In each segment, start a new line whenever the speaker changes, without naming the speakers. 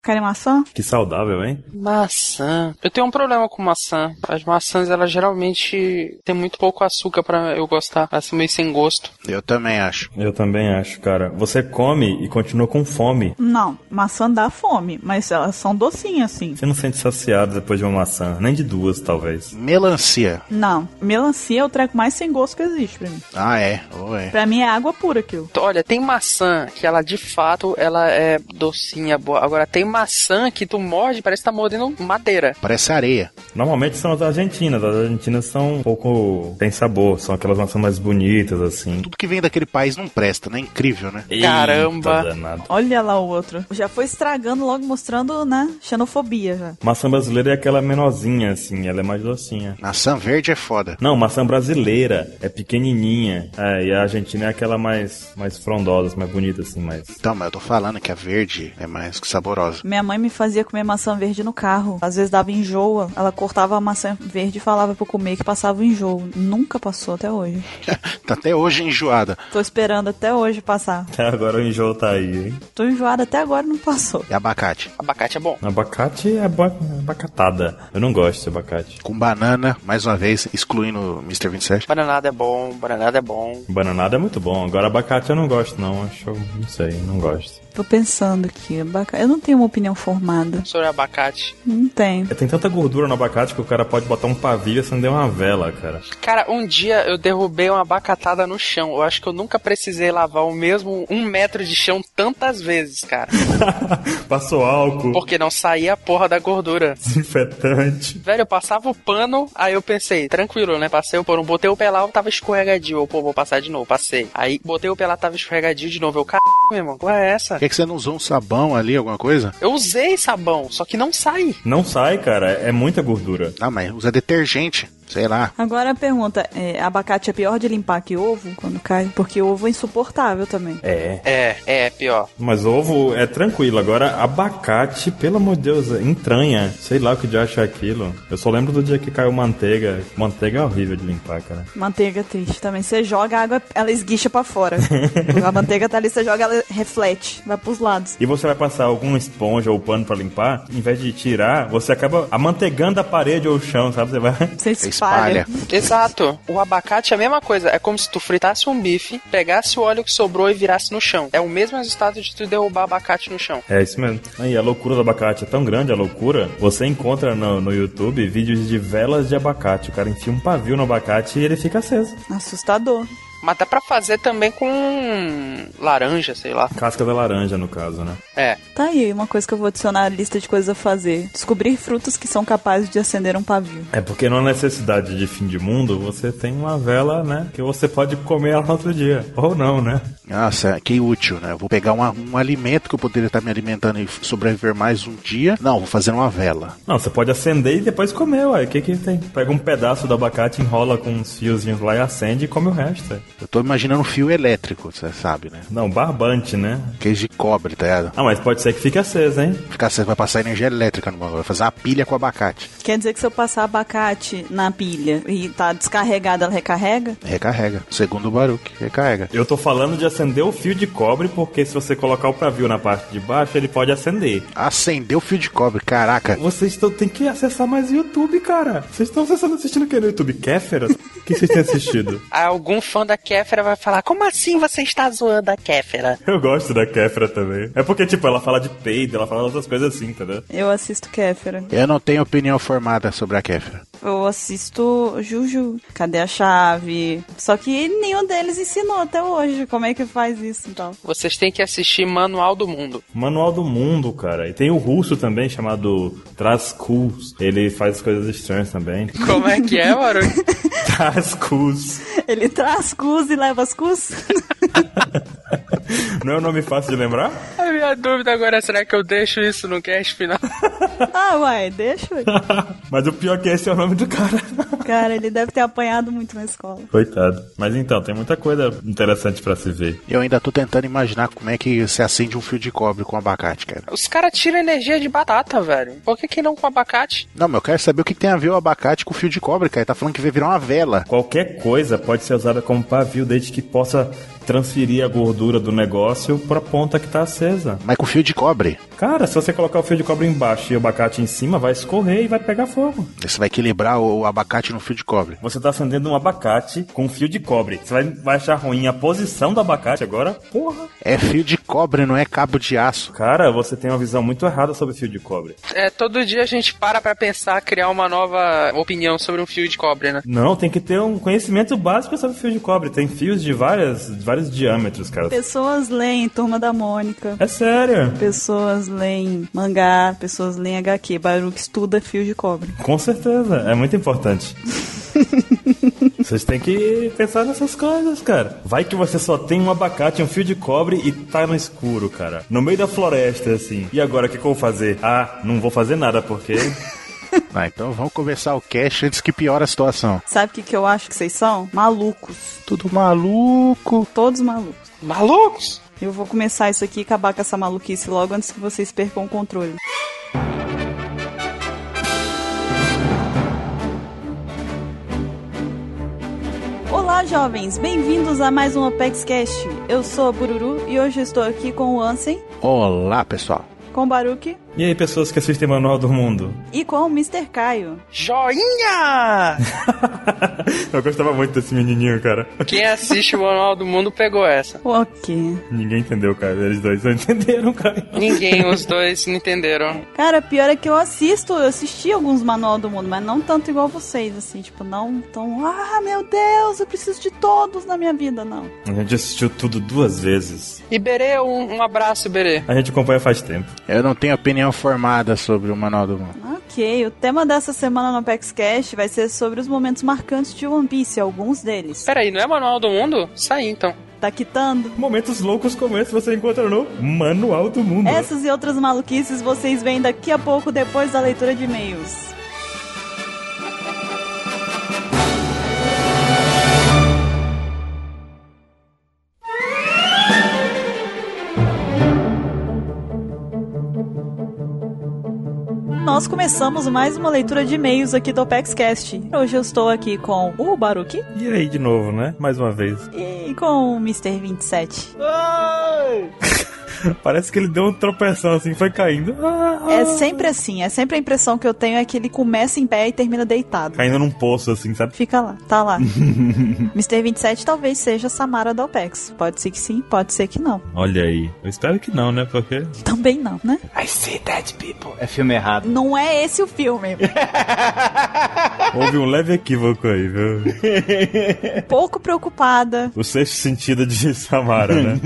Querem maçã?
Que saudável, hein?
Maçã. Eu tenho um problema com maçã. As maçãs, elas geralmente têm muito pouco açúcar pra eu gostar. Elas são meio sem gosto.
Eu também acho.
Eu também acho, cara. Você come e continua com fome.
Não, maçã dá fome, mas elas são docinhas assim.
Você não se sente saciado depois de uma maçã, nem de duas, talvez.
Melancia.
Não, melancia é o treco mais sem gosto que existe pra mim.
Ah, é. Oh, é.
Pra mim é água pura aquilo.
Olha, tem maçã que ela de fato ela é docinha, boa. Agora tem maçã que tu morde, parece que tá mordendo madeira.
Parece areia.
Normalmente são as argentinas. As argentinas são um pouco. tem sabor, são aquelas maçãs mais bonitas, assim.
Tudo que vem daquele país não presta, né? Incrível, né?
Caramba.
Eita danado.
Olha lá o outro. Já foi estragando logo, mostrando, né? Xenofobia já.
Maçã brasileira é aquela menorzinha, assim, ela é mais docinha.
Maçã verde é foda.
Não, maçã brasileira é pequenininha. É, e a argentina é aquela mais, mais frondosa, mais bonita, assim, mais.
Então, mas eu tô falando que a verde é mais saborosa.
Minha mãe me fazia comer maçã verde no carro. Às vezes dava enjoa. Ela cortava a maçã verde e falava pra eu comer que passava o enjoo. Nunca passou até hoje.
tá até hoje enjoada.
Tô esperando até hoje passar.
Até agora o enjoo tá aí, hein?
Tô enjoada até agora e não passou.
E abacate.
Abacate é bom.
Abacate é aba- abacatada. Eu não gosto de abacate.
Com banana, mais uma vez, excluindo o Mr. 27.
Bananada é bom, bananada é bom.
Bananada é muito bom. Agora abacate eu não gosto, não. Acho. Não sei, não gosto.
Tô pensando aqui. abaca- Eu não tenho uma opinião formada.
Sobre abacate.
Não tem.
É, Tem tanta gordura no abacate que o cara pode botar um pavio e acender uma vela, cara.
Cara, um dia eu derrubei uma abacatada no chão. Eu acho que eu nunca precisei lavar o mesmo um metro de chão tantas vezes, cara.
Passou álcool,
Porque não saía a porra da gordura.
desinfetante.
Velho, eu passava o pano, aí eu pensei, tranquilo, né? Passei o pano, botei o pé lá, eu tava escorregadio. Eu, pô, vou passar de novo, passei. Aí botei o pé lá, tava escorregadio de novo. Eu, caralho, meu irmão, qual é essa?
Por que, que você não usou um sabão ali, alguma coisa?
Eu usei sabão, só que não sai.
Não sai, cara. É muita gordura.
Ah, mas usa detergente. Sei lá.
Agora a pergunta: é, abacate é pior de limpar que ovo quando cai? Porque ovo é insuportável também.
É.
É, é, pior.
Mas ovo é tranquilo. Agora, abacate, pelo amor de Deus, é entranha. Sei lá o que de acha aquilo. Eu só lembro do dia que caiu manteiga. Manteiga é horrível de limpar, cara.
Manteiga é triste também. Você joga a água, ela esguicha pra fora. a manteiga tá ali, você joga, ela reflete, vai pros lados.
E você vai passar alguma esponja ou pano pra limpar, em vez de tirar, você acaba amanteigando a parede ou o chão, sabe? Você vai.
Você espalha.
Espalha.
Exato. O abacate é a mesma coisa. É como se tu fritasse um bife, pegasse o óleo que sobrou e virasse no chão. É o mesmo resultado de tu derrubar abacate no chão.
É isso mesmo. E a loucura do abacate é tão grande, a loucura. Você encontra no, no YouTube vídeos de velas de abacate. O cara enfia um pavio no abacate e ele fica aceso.
Assustador.
Mas dá pra fazer também com laranja, sei lá.
Casca da laranja, no caso, né?
É.
Tá aí uma coisa que eu vou adicionar à lista de coisas a fazer: descobrir frutas que são capazes de acender um pavio.
É porque na necessidade de fim de mundo, você tem uma vela, né? Que você pode comer ela no outro dia. Ou não, né?
Nossa, que útil, né? Eu vou pegar uma- um alimento que eu poderia estar me alimentando e f- sobreviver mais um dia. Não, vou fazer uma vela.
Não, você pode acender e depois comer, ué. O que que tem? Pega um pedaço do abacate, enrola com uns fiozinhos lá e acende e come o resto. ué.
Eu tô imaginando um fio elétrico, você sabe, né?
Não, barbante, né?
Queijo de cobre, tá ligado?
Ah, mas pode ser que fique aceso, hein?
Ficar, você vai passar energia elétrica no bagulho, vai fazer uma pilha com abacate.
Quer dizer que se eu passar abacate na pilha e tá descarregada, ela recarrega?
Recarrega. Segundo o Baruque, recarrega.
Eu tô falando de acender o fio de cobre, porque se você colocar o pavio na parte de baixo, ele pode acender.
Acendeu o fio de cobre, caraca.
Vocês estão tem que acessar mais o YouTube, cara. Vocês estão acessando assistindo o que no YouTube? Kéferas? O que vocês têm assistido?
Aí algum fã da Kéfera vai falar: Como assim você está zoando a Kéfera?
Eu gosto da Kéfera também. É porque, tipo, ela fala de peido, ela fala outras coisas assim, entendeu?
Eu assisto Kéfera.
Eu não tenho opinião formada sobre a Kéfera.
Eu assisto Juju. Cadê a chave? Só que nenhum deles ensinou até hoje como é que faz isso então.
Vocês têm que assistir Manual do Mundo.
Manual do Mundo, cara. E tem o russo também, chamado Traskus. Ele faz coisas estranhas também.
Como é que é, Maru?
Traskus.
Ele traz cus e leva as cus?
Não é um nome fácil de lembrar?
A minha dúvida agora é: será que eu deixo isso no cast final?
ah, uai, deixa. aí.
Mas o pior é que esse é o nome do cara.
Cara, ele deve ter apanhado muito na escola.
Coitado. Mas então, tem muita coisa interessante pra se ver.
Eu ainda tô tentando imaginar como é que se acende um fio de cobre com abacate, cara.
Os caras tiram energia de batata, velho. Por que, que não com abacate?
Não, mas eu quero saber o que tem a ver o abacate com o fio de cobre, cara. Ele tá falando que vai virar uma vela.
Qualquer coisa pode ser usada como pavio desde que possa transferir a gordura do negócio pra ponta que tá acesa.
Mas com fio de cobre.
Cara, se você colocar o fio de cobre embaixo e o abacate em cima, vai escorrer e vai pegar fogo.
Você vai equilibrar o abacate no fio de cobre.
Você tá acendendo um abacate com fio de cobre. Você vai, vai achar ruim a posição do abacate agora? Porra!
É fio de cobre, não é cabo de aço.
Cara, você tem uma visão muito errada sobre fio de cobre.
É, todo dia a gente para pra pensar, criar uma nova opinião sobre um fio de cobre, né?
Não, tem que ter um conhecimento básico sobre fio de cobre. Tem fios de várias, de vários diâmetros, cara.
Pessoas leem Turma da Mônica.
É sério.
Pessoas leem mangá, pessoas leem HQ. Baruch estuda fio de cobre.
Com certeza, é muito importante. Vocês têm que pensar nessas coisas, cara. Vai que você só tem um abacate, um fio de cobre e tá no escuro, cara. No meio da floresta, assim. E agora, o que, que eu vou fazer? Ah, não vou fazer nada, porque...
Ah, então vamos começar o cast antes que piore a situação.
Sabe o que, que eu acho que vocês são? Malucos.
Tudo maluco.
Todos malucos.
Malucos!
Eu vou começar isso aqui e acabar com essa maluquice logo antes que vocês percam o controle. Olá, jovens! Bem-vindos a mais um Opex Cast. Eu sou a Bururu e hoje eu estou aqui com o Ansem,
Olá, pessoal.
com o Baruque
E aí, pessoas que assistem Manual do Mundo?
e com o Mr. Caio.
Joinha!
eu gostava muito desse menininho, cara.
Quem assiste o Manual do Mundo pegou essa.
Ok.
Ninguém entendeu, cara. Eles dois não entenderam, cara.
Ninguém, os dois não entenderam.
Cara, pior é que eu assisto, eu assisti alguns Manual do Mundo, mas não tanto igual vocês, assim, tipo, não tão, ah, meu Deus, eu preciso de todos na minha vida, não.
A gente assistiu tudo duas vezes.
Iberê, um, um abraço, Iberê.
A gente acompanha faz tempo.
Eu não tenho opinião formada sobre o Manual do Mundo.
Ok, o tema dessa semana no Apex Cash vai ser sobre os momentos marcantes de One Piece, alguns deles.
Peraí, não é Manual do Mundo? Sai então.
Tá quitando?
Momentos loucos como esse você encontra no Manual do Mundo.
Essas e outras maluquices vocês veem daqui a pouco depois da leitura de e-mails. Nós começamos mais uma leitura de e-mails aqui do OpexCast. Hoje eu estou aqui com o Baruki
E aí, de novo, né? Mais uma vez.
e com o Mr. 27.
Parece que ele deu um tropeção assim, foi caindo. Ah, ah.
É sempre assim, é sempre a impressão que eu tenho é que ele começa em pé e termina deitado.
Caindo num poço assim, sabe?
Fica lá, tá lá. Mr. 27 talvez seja a Samara da OPEX. Pode ser que sim, pode ser que não.
Olha aí. Eu espero que não, né? Porque.
Também não, né?
I see dead people.
É filme errado.
Não é esse o filme.
Houve um leve equívoco aí, viu?
Pouco preocupada.
O sexto sentido de Samara, né?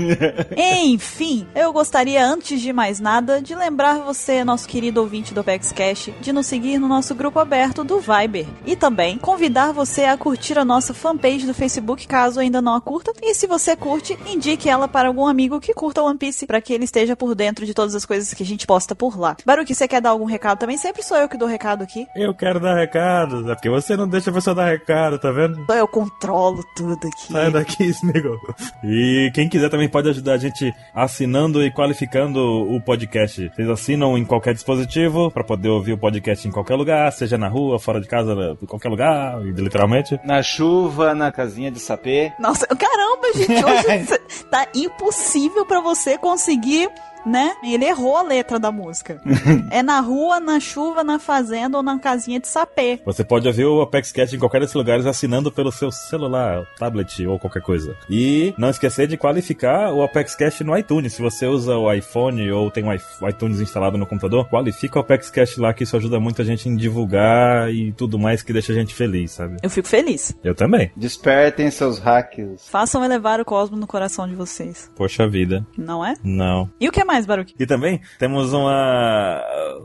Enfim, eu gostaria, antes de mais nada, de lembrar você, nosso querido ouvinte do Opex Cash, de nos seguir no nosso grupo aberto do Viber. E também convidar você a curtir a nossa fanpage do Facebook, caso ainda não a curta. E se você curte, indique ela para algum amigo que curta One Piece, para que ele esteja por dentro de todas as coisas que a gente posta por lá. Baruque, você quer dar algum recado também? Sempre sou eu que dou recado aqui.
Eu quero dar recado, é porque você não deixa a pessoa dar recado, tá vendo?
Só eu controlo tudo aqui.
Sai daqui, Smigol. E quem quiser também pode ajudar a gente assinando e qualificando o podcast. Vocês assinam em qualquer dispositivo pra poder ouvir o podcast em qualquer lugar, seja na rua, fora de casa, em qualquer lugar, literalmente.
Na chuva, na casinha de sapê.
Nossa, caramba, gente, hoje cê- tá impossível pra você conseguir, né? Ele errou a letra da música. é na rua, na chuva, na fazenda ou na casinha de sapê.
Você pode ouvir o Apex Cat em qualquer desses lugares assinando pelo seu celular, tablet ou qualquer coisa. E não esquecer de qualificar o Apex Cash no iTunes. Se você usa o iPhone ou tem o i- o iTunes instalado no computador, qualifica o Apex Cash lá que isso ajuda muito a gente em divulgar e tudo mais que deixa a gente feliz, sabe?
Eu fico feliz.
Eu também.
Despertem seus hackers.
Façam elevar o cosmo no coração de vocês,
Poxa vida.
não é?
Não.
E o que mais, Baruque?
E também temos uma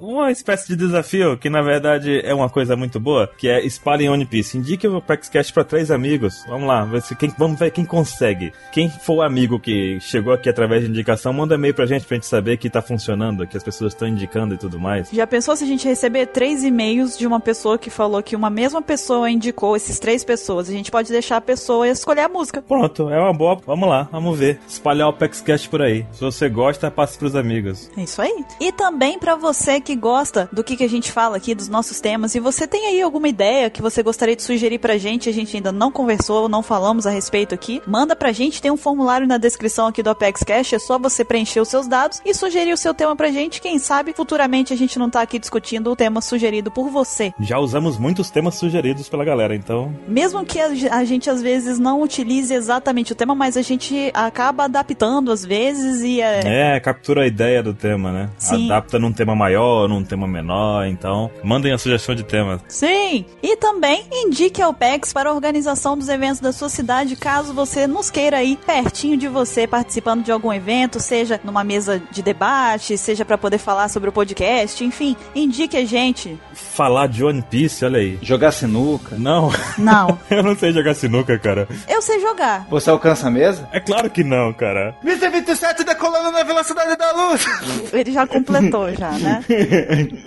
uma espécie de desafio que na verdade é uma coisa muito boa, que é espalhem One Piece. Indique o Paxcast para três amigos. Vamos lá, vai ser quem, vamos ver quem consegue. Quem for amigo que chegou aqui através de indicação, manda e-mail pra gente pra gente saber que tá funcionando, que as pessoas estão indicando e tudo mais.
Já pensou se a gente receber três e-mails de uma pessoa que falou que uma mesma pessoa indicou esses três pessoas? A gente pode deixar a pessoa escolher a música.
Pronto, é uma boa. Vamos lá, vamos ver. Espalhar o Paxcast por aí. Se você gosta, passe pros amigos.
É isso aí. E também pra você que gosta do que, que a gente fala aqui, dos nossos temas, e você tem aí alguma ideia que você gostaria de sugerir pra gente, a gente ainda não conversou, não falamos a respeito aqui, manda pra gente, tem um formulário na descrição aqui do Apex Cash, é só você preencher os seus dados e sugerir o seu tema pra gente, quem sabe futuramente a gente não tá aqui discutindo o tema sugerido por você.
Já usamos muitos temas sugeridos pela galera, então.
Mesmo que a ge- a gente às vezes não utilize exatamente o tema, mas a gente acaba adaptando às vezes e é,
É, captura a ideia do tema, né?
Sim.
Adapta num tema maior, num tema menor, então. Mandem a sugestão de tema.
Sim! E também indique a OPEX para a organização dos eventos da sua cidade, caso você nos queira ir pertinho de você participando de algum evento, seja numa mesa de debate, seja para poder falar sobre o podcast, enfim, indique a gente.
Falar de One Piece, olha aí.
Jogar sinuca.
Não,
Não,
eu não sei jogar sinuca, cara.
eu sei jogar.
Você alcança a mesa?
É claro que não, cara.
Mr. 27 decolando na velocidade da luz!
Ele já completou já, né?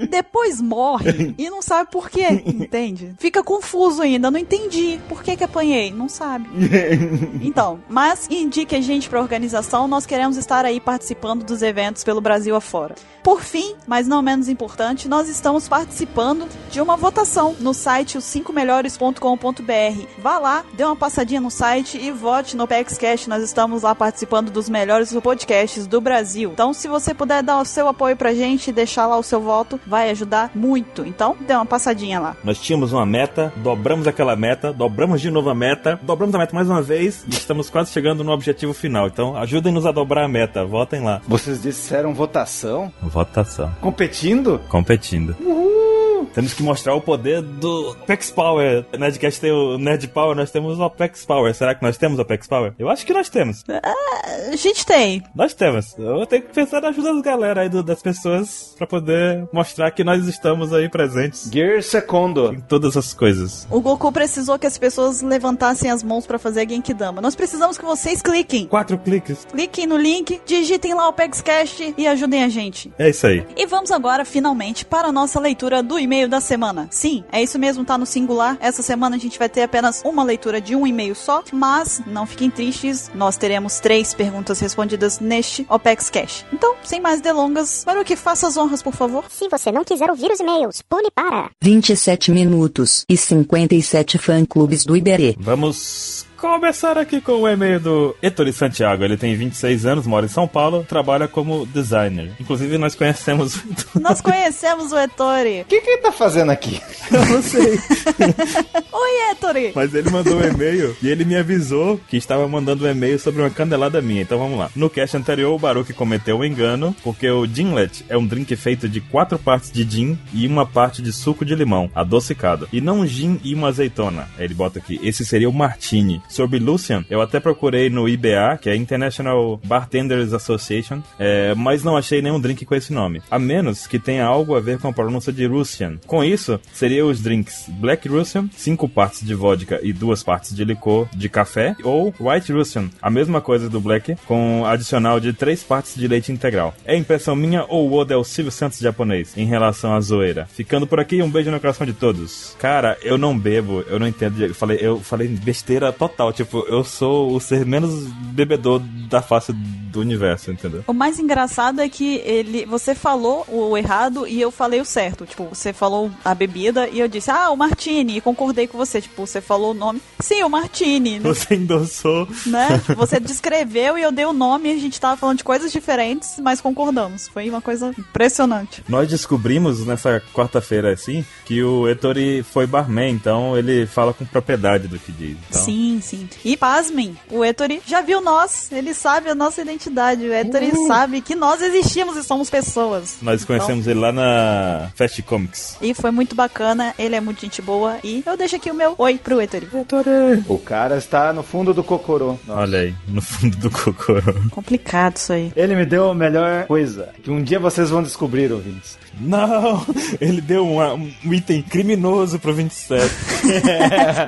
Depois morre e não sabe por quê, entende? Fica confuso ainda, não entendi por que que apanhei, não sabe. Então, mas indique a gente pra organização, nós queremos estar aí participando dos eventos pelo Brasil afora. Por fim, mas não menos importante, nós estamos participando de uma votação no site os 5melhores.com.br. Vá lá, dê uma passadinha no site e vote no PEXCast, nós estamos lá participando dos melhores podcasts do Brasil. Então, se você puder dar o seu apoio pra gente e deixar lá o seu voto, vai ajudar muito. Então, dê uma passadinha lá.
Nós tínhamos uma meta, dobramos aquela meta, dobramos de novo a meta, dobramos a meta mais uma vez e estamos quase chegando no objetivo final. Então ajudem-nos a dobrar a meta, votem lá.
Vocês disseram um votação?
Votação.
Competindo?
Competindo. Temos que mostrar o poder do Apex Power. O Nerdcast tem o Nerd Power, nós temos o Apex Power. Será que nós temos o Apex Power? Eu acho que nós temos.
A gente tem.
Nós temos. Eu vou ter que pensar na ajuda das galera aí, do- das pessoas, pra poder mostrar que nós estamos aí presentes
Gear
em
Secondo.
todas as coisas.
O Goku precisou que as pessoas levantassem as mãos pra fazer a Genkidama. Nós precisamos que vocês cliquem.
Quatro cliques.
Cliquem no link, digitem lá o PEXCast e ajudem a gente.
É isso aí.
E vamos agora, finalmente, para a nossa leitura do e-mail da semana. Sim, é isso mesmo, tá no singular. Essa semana a gente vai ter apenas uma leitura de um e-mail só, mas não fiquem tristes, nós teremos três perguntas respondidas neste OPEX Cash. Então, sem mais delongas, para o que faça as honras, por favor.
Se você não quiser ouvir os e-mails, pule para.
27 minutos e 57 fã-clubes do Iberê.
Vamos começar aqui com o e-mail do Ettore Santiago. Ele tem 26 anos, mora em São Paulo, trabalha como designer. Inclusive, nós conhecemos o Ettore.
Nós conhecemos o Ettore.
O que, que ele tá fazendo aqui?
Oi, Ettore!
Mas ele mandou um e-mail e ele me avisou que estava mandando um e-mail sobre uma canelada minha. Então vamos lá. No cast anterior, o Baruque cometeu um engano, porque o Ginlet é um drink feito de quatro partes de gin e uma parte de suco de limão, adocicado. E não um gin e uma azeitona. Aí Ele bota aqui. Esse seria o Martini. Sobre Lucian, eu até procurei no IBA, que é International Bartenders Association, é, mas não achei nenhum drink com esse nome. A menos que tenha algo a ver com a pronúncia de Russian. Com isso, seria os drinks Black Russian, 5 partes de vodka e duas partes de licor de café, ou White Russian, a mesma coisa do Black, com adicional de três partes de leite integral. É impressão minha ou o Oda é o Silvio Santos japonês em relação à zoeira? Ficando por aqui, um beijo no coração de todos. Cara, eu não bebo, eu não entendo. de- Eu falei, eu falei besteira total. Tipo, eu sou o ser menos bebedor da face do universo, entendeu?
O mais engraçado é que ele, você falou o errado e eu falei o certo. Tipo, você falou a bebida e eu disse, ah, o Martini, e concordei com você. Tipo, você falou o nome. Sim, o Martini, né?
Você endossou
Tipo, Você descreveu e eu dei o nome e a gente tava falando de coisas diferentes, mas concordamos. Foi uma coisa impressionante.
Nós descobrimos nessa quarta-feira assim que o Ettore foi barman, então ele fala com propriedade do que diz. Então,
Sim, sim. E pasmem, o Ettore já viu nós, ele sabe a nossa identidade. O Ettore sabe que nós existimos e somos pessoas.
Uh. Nós
Então-
conhecemos ele lá na Fast Comics.
E foi muito bacana, ele é muito gente boa. E eu deixo aqui o meu oi pro Ettore.
O cara está no fundo do cocorô. Nossa.
Olha aí, no fundo do cocoro.
Complicado isso aí.
Ele me deu a melhor coisa, que um dia vocês vão descobrir, ouvintes.
Não! Ele deu uma- um item criminoso pro 27.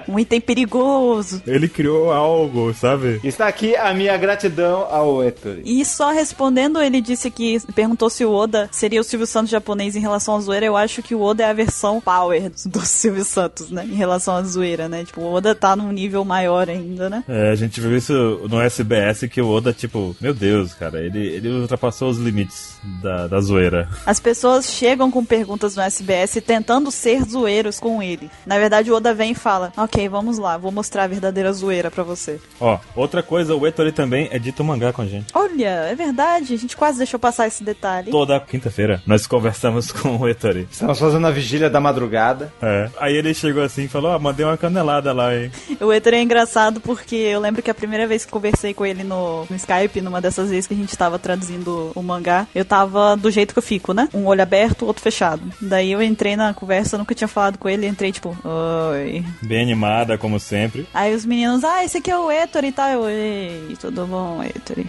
Um item perigoso.
ele criou algo, sabe?
Está aqui a minha gratidão ao Ettore.
E só respondendo, ele disse que perguntou se o Oda seria o Silvio Santos japonês em relação à zoeira. Eu acho que o Oda é a versão power do Silvio Santos, né? Em relação à zoeira, né? Tipo, o Oda tá num nível maior ainda, né?
É, a gente viu isso no SBS que o Oda, tipo, meu Deus, cara, ele, ele ultrapassou os limites da, da zoeira.
As pessoas chegam com perguntas no SBS tentando ser zoeiros com ele. Na verdade, o Oda vem e fala: Ok, vamos lá, vou mostrar a verdadeira zoeira pra você.
Ó, outra coisa, o Ettore também edita um mangá com a gente.
Olha, é verdade, a gente quase deixou passar esse detalhe.
Toda quinta-feira nós conversamos com o Ettore.
Estamos fazendo a vigília da madrugada.
É. Aí ele chegou assim e falou: Ó, mandei uma canelada lá, hein?
O Ettore é engraçado porque eu lembro que a primeira vez que conversei com ele no, no Skype, numa dessas vezes que a gente tava traduzindo o mangá, eu tava do jeito que eu fico, né? Um olho aberto, outro fechado. Daí eu entrei na conversa, eu nunca tinha falado com ele, entrei tipo, oi.
Bem animada, como sempre.
Aí os meninos, ah, esse aqui é o Ettore e tal. Eu, ei, tudo bom, Ettore?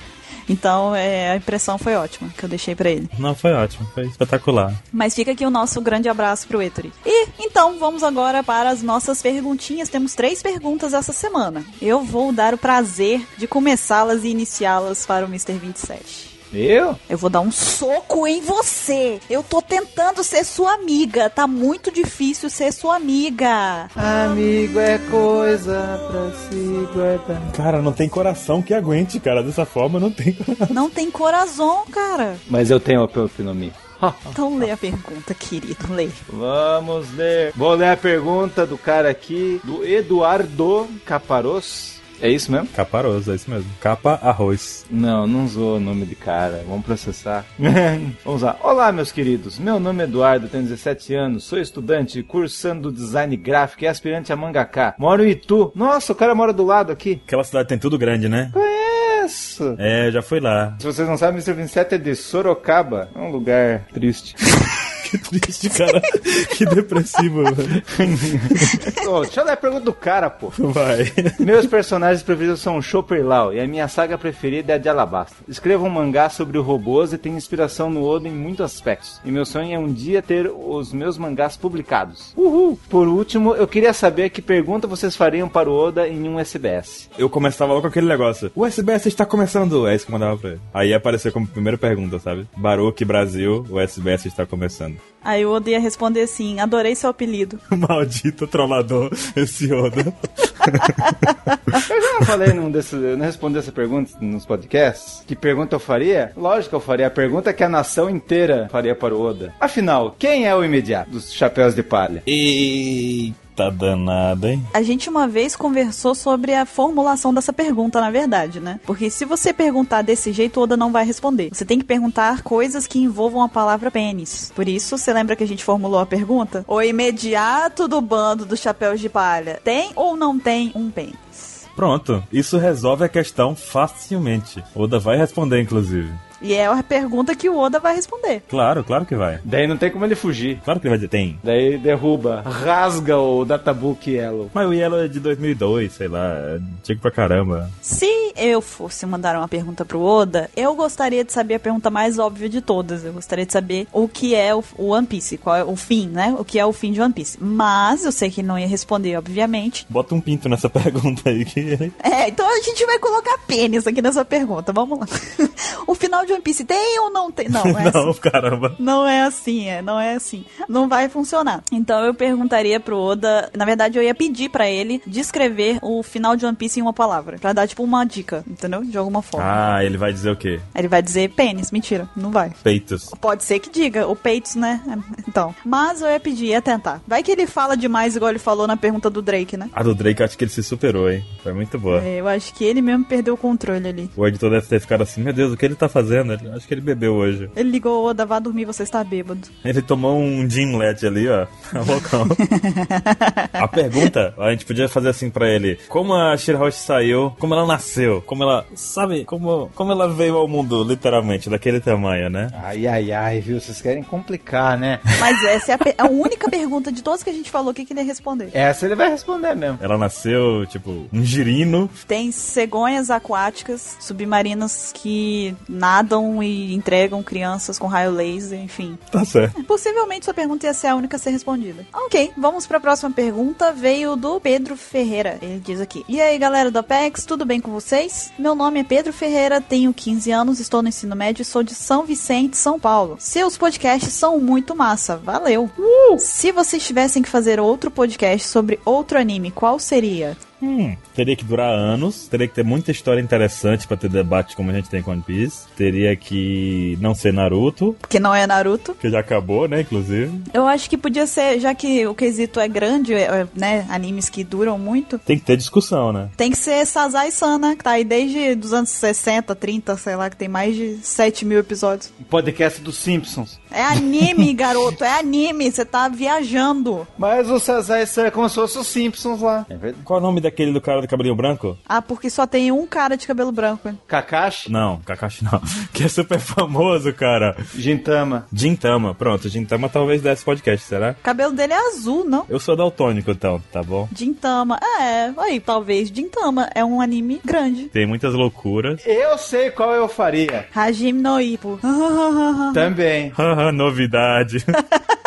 Então é, a impressão foi ótima que eu deixei pra ele.
Não, foi ótimo, foi espetacular.
Mas fica aqui o nosso grande abraço pro Ettore. E então vamos agora para as nossas perguntinhas. Temos três perguntas essa semana. Eu vou dar o prazer de começá-las e iniciá-las para o Mr. 27.
Eu?
Eu vou dar um soco em você. Eu tô tentando ser sua amiga. Tá muito difícil ser sua amiga.
Amigo é coisa pra se guardar.
Cara, não tem coração que aguente, cara. Dessa forma não tem.
Não tem coração, cara.
Mas eu tenho opinião.
Então lê a pergunta, querido. Lê.
Vamos ler. Vou ler a pergunta do cara aqui, do Eduardo Caparos. É isso mesmo?
Caparoso, é isso mesmo. Capa arroz.
Não, não usou o nome de cara. Vamos processar. Vamos lá. Olá, meus queridos. Meu nome é Eduardo, tenho 17 anos, sou estudante, cursando design gráfico e aspirante a mangaká. Moro em Itu. Nossa, o cara mora do lado aqui.
Aquela cidade tem tudo grande, né?
Conheço.
É, já fui lá.
Se vocês não sabem, Mr. 27 é de Sorocaba. É um lugar triste.
Que triste, cara. que depressivo, mano.
Ô, deixa eu ler a pergunta do cara, pô.
Vai.
Meus personagens preferidos são o Chopper Lau e a minha saga preferida é a de Alabasta. Escrevo um mangá sobre robôs e tenho inspiração no Oda em muitos aspectos. E meu sonho é um dia ter os meus mangás publicados. Uhul! Por último, eu queria saber que pergunta vocês fariam para o Oda em um SBS.
Eu começava logo com aquele negócio. O SBS está começando. É isso que eu mandava pra ele. Aí apareceu como primeira pergunta, sabe? Baruque Brasil, o SBS está começando.
Aí o Oda ia responder assim: adorei seu apelido.
Maldito trollador, esse Oda.
Eu já não falei num desses, eu não respondi essa pergunta nos podcasts. Que pergunta eu faria? Lógico que eu faria a pergunta é que a nação inteira faria para o Oda. Afinal, quem é o imediato dos chapéus de palha?
Eita danada, hein?
A gente uma vez conversou sobre a formulação dessa pergunta, na verdade, né? Porque se você perguntar desse jeito, o Oda não vai responder. Você tem que perguntar coisas que envolvam a palavra pênis. Por isso, você lembra que a gente formulou a pergunta? O imediato do bando dos chapéus de palha tem ou não tem um pênis?
Pronto, isso resolve a questão facilmente. Oda vai responder, inclusive.
E é a pergunta que o Oda vai responder.
Claro, claro que vai.
Daí não tem como ele fugir.
Claro que ele vai dizer tem.
Daí derruba, rasga o databook Yellow.
Mas o Yellow é de 2002, sei lá, é antigo pra caramba.
Se eu fosse mandar uma pergunta pro Oda, eu gostaria de saber a pergunta mais óbvia de todas. Eu gostaria de saber o que é o o One Piece, qual é o fim, né? O que é o fim de One Piece. Mas eu sei que ele não ia responder, obviamente.
Bota um pinto nessa pergunta aí que
É, então a gente vai colocar pênis aqui nessa pergunta. Vamos lá. o final de One Piece tem ou não tem? Não, é
Não, caramba.
Não é assim, é, não é assim. Não vai funcionar. Então eu perguntaria pro Oda, na verdade eu ia pedir pra ele descrever o final de One Piece em uma palavra, Pra dar tipo uma dica, entendeu? De alguma forma.
Ah, ele vai dizer o quê?
Aí Ele vai dizer pênis, mentira, não vai.
Peitos.
Pode ser que diga, o peitos, né? Então. Mas eu ia pedir, ia tentar. Vai que ele fala demais, igual ele falou na pergunta do Drake, né?
A do Drake eu acho que ele se superou, hein? Foi muito boa.
É, eu acho que ele mesmo perdeu o controle ali.
O editor deve ter ficado assim, meu Deus, o que ele tá fazendo? Ele- acho que ele bebeu hoje.
Ele ligou, Oda, vá dormir, você está bêbado.
Ele tomou um gimlet ali, ó. É Loucão. a pergunta, a gente podia fazer assim pra ele. Como a Shirahoshi saiu, como ela nasceu, como ela, sabe, como, como ela veio ao mundo, literalmente, daquele tamanho, né?
Ai, ai, ai, viu? Vocês querem complicar, né?
Mas essa é a, pe- a única pergunta de todas que a gente falou, o que, que ele ia responder?
Essa ele vai responder mesmo.
Ela nasceu, tipo, um girino.
Tem cegonhas aquáticas, submarinas que nadam e entregam crianças com raio laser, enfim.
Tá certo.
Possivelmente sua pergunta ia ser a única a ser respondida. Ok, vamos para a próxima pergunta. Veio do Pedro Ferreira. Ele diz aqui: E aí, galera do Apex, tudo bem com vocês? Meu nome é Pedro Ferreira, tenho 15 anos, estou no ensino médio e sou de São Vicente, São Paulo. Seus podcasts são muito massa, valeu! Se vocês tivessem que fazer outro podcast sobre outro anime, qual seria?
hum, teria que durar anos, teria que ter muita história interessante pra ter debate como a gente tem com One Piece, teria que não ser Naruto,
Porque não é Naruto.
que já acabou, né, inclusive.
Eu acho que podia ser, já que o quesito é grande, é, é, né? Animes que duram muito.
Tem que ter discussão, né?
Tem que ser Sazai San, né? Que tá aí desde dos anos 60, 30, sei lá, que tem mais de 7 mil episódios.
Podcast dos Simpsons.
É anime, garoto, é anime. Você tá viajando.
Mas o Sazai Sam é como se fosse os Simpsons lá. É verdade.
Qual é o nome daquele do cara do cabelinho branco?
Ah, porque só tem um cara de cabelo branco. né?
Kakashi,
Não, Kakashi não. Que é super famoso, cara.
Gintama.
Jintama, pronto. Jintama talvez desse podcast, será?
O cabelo dele é azul, não?
Eu sou daltônico, então, tá bom?
Jintama. É, aí, talvez. Jintama é um anime grande.
Tem muitas loucuras.
Eu sei qual eu faria.
Hajime no Ippo.
Também.
Haha, novidade.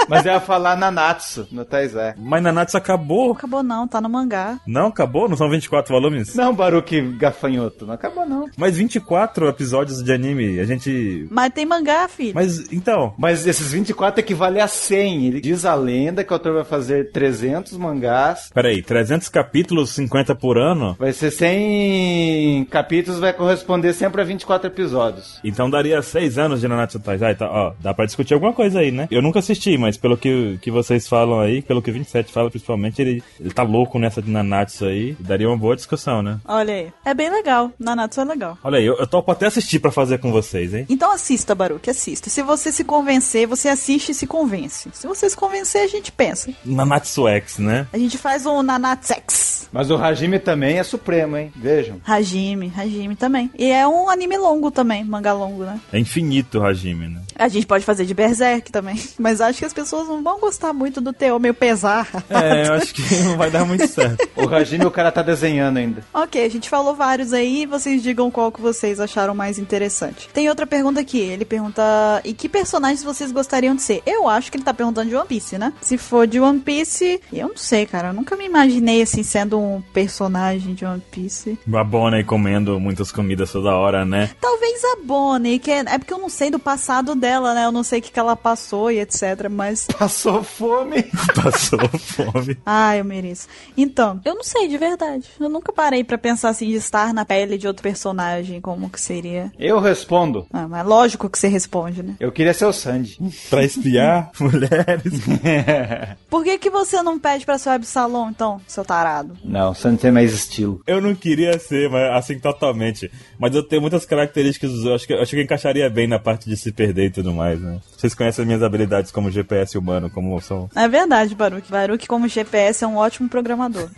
Mas eu ia falar Nanatsu, no Taizai.
Mas Nanatsu acabou.
Acabou não, tá no mangá.
Não, acabou? Não são 24 volumes?
Não, Baruque Gafanhoto, não acabou não.
Mas 24 episódios de anime, a gente.
Mas tem mangá, filho.
Mas então.
Mas esses 24 equivale a 100. Ele diz a lenda que o autor vai fazer 300 mangás.
Peraí, 300 capítulos, 50 por ano?
Vai ser 100 capítulos, vai corresponder sempre a 24 episódios.
Então daria 6 anos de Nanatsu no Taizai. Tá, ó, dá pra discutir alguma coisa aí, né? Eu nunca assisti, mas pelo que, que vocês falam aí, pelo que o 27 fala principalmente, ele, ele tá louco nessa de Nanatsu aí. Daria uma boa discussão, né?
Olha aí. É bem legal. Nanatsu é legal.
Olha aí, eu, eu topo até assistir pra fazer com vocês, hein?
Então assista, Baruque, assista. Se você se convencer, você assiste e se convence. Se você se convencer, a gente pensa.
Nanatsu X, né?
A gente faz um Nanatsex.
Mas o Hajime também é supremo, hein? Vejam.
Hajime, Hajime também. E é um anime longo também, mangá longo, né?
É infinito o Hajime, né?
A gente pode fazer de Berserk também. Mas acho que as pessoas não vão gostar muito do teor meio pesar.
É, eu acho que não vai dar muito certo.
O Hajime o cara tá desenhando ainda.
Ok, a gente falou vários aí, vocês digam qual que vocês acharam mais interessante. Tem outra pergunta aqui, ele pergunta: e que personagens vocês gostariam de ser? Eu acho que ele tá perguntando de One Piece, né? Se for de One Piece, eu não sei, cara, eu nunca me imaginei assim sendo um personagem de One Piece.
A Bonnie comendo muitas comidas toda hora, né?
Talvez a Bonnie, que é, é porque eu não sei do passado dela, né? Eu não sei o que, que ela passou e etc, mas.
Passou fome.
Passou fome.
Ah, eu mereço. Então, eu não sei de verdade. Eu nunca parei pra pensar assim de estar na pele de outro personagem, como que seria.
Eu respondo.
Ah, mas lógico que você responde, né?
Eu queria ser o Sandy.
Pra espiar mulheres.
Por que, que você não pede pra sua web salon, então, seu tarado?
Não, o Sandy tem mais estilo.
Eu não queria ser, mas assim totalmente. Mas eu tenho muitas características, eu acho que, eu acho que eu encaixaria bem na parte de se perder e tudo mais, né? Vocês conhecem as minhas habilidades como GPS humano, como são.
É verdade, Baruque. Baruque, como GPS, é um ótimo programador.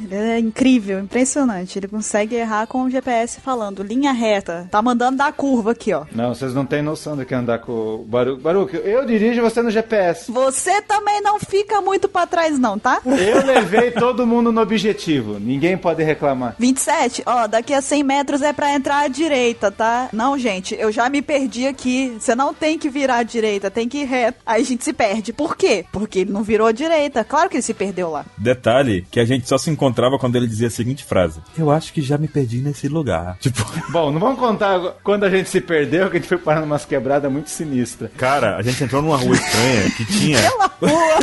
ele é incrível, impressionante. Ele consegue errar com o GPS falando, linha reta. Tá mandando dar curva aqui, ó.
Não, vocês não têm noção do que é andar com o Baruque. Baruque, eu dirijo você no GPS.
Você também não fica muito pra trás, não, tá?
Eu levei todo mundo no objetivo. Ninguém pode reclamar.
27, ó, daqui a 100 metros é pra entrar à direita, tá? Não, gente, eu já me perdi aqui. Você não tem que virar à direita, tem que ir reto. Aí a gente se perde. Por quê? Porque ele não virou à direita. Claro que ele se perdeu lá.
Detalhe que a gente só se encontrava quando ele dizia a seguinte frase: Eu acho que já me perdi nesse lugar. Tipo,
Bom, não vamos contar quando a gente se perdeu, que a gente foi parar numas quebradas muito sinistras.
cara, a gente entrou numa rua estranha que tinha.
Pela rua!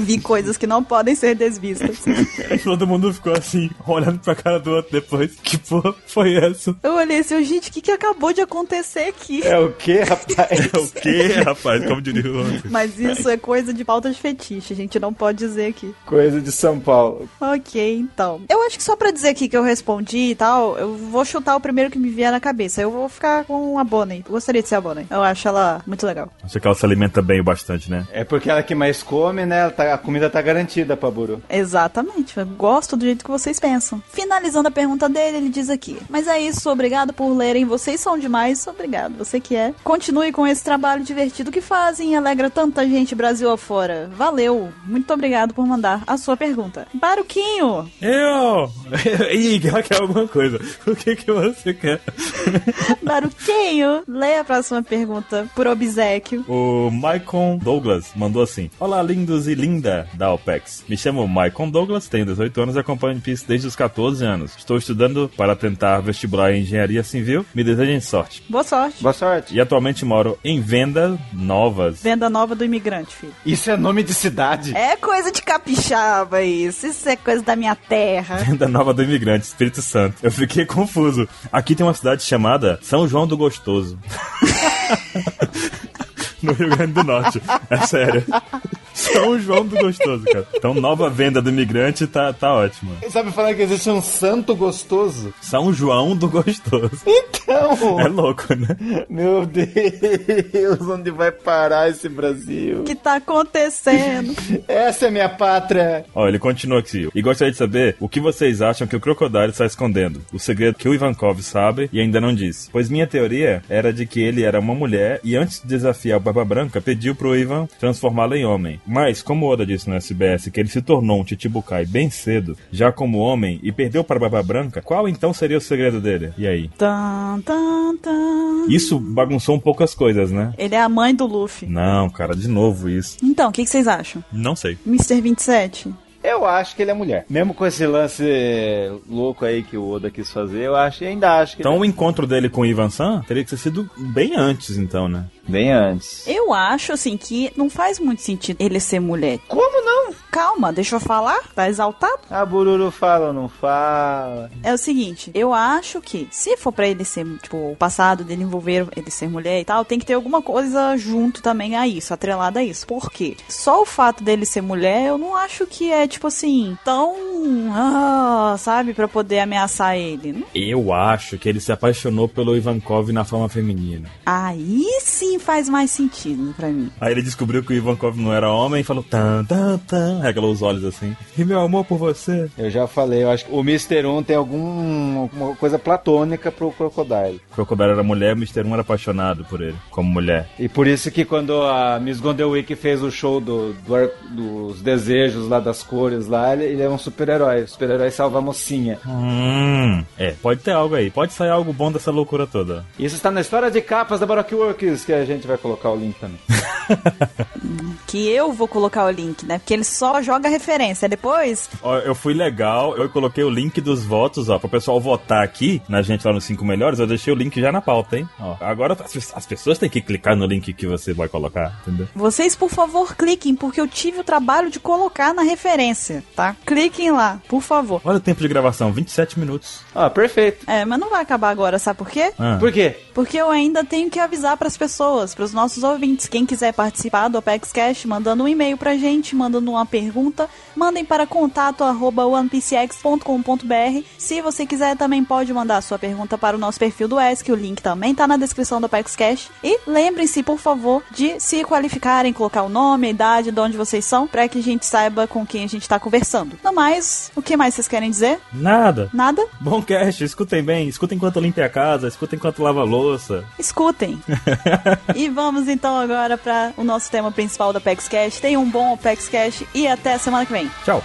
Vi coisas que não podem ser desvistas.
Todo mundo ficou assim, olhando pra cara do outro depois. Que porra foi essa?
Eu olhei assim, gente, o que, que acabou de acontecer aqui?
É o quê, rapaz?
É o quê, rapaz? Como diria o outro?
Mas isso é coisa de pauta de fetiche, a gente não pode dizer aqui.
Coisa de São Paulo.
Ok, então. Eu acho que só pra dizer aqui que eu respondi e tal, eu vou chutar o primeiro que me vier na cabeça. Eu vou ficar com a Bonnie. Eu gostaria de ser a Bonnie. Eu acho ela muito legal.
Acho que ela se alimenta bem o bastante, né?
É porque ela que mais come, né? Ela tá- a comida tá garantida pra Buru.
Exatamente, eu gosto do jeito que vocês pensam. Finalizando a pergunta dele, ele diz aqui: Mas é isso, obrigado por lerem, vocês são demais, obrigado, você que é. Continue com esse trabalho divertido que fazem e alegra tanta gente Brasil afora. Valeu, muito obrigado por mandar a sua pergunta. Baruquinho,
Eu! Ih, ela quer alguma coisa. O que que você quer?
Baruquinho, leia a próxima pergunta por obsequio.
O Michael Douglas mandou assim: Olá, lindos e lindas. linda da Alpex. Me chamo Michael Douglas, tenho 18 anos e acompanho One Piece desde os 14 anos. Estou estudando para tentar vestibular em engenharia civil. Me desejem sorte.
Boa sorte.
Boa sorte.
E atualmente moro em Venda Novas.
Venda nova do imigrante, filho.
Isso é nome de cidade?
É coisa de capixaba isso. Isso é coisa da minha terra.
Venda Nova do Imigrante, Espírito Santo. Eu fiquei confuso. Aqui tem uma cidade chamada São João do Gostoso. no Rio Grande do Norte. É sério. São João do Gostoso, cara. Então, nova venda do imigrante tá, tá ótima.
É, Sabe falar que existe um santo gostoso?
São João do Gostoso.
Então,
É louco, né?
meu Deus, onde vai parar esse Brasil?
O que tá acontecendo?
Essa é minha pátria.
Ó, ele continua aqui. E gostaria de saber o que vocês acham que o Crocodile está escondendo. O segredo que o Ivankov sabe e ainda não disse. Pois minha teoria era de que ele era uma mulher e antes de desafiar o Barba Branca, pediu pro Ivan transformá-la em homem. Mas, como o Oda disse no SBS que ele se tornou um Chichibukai bem cedo, já como homem, e perdeu para Barba Branca, qual então seria o segredo dele? E aí?
Tan, tan, tan.
Isso bagunçou um pouco as coisas, né?
Ele é a mãe do Luffy.
Não, cara, de novo isso.
Então, o que, que vocês acham?
Não sei.
Mr. 27?
Eu acho que ele é mulher. Mesmo com esse lance louco aí que o Oda quis fazer, eu acho, ainda acho que
Então o encontro dele com o Ivan San teria que ter sido bem antes, então, né?
bem antes.
Eu acho, assim, que não faz muito sentido ele ser mulher.
Como não?
Calma, deixa eu falar. Tá exaltado?
A Ah, Bururu fala ou não fala?
É o seguinte, eu acho que se for pra ele ser, tipo, o passado dele envolver ele ser mulher e tal, tem que ter alguma coisa junto também a isso, atrelada a isso. Por quê? Só o fato dele ser mulher, eu não acho que é, tipo assim, tão. ah, sabe, pra poder ameaçar ele. Não-
Eu acho que ele se apaixonou pelo Ivankov na forma feminina.
Aí sim faz mais sentido pra mim.
Aí ele descobriu que o Ivankov não era homem e falou tan, tan, tan, regalou os olhos assim. E meu amor por você.
Eu já falei, eu acho que o Mr. 1 tem algum, alguma coisa platônica pro Crocodile.
O Crocodile era mulher, o Mr. 1 era apaixonado por ele, como mulher.
E por isso que quando a Miss Gondelwick fez o show do, do ar- dos desejos lá, das cores lá, ele, ele é um super-herói. O super-herói salva a mocinha.
Hum, é, pode ter algo aí, pode sair algo bom dessa loucura toda.
Isso está na história de capas da Baroque Works, que a gente vai colocar o link também.
Que eu vou colocar o link, né? Porque ele só joga referência. Depois,
Ó, eu fui legal, eu coloquei o link dos votos, ó, pro pessoal votar aqui na gente lá nos 5 melhores, eu deixei o link já na pauta, hein? Ó, agora as, pe- as pessoas têm que clicar no link que você vai colocar, entendeu?
vocês, por favor, cliquem, porque eu tive o trabalho de colocar na referência, tá? Cliquem lá, por favor.
Olha o tempo de gravação, 27 minutos.
Ah, perfeito.
É, mas não vai acabar agora, sabe por quê?
Ah.
Por quê?
Porque eu ainda tenho que avisar pras pessoas, pros nossos ouvintes. Quem quiser participar do Apex Cash, mandando um e-mail pra gente, mandando uma pergunta, mandem para contato arroba onepcx.com.br. Se você quiser, também pode mandar sua pergunta para o nosso perfil do ESC, o link também tá na descrição do Apex Cash. E lembrem-se, por favor, de se qualificarem, colocar o nome, a idade, de onde vocês são, pra que a gente saiba com quem a gente tá conversando. No mais, o que mais vocês querem dizer?
Nada.
Nada?
Bom cast, escutem bem, escutem enquanto limpia a casa, escutem enquanto lava a louça.
Escutem. e vamos então agora para o nosso tema principal da PEX Cash. Tenham um bom PEX Cash e até a semana que vem.
Tchau.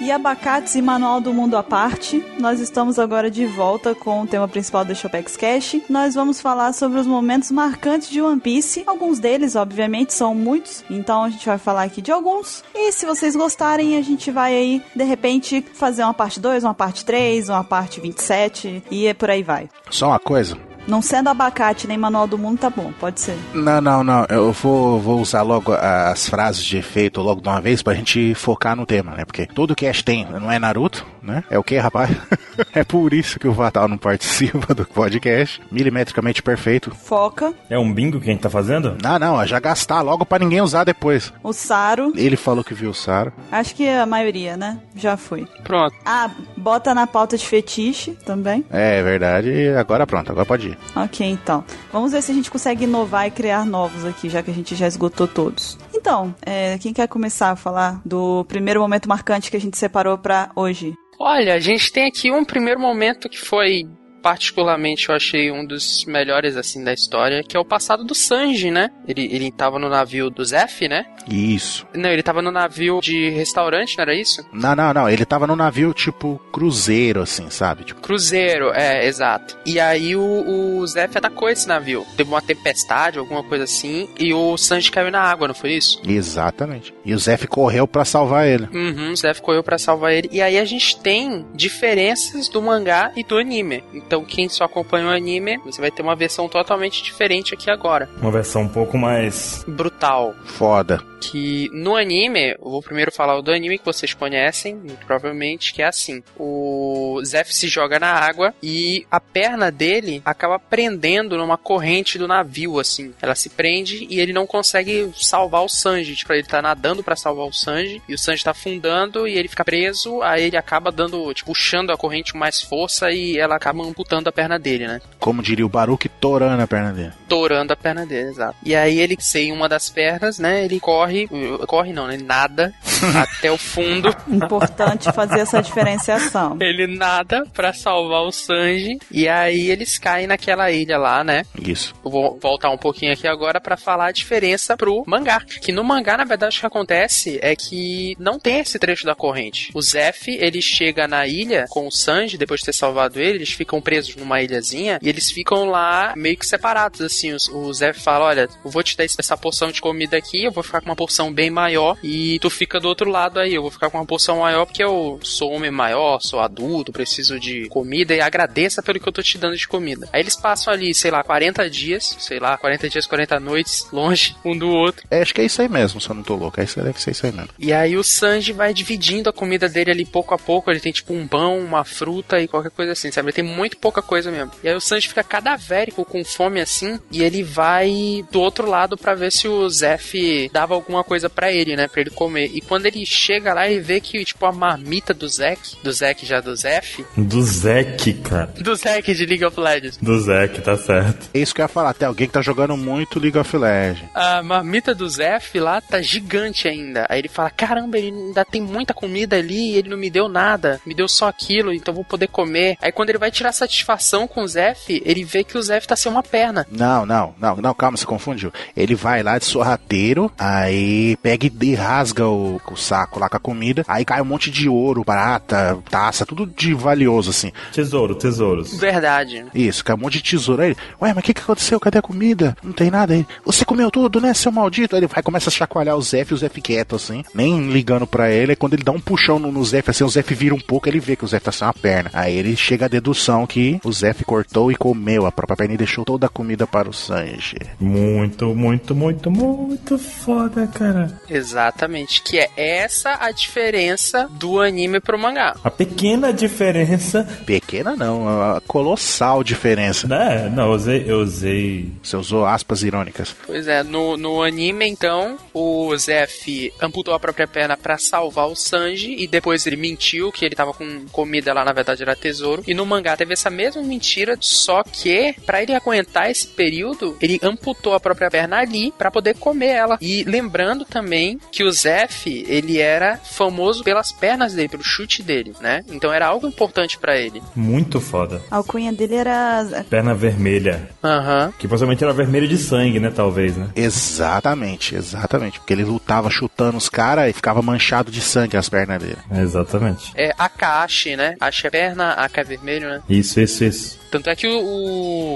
E abacates e manual do mundo à parte, nós estamos agora de volta com o tema principal do Shopex Cash. Nós vamos falar sobre os momentos marcantes de One Piece. Alguns deles, obviamente, são muitos, então a gente vai falar aqui de alguns. E se vocês gostarem, a gente vai aí, de repente, fazer uma parte 2, uma parte 3, uma parte 27 e é por aí vai.
Só uma coisa.
Não sendo abacate nem manual do mundo, tá bom, pode ser.
Não, não, não. Eu vou, vou usar logo as frases de efeito logo de uma vez pra gente focar no tema, né? Porque todo cast tem, não é Naruto, né? É o que, rapaz? é por isso que o Vatal não participa do podcast. Milimetricamente perfeito.
Foca,
É um bingo que a gente tá fazendo?
Não, não, é já gastar logo pra ninguém usar depois.
o Saro,
Ele falou que viu o Saro.
acho que a maioria, né? Já foi.
Pronto.
Ah, bota na pauta de fetiche também.
É verdade, e agora pronto, agora pode ir.
Ok, então. Vamos ver se a gente consegue inovar e criar novos aqui, já que a gente já esgotou todos. Então, é, quem quer começar a falar do primeiro momento marcante que a gente separou pra hoje?
Olha, a gente tem aqui um primeiro momento que foi particularmente eu achei um dos melhores assim da história, que é o passado do Sanji, né? Ele, ele tava no navio do Zef, né?
Isso.
Não, ele tava no navio de restaurante, não era isso?
Não, não, não. Ele tava num navio tipo cruzeiro, assim, sabe? Tipo,
Cruzeiro, é, exato. E aí o, o Zef atacou esse navio. Teve uma tempestade, alguma coisa assim, e o Sanji caiu na água, não foi isso?
exatamente. E o Zef correu pra salvar ele.
Uhum, o Zef correu pra salvar ele. E aí a gente tem diferenças do mangá e do anime. Então quem só acompanha o anime, você vai ter uma versão totalmente diferente aqui agora.
Uma versão um pouco mais.
Brutal.
Foda.
que no anime, eu vou primeiro falar o do anime que vocês conhecem, muito provavelmente, que é assim. O Zef se joga na água e a perna dele acaba prendendo numa corrente do navio, assim. Ela se prende e ele não consegue salvar o Sanji. Tipo, ele tá nadando pra salvar o Sanji e o Sanji tá afundando e ele fica preso, aí ele acaba dando, tipo, puxando a corrente com mais força e ela acaba amputando a perna dele, né?
Como diria o Baruque, torando a perna dele.
torando a perna dele, exato. E aí ele sem uma das pernas, né? Ele corre, corre não, né? Ele nada até o fundo.
Importante fazer essa diferenciação.
Ele nada pra salvar o Sanji e aí eles caem naquela ilha lá, né?
Isso.
Eu vou voltar um pouquinho aqui agora pra falar a diferença pro mangá. Que no mangá, na verdade, o que acontece é que não tem esse trecho da corrente. O Zef, ele chega na ilha com o Sanji, depois de ter salvado ele, eles ficam presos numa ilhazinha e eles ficam lá meio que separados, assim. O, o Zef fala, olha, eu vou te dar essa porção de comida aqui, eu vou ficar com uma porção bem maior e tu fica do outro lado aí, eu vou ficar com uma porção maior porque eu sou um homem maior, sou adulto, preciso de comida e agradeça pelo que eu tô te dando de comida. Aí eles passam ali, sei lá, 40 dias, sei lá, 40 dias, 40 noites, longe um do outro.
É, acho que é isso aí mesmo, se eu não tô louco. É isso, deve ser isso aí mesmo.
E aí o Sanji vai dividindo a comida dele ali pouco a pouco, ele tem tipo um pão, uma fruta e qualquer coisa assim, sabe? Ele tem muito pouca coisa mesmo. E aí o Sanji fica cadavérico com fome assim, e ele vai do outro lado pra ver se o Zef dava alguma coisa pra ele, né, Pra ele comer. E quando ele chega lá e vê que tipo a marmita do Zek, do Zek já do Zef,
Do Zeke, cara.
do Zek de League of Legends,
Do Zeke, tá certo.
É isso que eu ia falar. Tem alguém que tá jogando muito League of Legends.
A marmita do Zef lá tá gigante ainda. Aí ele fala: Caramba, ele ainda tem muita comida ali e ele não me deu nada. Me deu só aquilo, então vou poder comer. Aí quando ele vai tirar satisfação com o Zef, ele vê que o Zef tá sem uma perna.
Não, não, não, não, calma, você confundiu. Ele vai lá de sorrateiro, aí pega e- e rasga o, o saco lá com a comida, aí cai um monte de ouro, prata, taça, tudo de valioso assim.
Tesouro, tesouros.
Verdade.
Isso, cai um monte de tesouro. Aí ele, ué, mas o que, que aconteceu? Cadê a comida? Não tem nada aí. Você comeu tudo, né, seu maldito? Aí ele vai, começa a chacoalhar o Zef e o Zef quieto, assim, nem ligando pra ele. Aí quando ele dá um puxão no, no Zef, assim, o Zef vira um pouco, ele vê que o Zef tá sem uma perna. Aí ele chega à dedução que o Zef cortou e comeu a própria perna e deixou toda a comida para o Sanji.
Muito, muito, muito, muito foda, cara.
Exatamente. Que é essa a diferença do anime pro mangá.
A pequena diferença.
Pequena não, a colossal diferença.
Né? Não, eu usei. Eu usei.
Você usou aspas irônicas.
Pois é, no, no anime, então, o Zef amputou a própria perna pra salvar o Sanji e depois ele mentiu que ele tava com comida lá, na verdade era tesouro. E no mangá teve essa mesma mentira, só que pra ele aguentar esse período, ele amputou a própria perna ali pra poder comer ela. E lembrando também que o Zef, ele era famoso pelas pernas dele, pelo chute dele, né? Então era algo importante pra ele.
Muito foda.
A alcunha dele era
Perna vermelha.
Aham.
Que possivelmente era vermelha de sangue, né? Talvez, né?
Exatamente, exatamente. Porque ele lutava chutando os caras e ficava manchado de sangue as pernas dele.
Exatamente.
É Akashi, né? Acha é perna, Aka é vermelho, né?
Isso, isso, isso.
Tanto é que o,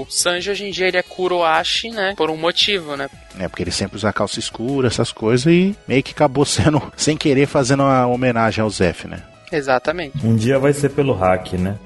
o Sanji hoje em dia ele é Kuroashi, né? Por um motivo, né?
né? Porque ele sempre usa calça escura, essas coisas, e meio que acabou sendo, sem querer, fazendo uma homenagem ao Zef, né?
Exatamente.
Um dia vai ser pelo hack, né?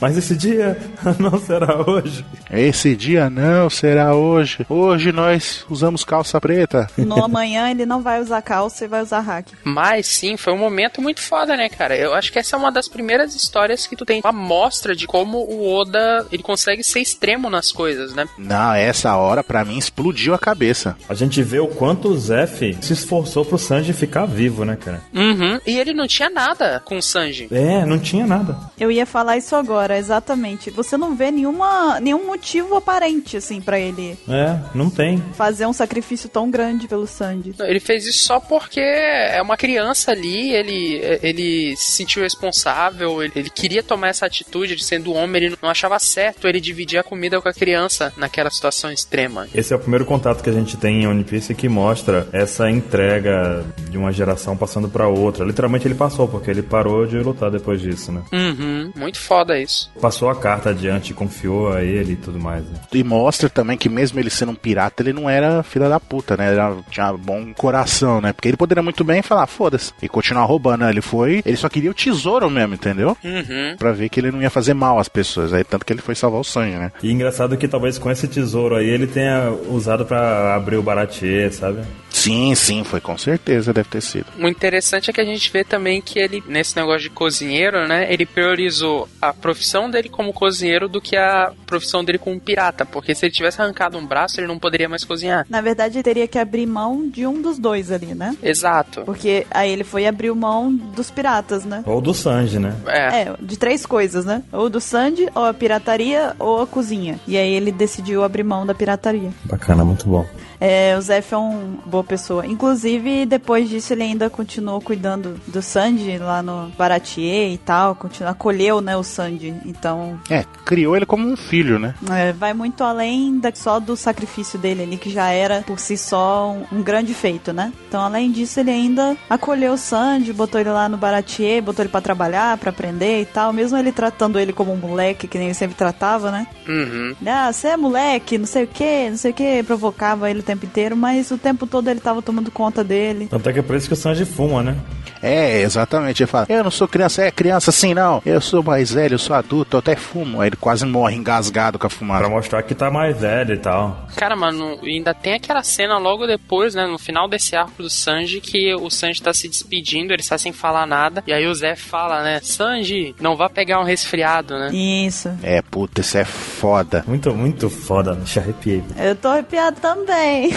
Mas esse dia não será hoje.
Esse dia não será hoje. Hoje nós usamos calça preta.
no amanhã ele não vai usar calça e vai usar hack.
Mas sim, foi um momento muito foda, né, cara? Eu acho que essa é uma das primeiras histórias que tu tem uma amostra de como o Oda ele consegue ser extremo nas coisas, né?
Não, essa hora pra mim explodiu a cabeça.
A gente vê o quanto o Zef se esforçou pro Sanji ficar vivo, né, cara?
Uhum. E ele não tinha nada com o Sanji.
É, não tinha nada.
Eu ia falar isso agora, exatamente. Você não vê nenhuma, nenhum motivo aparente, assim, pra ele
É, não tem.
fazer um sacrifício tão grande pelo Sandy.
Ele fez isso só porque é uma criança ali, ele, ele se sentiu responsável, ele, ele queria tomar essa atitude de sendo homem, ele não achava certo ele dividir a comida com a criança naquela situação extrema.
Esse é o primeiro contato que a gente tem em One Piece que mostra essa entrega de uma geração passando pra outra. Literalmente ele passou, porque ele parou de lutar depois disso, né?
Uhum, muito foda isso.
Passou a carta adiante, confiou a ele e tudo mais. Né?
E mostra também que mesmo ele sendo um pirata, ele não era filha da puta, né? Ele era- tinha bom coração, né? Porque ele poderia muito bem falar, foda-se, e continuar roubando. né? Ele foi, ele só queria o tesouro mesmo, entendeu?
Uhum.
Pra ver que ele não ia fazer mal às pessoas. Aí tanto que ele foi salvar o Sanji, né?
E engraçado que talvez com esse tesouro aí ele tenha usado pra abrir o Baratê, sabe?
Sim, sim, foi com certeza, deve ter sido.
O interessante é que a gente vê também que ele, nesse negócio de cozinheiro, né, ele priorizou a profissão dele como cozinheiro do que a profissão dele como pirata, porque se ele tivesse arrancado um braço, ele não poderia mais cozinhar.
Na verdade, ele teria que abrir mão de um dos dois ali, né?
Exato.
Porque aí ele foi abrir mão dos piratas, né?
Ou do Sanji, né?
É.
É, de três coisas, né? Ou do Sandy, ou a pirataria, ou a cozinha. E aí ele decidiu abrir mão da pirataria.
Bacana, muito bom.
É, o Zef é uma boa pessoa. Inclusive, depois disso, ele ainda continuou cuidando do Sandy lá no Baratier e tal. Continua, acolheu, né, o Sandy. Então,
É, criou ele como um filho, né?
é, vai muito além da, só do sacrifício dele ali, que já era por si só um, um grande feito, né? Então, além disso, ele ainda acolheu o Sandy, botou ele lá no Baratier, botou ele pra trabalhar, pra aprender e tal. Mesmo ele tratando ele como um moleque, que nem ele sempre tratava, né?
Uhum.
Ah, você é moleque, não sei o que, não sei o que, provocava ele o tempo inteiro, mas o tempo todo ele tava tomando conta dele.
Tanto é que é por isso que o Sanji fuma, né?
É, exatamente. Ele fala, eu não sou criança, é criança sim não. Eu sou mais velho, eu sou adulto, eu até fumo. Aí ele quase morre engasgado com a
Pra
fumada.
mostrar que tá mais velho e tal.
Cara, mano, ainda tem aquela cena logo depois, né? No final desse arco do Sanji, que o Sanji tá se despedindo, ele tá sem falar nada. E aí o Zé fala, né? Sanji, não vá pegar um resfriado, né?
Isso.
É, puta, isso é foda.
Muito, muito foda, me arrepiei.
Eu tô arrepiado também.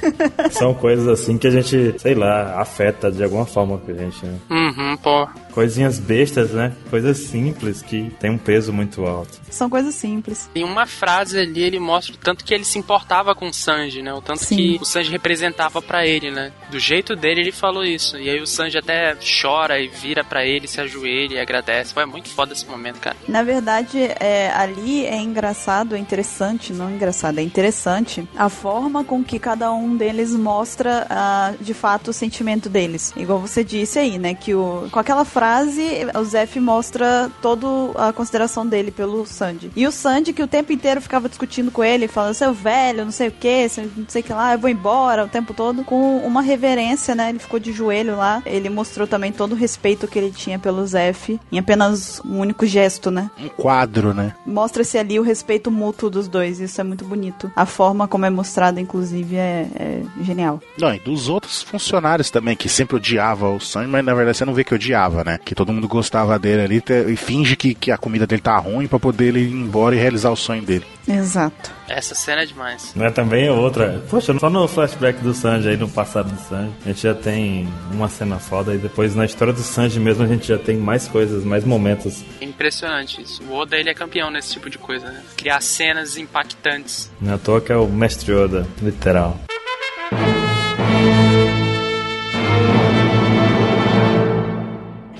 São coisas assim que a gente, sei lá, afeta de alguma forma pra gente, né?
Uhum, pô.
Coisinhas bestas, né? Coisas simples que tem um peso muito alto.
São coisas simples.
Em uma frase ali, ele mostra o tanto que ele se importava com o Sanji, né? O tanto
Sim.
que o Sanji representava pra ele, né? Do jeito dele, ele falou isso. E aí o Sanji até chora e vira pra ele, se ajoelha e agradece. Pô, é muito foda esse momento, cara.
Na verdade, é, ali é engraçado, é interessante, não engraçado, é interessante a forma com que cada um deles mostra ah, de fato o sentimento deles. Igual você disse aí, né? Que o, com aquela frase, o Zef mostra ah, toda a consideração dele pelo Sandy. E o Sandy, que o tempo inteiro ficava discutindo com ele, falando, seu velho, não sei o que, não sei o que lá, eu vou embora o tempo todo, com uma reverência, né? Ele ficou de joelho lá. Ele mostrou também todo o respeito que ele tinha pelo Zef em apenas um único gesto, né?
Um quadro, né?
Mostra-se ali o respeito mútuo dos dois, isso é muito bonito. A forma como é mostrada, inclusive, é, é genial.
Não, e dos outros funcionários também, que sempre odiava o Sanji, mas na verdade você não vê que odiava, né? Que todo mundo gostava dele ali te- e finge que, que a comida dele tá ruim pra poder ele ir embora e realizar o sonho dele.
Exato.
Essa cena é demais.
Não é também outra. Poxa, só no flashback do Sanji aí, no passado do Sanji, a gente já tem uma cena foda e depois na história do Sanji mesmo a gente já tem mais coisas, mais momentos.
É Impressionante isso. O Oda ele é campeão nesse tipo de coisa, né? Criar cenas impactantes.
Não é à toa que é o Mestre Oda, literal.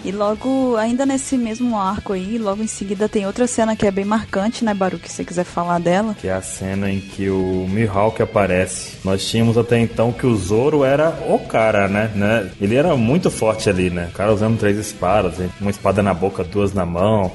E logo, ainda nesse mesmo arco aí, logo em seguida tem outra cena que é bem marcante, né, Baruque? Se você quiser falar dela.
Que é a cena em que o Mihawk aparece. Nós tínhamos até então que o Zoro era o cara, né? né? Ele era muito forte ali, né? O cara usando três espadas, né? uma espada na boca, duas na mão.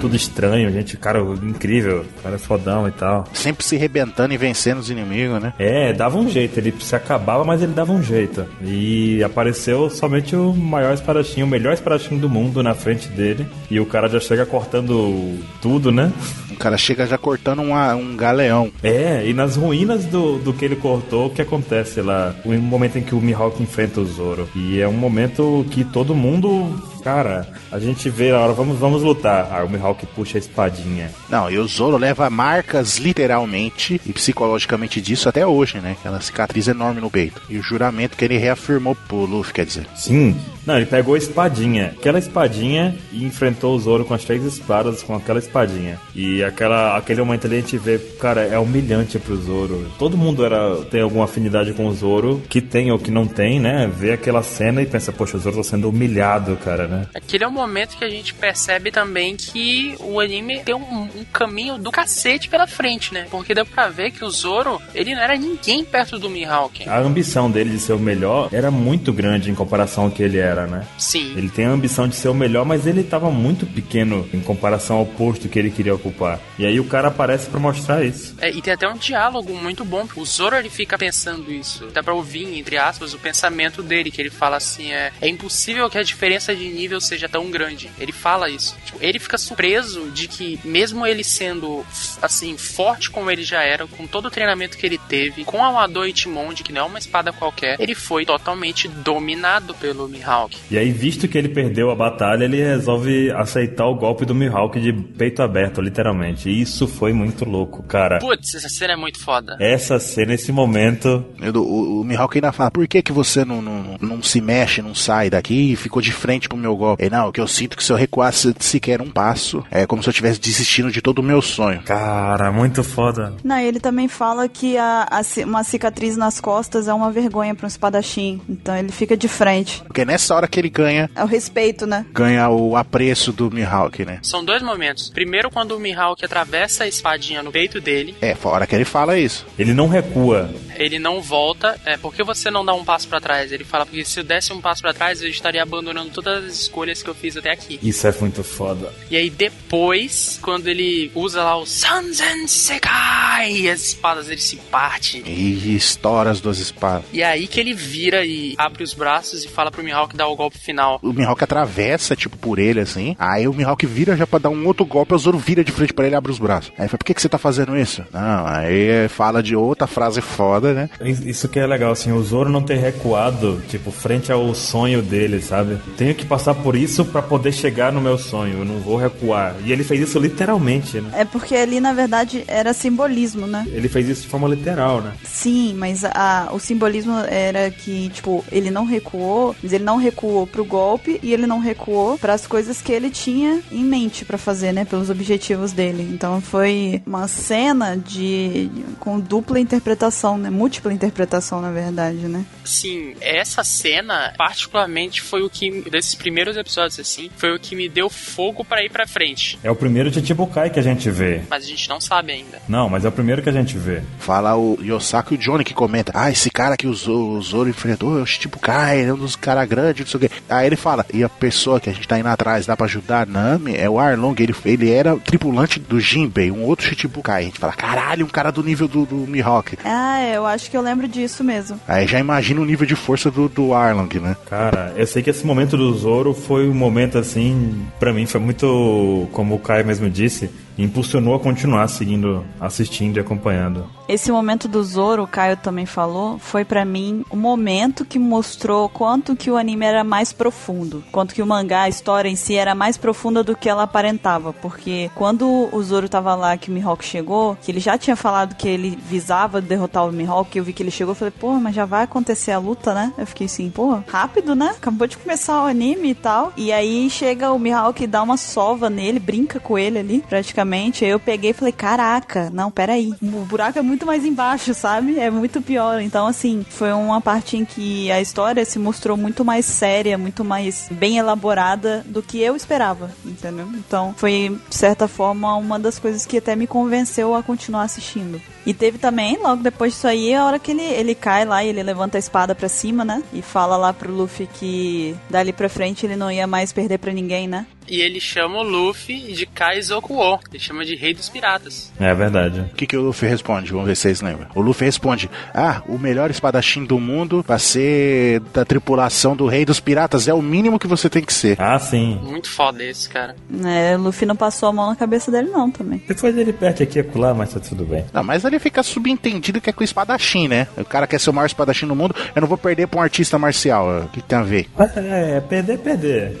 Tudo estranho, gente. Cara incrível, cara é fodão e tal.
Sempre se rebentando e vencendo os inimigos, né?
É, dava um jeito, ele se acabava, mas ele dava um jeito. E apareceu somente o maior espadachim, o melhor espadachim do mundo na frente dele. E o cara já chega cortando tudo, né?
O Um cara chega já cortando uma- um galeão.
É, e nas ruínas do, do que ele cortou, o que acontece lá? O momento em que o Mihawk enfrenta o Zoro. E é um momento que todo mundo cara, a gente vê na hora, vamos, vamos lutar. Aí o Mihawk puxa a espadinha.
Não, e o Zoro leva marcas literalmente e psicologicamente disso até hoje, né? Aquela cicatriz enorme no peito. E o juramento que ele reafirmou pro Luffy, quer dizer.
Sim. Não, ele pegou a espadinha. Aquela espadinha e enfrentou o Zoro com as três espadas com aquela espadinha. E aquela, aquele momento ali a gente vê, cara, é humilhante pro Zoro. Todo mundo era, tem alguma afinidade com o Zoro, que tem ou que não tem, né? Vê aquela cena e pensa, poxa, o Zoro tá sendo humilhado, cara, né?
Aquele é o momento que a gente percebe também que o anime tem um, um caminho do cacete pela frente, né? Porque deu pra ver que o Zoro, ele não era ninguém perto do Mihawk.
A ambição dele de ser o melhor era muito grande em comparação ao que ele era, né?
Sim.
Ele tem a ambição de ser o melhor, mas ele tava muito pequeno em comparação ao posto que ele queria ocupar. E aí o cara aparece pra mostrar isso.
É, e tem até um diálogo muito bom. O Zoro ele fica pensando isso. Dá pra ouvir, entre aspas, o pensamento dele, que ele fala assim: é, é impossível que a diferença de nível seja tão grande. Ele fala isso. Tipo, ele fica surpreso de que, mesmo ele sendo assim, forte como ele já era, com todo o treinamento que ele teve, com a Wado Itimonde, que não é uma espada qualquer, ele foi totalmente dominado pelo Mihawk.
E aí, visto que ele perdeu a batalha, ele resolve aceitar o golpe do Mihawk de peito aberto, literalmente. E isso foi muito louco, cara.
Putz, essa cena é muito foda.
Essa cena, esse momento.
Eu dou- O, o Mihawk ainda fala, por que, que você não, não, não se mexe, não sai daqui e ficou de frente pro meu golpe? Ele, não, o que eu sinto é que se eu recuasse sequer um passo, é como se eu estivesse desistindo de todo o meu sonho.
Cara, muito foda.
Não, ele também fala que a- a ci- uma cicatriz nas costas é uma vergonha pra um espadachim. Então ele fica de frente.
Porque nessa hora que ele ganha,
É o respeito, né?
ganha o apreço do Mihawk, né?
São dois momentos. Primeiro, quando o Mihawk atravessa a espadinha no peito dele,
É, foi a hora que ele fala isso.
Ele não recua.
ele não volta. É, por que você não dá um passo pra trás? Ele fala, porque se eu desse um passo pra trás, eu estaria abandonando todas as escolhas que eu fiz até aqui.
Isso é muito foda.
E aí depois, quando ele usa lá o Sanzen Sekai e as espadas, ele se parte.
E estoura as duas espadas.
E é aí que ele vira e abre os braços e fala pro Mihawk dar o golpe final.
O Mihawk atravessa, tipo, por ele, assim. Aí o Mihawk vira já pra dar um outro golpe, o Zoro vira de frente pra ele e abre os braços. Aí ele fala, por que, que você tá fazendo isso? Não, aí fala de outra frase foda, né?
Isso que é legal, assim, o Zoro não ter recuado, tipo, frente ao sonho dele, sabe? Tenho que passar por isso pra poder chegar no meu sonho, eu não vou recuar. E ele fez isso literalmente, né?
É porque ali, na verdade, era simbolismo, né?
Ele fez isso de forma literal, né?
Sim, mas a- o simbolismo era que, tipo, ele não recuou, mas ele não recuou pro golpe e ele não recuou pras coisas que ele tinha em mente pra fazer, né? Pelos objetivos dele. Então foi uma cena de. com dupla interpretação, né? Múltipla interpretação, na verdade, né?
Sim, essa cena particularmente foi o que desses primeiros episódios assim, foi o que me deu fogo pra ir pra frente.
É o primeiro Chichibukai que a gente vê.
Mas a gente não sabe ainda.
Não, mas é o primeiro que a gente vê.
Fala o Yosaku e o Johnny que comenta. Ah, esse cara que o Zoro, o Zoro enfrentou é o Shichibukai, ele é um dos caras grandes, não sei o quê. Aí ele fala, e a pessoa que a gente tá indo atrás, dá pra ajudar? Nami, é o Arlong, ele, ele era tripulante do Jinbei, um outro Shichibukai. A gente fala, caralho, um cara do nível do, do Mihawk.
Ah, eu acho que eu lembro disso mesmo.
Aí já imagina o nível de força do, do Arlong, né?
Cara, eu sei que esse momento do Zoro foi um momento assim, pra mim foi muito, como o Caio mesmo disse, impulsionou a continuar seguindo, assistindo e acompanhando.
Esse momento do Zoro, o Caio também falou, foi pra mim o momento que mostrou quanto que o anime era mais profundo, quanto que o mangá, a história em si era mais profunda do que ela aparentava, porque quando o Zoro tava lá que o Mihawk chegou, que ele já tinha falado que ele visava derrotar o Mihawk, eu vi que ele chegou, eu falei, pô, mas já vai acontecer a luta, né? Eu fiquei assim, pô, rápido, né? Acabou de começar o anime e tal. E aí chega o Mihawk e dá uma sova nele, brinca com ele ali, praticamente. Aí eu peguei e falei, caraca, não, peraí. O buraco é muito mais embaixo, sabe? É muito pior. Então, assim, foi uma parte em que a história se mostrou muito mais séria, muito mais bem elaborada do que eu esperava, entendeu? Então, foi, de certa forma, uma das coisas que até me convenceu a continuar assistindo. E teve também, logo depois disso aí, a hora que ele, ele cai lá e ele levanta a espada pra cima, né? E fala lá pro Luffy que dali pra frente ele não ia mais perder pra ninguém, né?
E ele chama o Luffy de Kaizokuo. Ele chama de Rei dos Piratas.
É verdade.
O que, que o Luffy responde? Vamos ver se vocês lembram. O Luffy responde: Ah, o melhor espadachim do mundo vai ser da tripulação do rei dos piratas. É o mínimo que você tem que ser.
Ah, sim.
Muito foda esse, cara.
É, o Luffy não passou a mão na cabeça dele não também.
Depois ele perde aqui e acolá, mas tá tudo bem.
Não, mas ele fica subentendido que é com espadachim, né? O cara quer ser o maior espadachim do mundo, eu não vou perder pra um artista marcial. O que, que tem a ver?
Mas, É, é, perder, perder.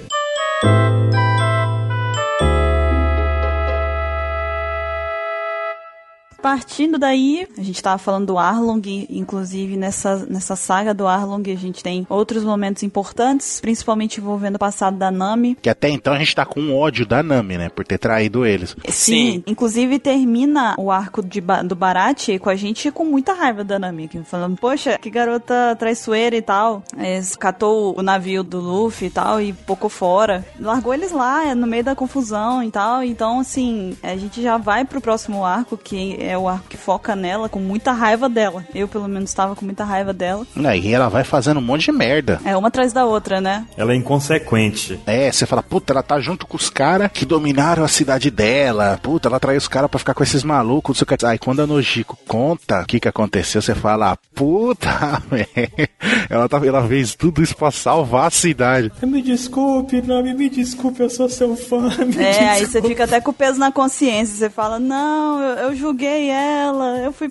Partindo daí, a gente tava falando do Arlong, e, inclusive nessa, nessa saga do Arlong a gente tem outros momentos importantes, principalmente envolvendo o passado da Nami.
Que até então a gente tá com ódio da Nami, né? Por ter traído eles.
É, Sim, inclusive termina o arco de Ba- do Barate com a gente com muita raiva da Nami, que falando, poxa, que garota traiçoeira e tal. É, catou o navio do Luffy e tal e pocou fora. Largou eles lá é, no meio da confusão e tal. Então, assim, a gente já vai pro próximo arco, que é o arco que foca nela, com muita raiva dela. Eu, pelo menos, tava com muita raiva dela.
Aí ela vai fazendo um monte de merda.
É uma atrás da outra, né?
Ela é inconsequente.
É, você fala, puta, ela tá junto com os caras que dominaram a cidade dela. Puta, ela traiu os caras pra ficar com esses malucos. não sei o que. Aí quando a Nojiko conta o que, que aconteceu, você fala, puta, merda. ela, tá, ela fez tudo isso pra salvar a cidade.
Me desculpe, Nami, me desculpe, eu sou seu fã. Me
É, aí você
desculpe.
fica até com o peso na consciência. Você fala, não, eu, eu julguei ela, eu fui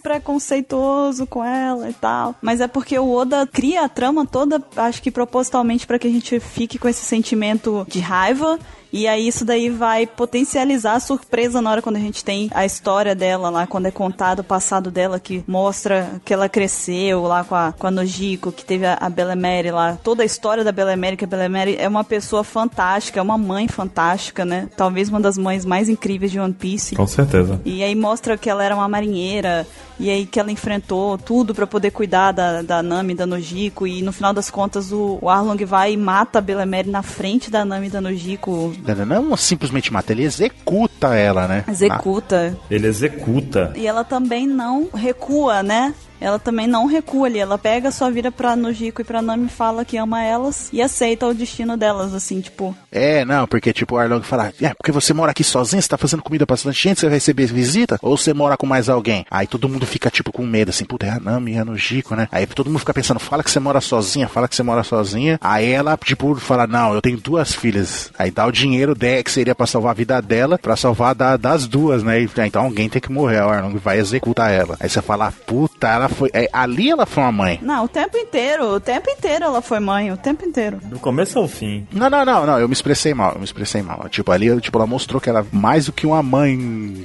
preconceituoso com ela e tal. Mas é porque o Oda cria a trama toda, acho que propositalmente, pra que a gente fique com esse sentimento de raiva. E aí isso daí vai potencializar a surpresa na hora quando a gente tem a história dela lá, quando é contado o passado dela, que mostra que ela cresceu lá com a, com a Nojiko, que teve a, a Belemere lá. Toda a história da Belemere, que a Belemere é uma pessoa fantástica, é uma mãe fantástica, né? Talvez uma das mães mais incríveis de One Piece.
Com certeza.
E aí mostra que ela era uma marinheira, e aí que ela enfrentou tudo pra poder cuidar da, da Nami, da Nojiko, e no final das contas o, o Arlong vai e mata a Belemere na frente da Nami e da Nojiko,
Não simplesmente mata, ele executa ela, né?
executa.
Ele executa.
E ela também não recua, né? Ela também não recua ali. Ela pega, só vira pra Nojiko e pra Nami e fala que ama elas e aceita o destino delas, assim, tipo.
É, não, porque tipo, o Arlong fala, é, porque você mora aqui sozinho, você tá fazendo comida pra bastante gente, você vai receber visita? Ou você mora com mais alguém? Aí todo mundo fica, tipo, com medo, assim, puta, é a Nami, é a Nojiko, né? Aí todo mundo fica pensando, fala que você mora sozinha, fala que você mora sozinha. Aí ela, tipo, fala, não, eu tenho duas filhas. Aí dá o dinheiro dela, que seria pra salvar a vida dela, pra salvar da- das duas, né? E, ah, então alguém tem que morrer, o Arlong vai executar ela. Aí você fala, puta, ela foi, é, ali ela foi uma mãe.
Não, o tempo inteiro, o tempo inteiro ela foi mãe, o tempo inteiro.
Do começo ao fim.
Não, não, não, não, eu me expressei mal, eu me expressei mal. Tipo, ali, eu, tipo, ela mostrou que ela é mais do que uma mãe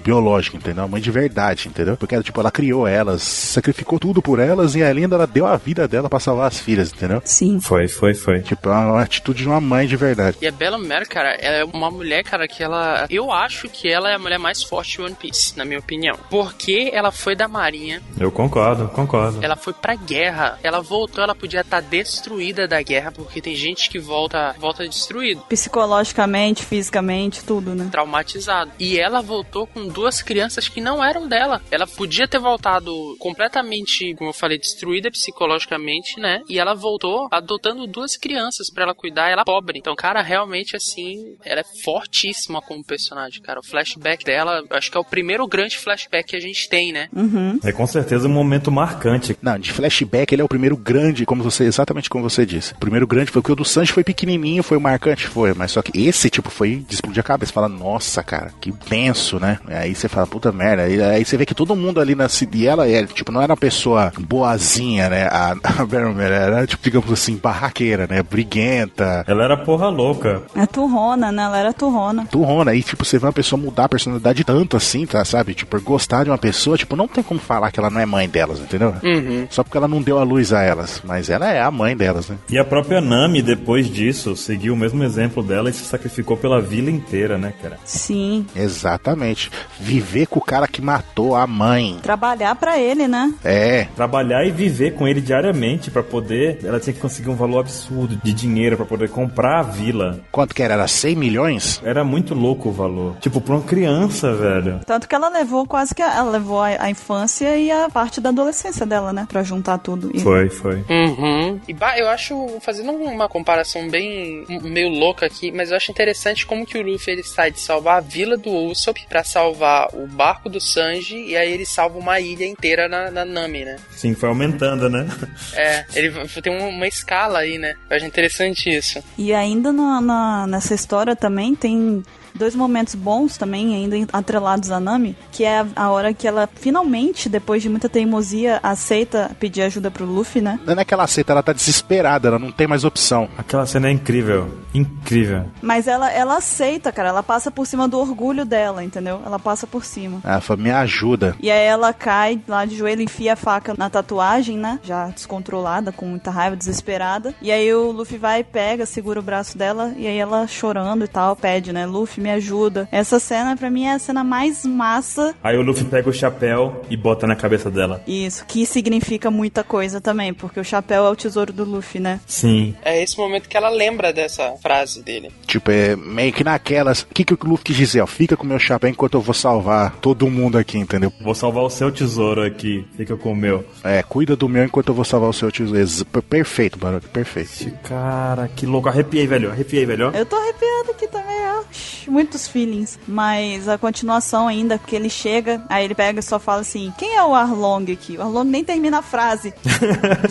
biológica, entendeu? Uma mãe de verdade, entendeu? Porque ela, tipo, ela criou elas, sacrificou tudo por elas e ainda ela deu a vida dela pra salvar as filhas, entendeu?
Sim.
Foi, foi, foi.
Tipo, é uma, uma atitude de uma mãe de verdade.
E a Bella Mary, cara, ela é uma mulher, cara, que ela. Eu acho que ela é a mulher mais forte de One Piece, na minha opinião. Porque ela foi da Marinha,
Eu concordo, concordo.
ela foi pra guerra. Ela voltou, ela podia estar destruída da guerra, porque tem gente que volta, volta destruído.
Psicologicamente, fisicamente, tudo, né?
traumatizado. E ela voltou com duas crianças que não eram dela. Ela podia ter voltado completamente, como eu falei, destruída psicologicamente, né? E ela voltou adotando duas crianças pra ela cuidar, ela é pobre. Então, cara, realmente assim, ela é fortíssima como personagem, cara. O flashback dela, eu acho que é o primeiro grande flashback que a gente tem, né?
Uhum.
É com certeza um momento marcante.
Não, de flashback, ele é o primeiro grande, como você, exatamente como você disse. O primeiro grande foi porque o do Sanji foi pequenininho, foi marcante, foi, mas só que esse, tipo, foi de explodir a cabeça. Você fala, nossa, cara, que tenso, né? Aí você fala, puta merda. Aí, aí você vê que todo mundo ali na cidade, e ela, é, tipo, não era uma pessoa boazinha, né? A, a Barry Miller era, tipo, digamos assim, barraqueira, né? Briguenta.
Ela era porra louca.
É turrona, né? Ela era turrona.
Turrona, aí, tipo, você vê uma pessoa mudar a personalidade tanto assim, tá? Sabe? Tipo, gostar de uma pessoa, tipo, não tem como falar que ela não é mãe delas, entendeu?
Uhum.
Só porque ela não deu a luz a elas, mas ela é a mãe delas, né?
E a própria Nami, depois disso, seguiu o mesmo exemplo dela e se sacrificou pela vila inteira, né, cara?
Sim.
Exatamente. Viver com o cara que matou a mãe.
Trabalhar pra ele, né?
É.
Trabalhar e viver com ele diariamente pra poder. Ela tinha que conseguir um valor absurdo de dinheiro pra poder comprar a vila.
Quanto que era? Era 100 milhões?
Era muito louco o valor. Tipo, pra uma criança, velho.
Tanto que ela levou quase que a, ela levou a, a infância e a parte da adolescência dela, né? Pra juntar tudo. E-
Foi, foi.
Uhum. E bah, eu acho, fazendo uma comparação bem um- meio louca aqui, mas eu acho interessante como que o Luffy ele sai de salvar a vila do Usopp pra salvar o barco do Sanji e aí ele salva uma ilha inteira na, na Nami, né?
Sim, foi aumentando, né?
É, ele v- tem um- uma escala aí, né? Eu acho interessante isso.
E ainda na, na- nessa história também tem Dois momentos bons também, ainda atrelados a Nami, que é a, a hora que ela finalmente, depois de muita teimosia, aceita pedir ajuda pro Luffy, né?
Não é que ela aceita, ela tá desesperada, ela não tem mais opção.
Aquela cena é incrível. Incrível.
Mas ela, ela aceita, cara. Ela passa por cima do orgulho dela, entendeu? Ela passa por cima.
Ela falou, me ajuda.
E aí ela cai lá de joelho, enfia a faca na tatuagem, né? Já descontrolada, com muita raiva, desesperada. E aí o Luffy vai, pega, segura o braço dela. E aí ela chorando e tal, pede, né? Luffy, me ajuda. Essa cena, pra mim, é a cena mais massa.
Aí o Luffy pega o chapéu e bota na cabeça dela.
Isso, que significa muita coisa também, porque o chapéu é o tesouro do Luffy, né?
Sim.
É esse momento que ela lembra dessa frase dele.
Tipo, é meio que naquelas. O que, que o Luffy quis dizer? Ó, fica com o meu chapéu enquanto eu vou salvar todo mundo aqui, entendeu?
Vou salvar o seu tesouro aqui. Fica com o meu.
É, cuida do meu enquanto eu vou salvar o seu tesouro. Ex- per- Perfeito, Baroque, perfeito.
Cara, que louco. Arrepiei, velho. Arrepiei, velho.
Eu tô arrepiada aqui também, ó. Shhh, Muitos feelings. Mas a continuação ainda, porque ele chega, aí ele pega e só fala assim: quem é o Arlong aqui? O Arlong nem termina a frase.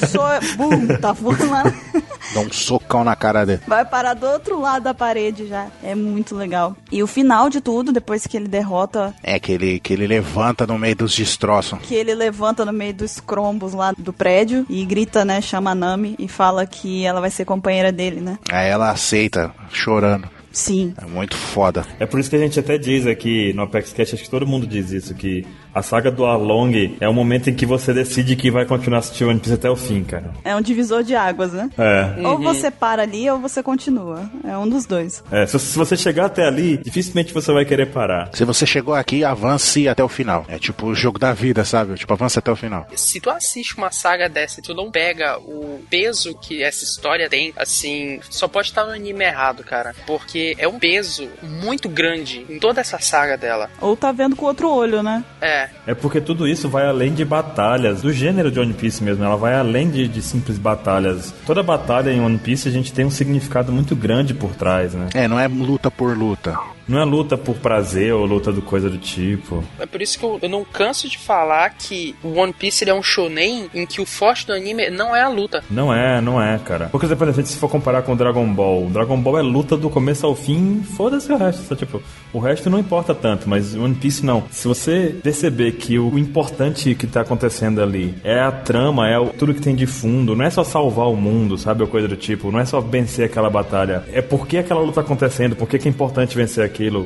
Sou. Bum, tá voando lá.
Dá um socão na cara dele.
Vai parar do outro lado da parede já. É muito legal. E o final de tudo, depois que ele derrota,
É, que ele, que ele levanta no meio dos destroços.
que ele levanta no meio dos crombos lá do prédio e grita, né? Chama a Nami e fala que ela vai ser companheira dele, né?
Aí ela aceita, chorando.
Sim.
É muito foda.
É por isso que a gente até diz aqui no Apex Cash, acho que todo mundo diz isso, que a saga do Arlong é o momento em que você decide que vai continuar assistindo One Piece até o fim, cara.
É um divisor de águas, né?
É.
Ou você para ali ou você continua. É um dos dois.
é se, se você chegar até ali, dificilmente você vai querer parar.
Se você chegou aqui, avance até o final. É tipo o jogo da vida, sabe? Tipo, avance até o final.
Se tu assiste uma saga dessa e tu não pega o peso que essa história tem, assim, só pode estar no anime errado, cara. Porque é um peso muito grande em toda essa saga dela.
Ou tá vendo com outro olho, né?
É,
É porque tudo isso vai além de batalhas, do gênero de One Piece mesmo, ela vai além de, de simples batalhas. Toda batalha em One Piece a gente tem um significado muito grande por trás, né?
É, não é luta por luta.
Não é luta por prazer ou luta do coisa do tipo.
é por isso que eu, eu não canso de falar que o One Piece ele é um shonen em que o forte do anime não é a luta.
Não é, não é, cara. Porque, por exemplo, se for comparar com Dragon Ball, Dragon Ball é luta do começo ao fim, foda-se o resto. só, tipo, o resto não importa tanto, mas One Piece não. Se você perceber que o importante que tá acontecendo ali é a trama, é o- tudo que tem de fundo, não é só salvar o mundo, sabe? Ou coisa do tipo, não é só vencer aquela batalha. É por que aquela luta tá acontecendo, por que, que é importante vencer aquilo.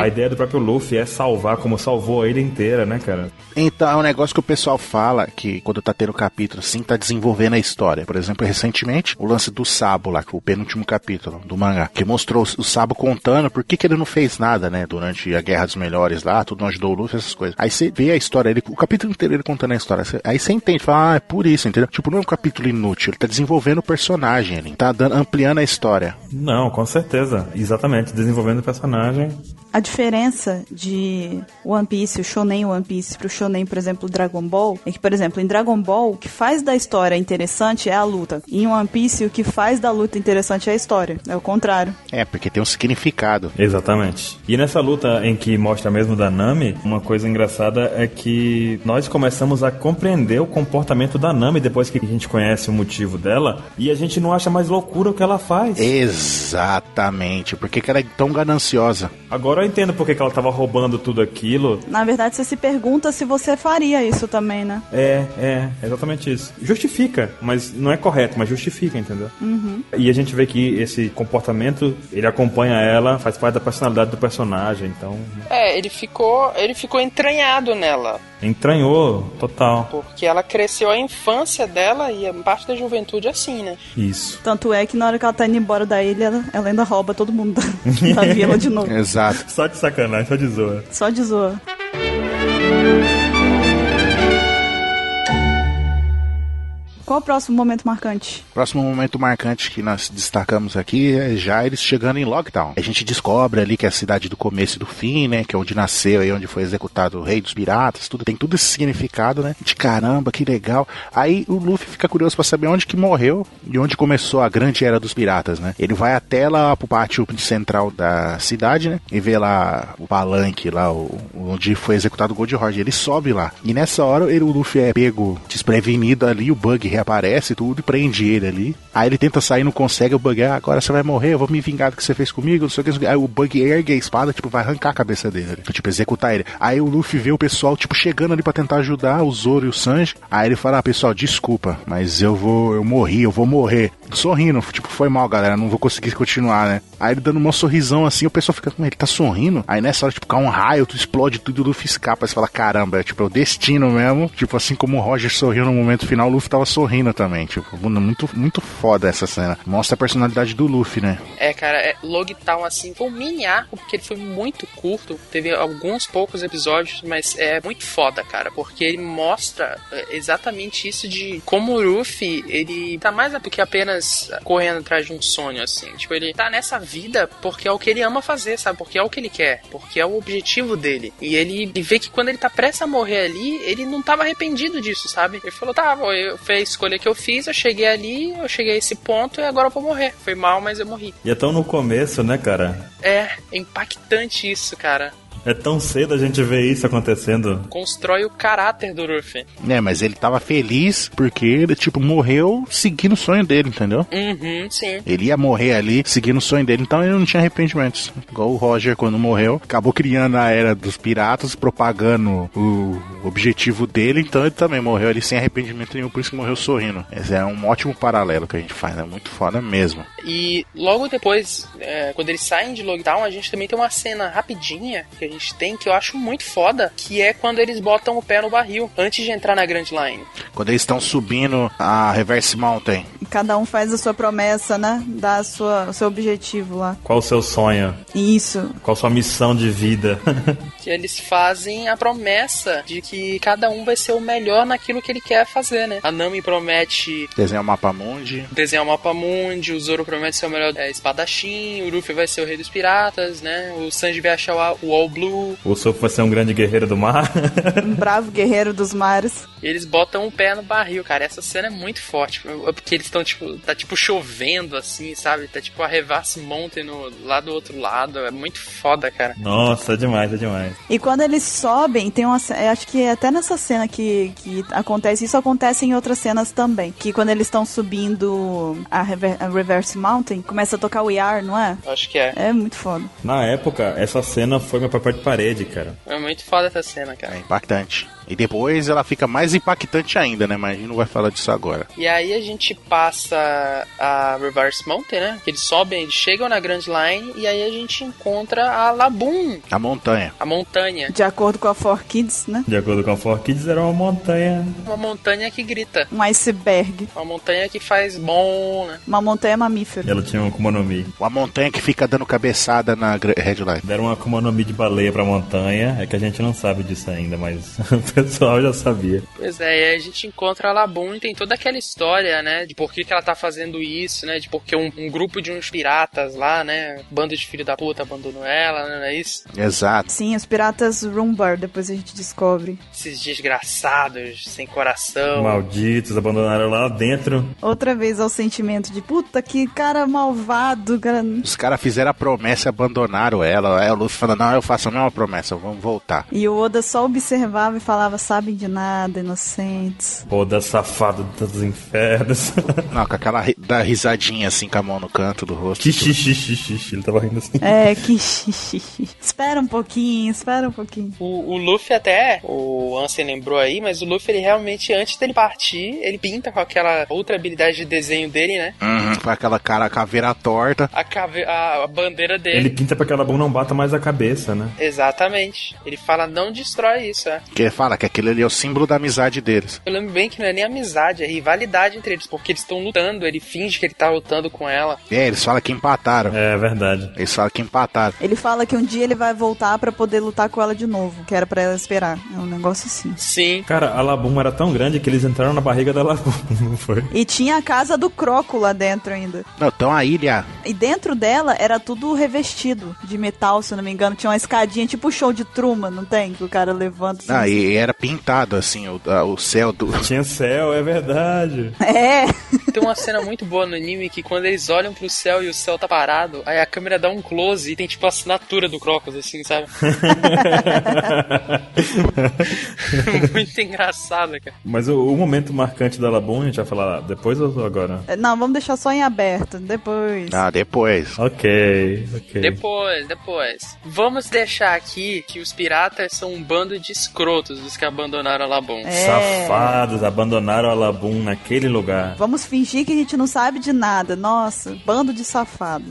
A ideia do próprio Luffy é salvar, como salvou a ilha inteira, né, cara?
Então, é um negócio que o pessoal fala que quando tá tendo capítulo assim, tá desenvolvendo a história. Por exemplo, recentemente, o lance do Sabo lá, que é o penúltimo capítulo do mangá, que mostrou o Sabo contando por que, que ele não fez nada, né, durante a Guerra dos Melhores lá, tudo não ajudou o Luffy, essas coisas. Aí você vê a história, ele, o capítulo inteiro ele contando a história. Você- Aí você entende, fala, ah, é por isso, entendeu? Tipo, não é um capítulo inútil, ele tá desenvolvendo o personagem, ele tá dando, ampliando a história.
Não, com certeza. Exatamente, desenvolvendo o personagem.
A diferença de One Piece, o shonen One Piece, pro shonen, por exemplo, Dragon Ball, é que, por exemplo, em Dragon Ball, o que faz da história interessante é a luta. E em One Piece, o que faz da luta interessante é a história. É o contrário.
É, porque tem um significado.
Exatamente. E nessa luta em que mostra mesmo da Nami, uma coisa engraçada é que nós começamos a compreender o comportamento da Nami depois que a gente conhece o motivo dela e a gente não acha mais loucura o que ela faz.
Exatamente, por que, que ela é tão gananciosa?
Agora eu entendo porque que ela tava roubando tudo aquilo.
Na verdade, você se pergunta se você faria isso também, né?
É, é, é exatamente isso. Justifica, mas não é correto, mas justifica, entendeu? E a gente vê que esse comportamento, ele acompanha ela, faz parte da personalidade do personagem, então
É, ele ficou, ele ficou entranhado nela.
entranhou total.
Porque ela cresceu a infância dela e a parte da juventude assim, né?
Isso.
Tanto é que na hora que ela tá indo embora da ilha, ela- ela ainda rouba todo mundo da, da vila de
É.
novo.
Exato.
Só de sacanagem, só de zoa.
Só de zoa. Qual o próximo momento marcante?
Próximo momento marcante que nós destacamos aqui é já eles chegando em Lockdown. A gente descobre ali que é a cidade do começo e do fim, né? Que é onde nasceu e onde foi executado o rei dos piratas, tudo. Tem tudo esse significado, né? De caramba, que legal. Aí o Luffy fica curioso pra saber onde que morreu e onde começou a grande era dos piratas, né? Ele vai até lá pro pátio central da cidade, né? E vê lá o palanque lá, o, onde foi executado o Gold Roger. Ele sobe lá. E nessa hora ele, o Luffy é pego desprevenido ali, o Bug reaparece tudo e prende ele ali. Aí ele tenta sair, não consegue, o Bug, ah, agora você vai morrer, eu vou me vingar do que você fez comigo, não sei o que. não sei o que. Aí o Bug ergue a espada, tipo, vai arrancar a cabeça dele, tipo, executar ele. Aí o Luffy vê o pessoal, tipo, chegando ali pra tentar ajudar o Zoro e o Sanji. Aí ele fala, ah, pessoal, desculpa, mas eu vou, eu morri, eu vou morrer. Sorrindo, tipo, foi mal, galera, não vou conseguir continuar, né? Aí ele dando um sorrisão assim, o pessoal fica, "Mas ele tá sorrindo? Aí nessa hora, tipo, cai um raio, tu explode tudo, o Luffy escapa. Aí você fala, caramba, é tipo, é o destino mesmo. Tipo, assim como o Roger sorriu no momento final, o Luffy tava sorrindo também. Tipo, muito, muito foda essa cena. Mostra a personalidade do Luffy, né?
É, cara, é, Logtown, assim, foi um mini arco, porque ele foi muito curto. Teve alguns poucos episódios, mas é muito foda, cara, porque ele mostra é, exatamente isso de como o Luffy, ele tá mais do que apenas correndo atrás de um sonho, assim. Tipo, ele tá nessa vida porque é o que ele ama fazer, sabe? Porque é o que ele quer, porque é o objetivo dele. E ele, ele vê que quando ele tá prestes a morrer ali, ele não tava arrependido disso, sabe? Ele falou, tá, pô, eu, foi a escolha que eu fiz, eu cheguei ali, eu cheguei a esse ponto e agora eu vou morrer. Foi mal, mas eu morri.
E é tão no começo, né, cara?
É, é impactante isso, cara.
É tão cedo a gente ver isso acontecendo.
Constrói o caráter do Luffy.
É, mas ele tava feliz porque ele, tipo, morreu seguindo o sonho dele, entendeu?
Uhum, sim.
Ele ia morrer ali seguindo o sonho dele, então ele não tinha arrependimentos. Igual o Roger, quando morreu, acabou criando a era dos piratas, propagando o objetivo dele, então ele também morreu ali sem arrependimento nenhum, por isso que morreu sorrindo. Esse é um ótimo paralelo que a gente faz, é muito foda mesmo.
E logo depois, é, quando eles saem de Logtown, a gente também tem uma cena rapidinha que a gente tem que eu acho muito foda, que é quando eles botam o pé no barril antes de entrar na Grand Line.
Quando eles estão subindo a Reverse Mountain.
Cada um faz a sua promessa, né? Dá a sua, o seu objetivo lá.
Qual o seu sonho?
Isso.
Qual sua missão de vida?
Que eles fazem a promessa de que cada um vai ser o melhor naquilo que ele quer fazer, né? A Nami promete
Desenhar o mapa mundi.
desenhar o mapa mundi, o Zoro promete ser o melhor é, espadachim, o Luffy vai ser o rei dos piratas, né? O Sanji vai achar o A- o All Blue.
O Sop vai ser um grande guerreiro do mar.
Um bravo guerreiro dos mares.
E eles botam o pé no barril, cara. Essa cena é muito forte. tipo, é Porque eles estão, tipo, tá tipo chovendo assim, sabe? Tá tipo a Reverse Mountain no, lá do outro lado. É muito foda, cara.
Nossa, é demais, é demais.
E quando eles sobem, tem uma. ce- eu Acho que é até nessa cena que, que acontece, isso acontece em outras cenas também. Que quando eles estão subindo a, Rever- a Reverse Mountain, começa a tocar o Yar, não é?
Eu Acho que é.
É muito foda.
Na época, essa cena foi meu papel de parede, cara.
É muito foda essa cena, cara.
É impactante. E depois ela fica mais impactante ainda, né? Mas a gente não vai falar disso agora.
E aí a gente passa a Reverse Mountain, né? Que eles sobem, eles chegam na Grand Line e aí a gente encontra a Laboon,
A montanha.
a montanha.
De acordo com a Four Kids, né?
De acordo com a Four Kids, era uma montanha.
Uma montanha que grita.
Um iceberg.
Uma montanha que faz bom, né?
Uma montanha mamífera.
E ela tinha um Akuma no Mi.
Uma montanha que fica dando cabeçada na gr- Red Line.
Deram um Akuma no Mi de baleia pra montanha. É que a gente não sabe disso ainda, mas o pessoal já sabia.
Pois é, e aí a gente encontra a Laboon e tem toda aquela história, né? De por que, que ela tá fazendo isso, né? De porque um, um grupo de uns piratas lá, né? Bando de filho da puta abandonou ela, né? Não é isso?
Exato.
Sim, os piratas Rumbar, depois a gente descobre.
Esses desgraçados, sem coração.
Malditos, abandonaram lá dentro.
Outra vez ao sentimento de puta que cara malvado, cara.
Os caras fizeram a promessa e abandonaram ela. Aí o Luffy falando, não, eu faço a mesma promessa, vamos voltar.
E o Oda só observava e falava, sabem de nada, inocentes.
Pô, da safado dos infernos.
Não, com aquela ri- da risadinha assim com a mão no canto do rosto.
Xixi, ele tava rindo assim.
É, que xixi. Espera um pouquinho, espera um pouquinho.
O, o Luffy até, o Ansem lembrou aí, mas o Luffy ele realmente, antes dele partir, ele pinta com aquela outra habilidade de desenho dele, né?
Uhum, com aquela cara caveira torta.
A, cave- a, a bandeira
Ele
dele.
pinta pra que a Labum não bata mais a cabeça, né?
Exatamente. Ele fala, não destrói isso, é.
Que fala que aquele ali é o símbolo da amizade deles.
Eu lembro bem que não é nem amizade, é rivalidade entre eles, porque eles estão lutando, ele finge que ele tá lutando com ela.
É, eles falam que empataram.
É verdade.
Eles falam que empataram.
Ele fala que um dia ele vai voltar pra poder lutar com ela de novo, que era pra ela esperar. É um negócio assim.
Sim.
Cara, a Labum era tão grande que eles entraram na barriga da Labum, não foi?
E tinha a casa do Croco lá dentro ainda.
Não, então a ilha.
E dentro dela era tudo revestido de metal, se eu não me engano. Tinha uma escadinha, tipo show de Truman, não tem? Que o cara levanta. assim.
Ah, e era pintado assim, o, ah, o céu do.
Tinha céu, é verdade.
É.
Tem uma cena muito boa no anime que quando eles olham pro céu e o céu tá parado, aí a câmera dá um close e tem tipo a assinatura do Crocus, assim, sabe? muito engraçado, cara.
Mas o, o momento marcante da Labum, a gente vai falar depois ou agora?
Não, vamos deixar só em aberto, depois.
Ah, depois.
Ok, ok.
Depois, depois. Vamos deixar aqui que os piratas são um bando de escrotos dos que abandonaram a Labum.
É.
Safados, abandonaram a Labum naquele lugar.
Vamos fingir que a gente não sabe de nada. Nossa, bando de safado.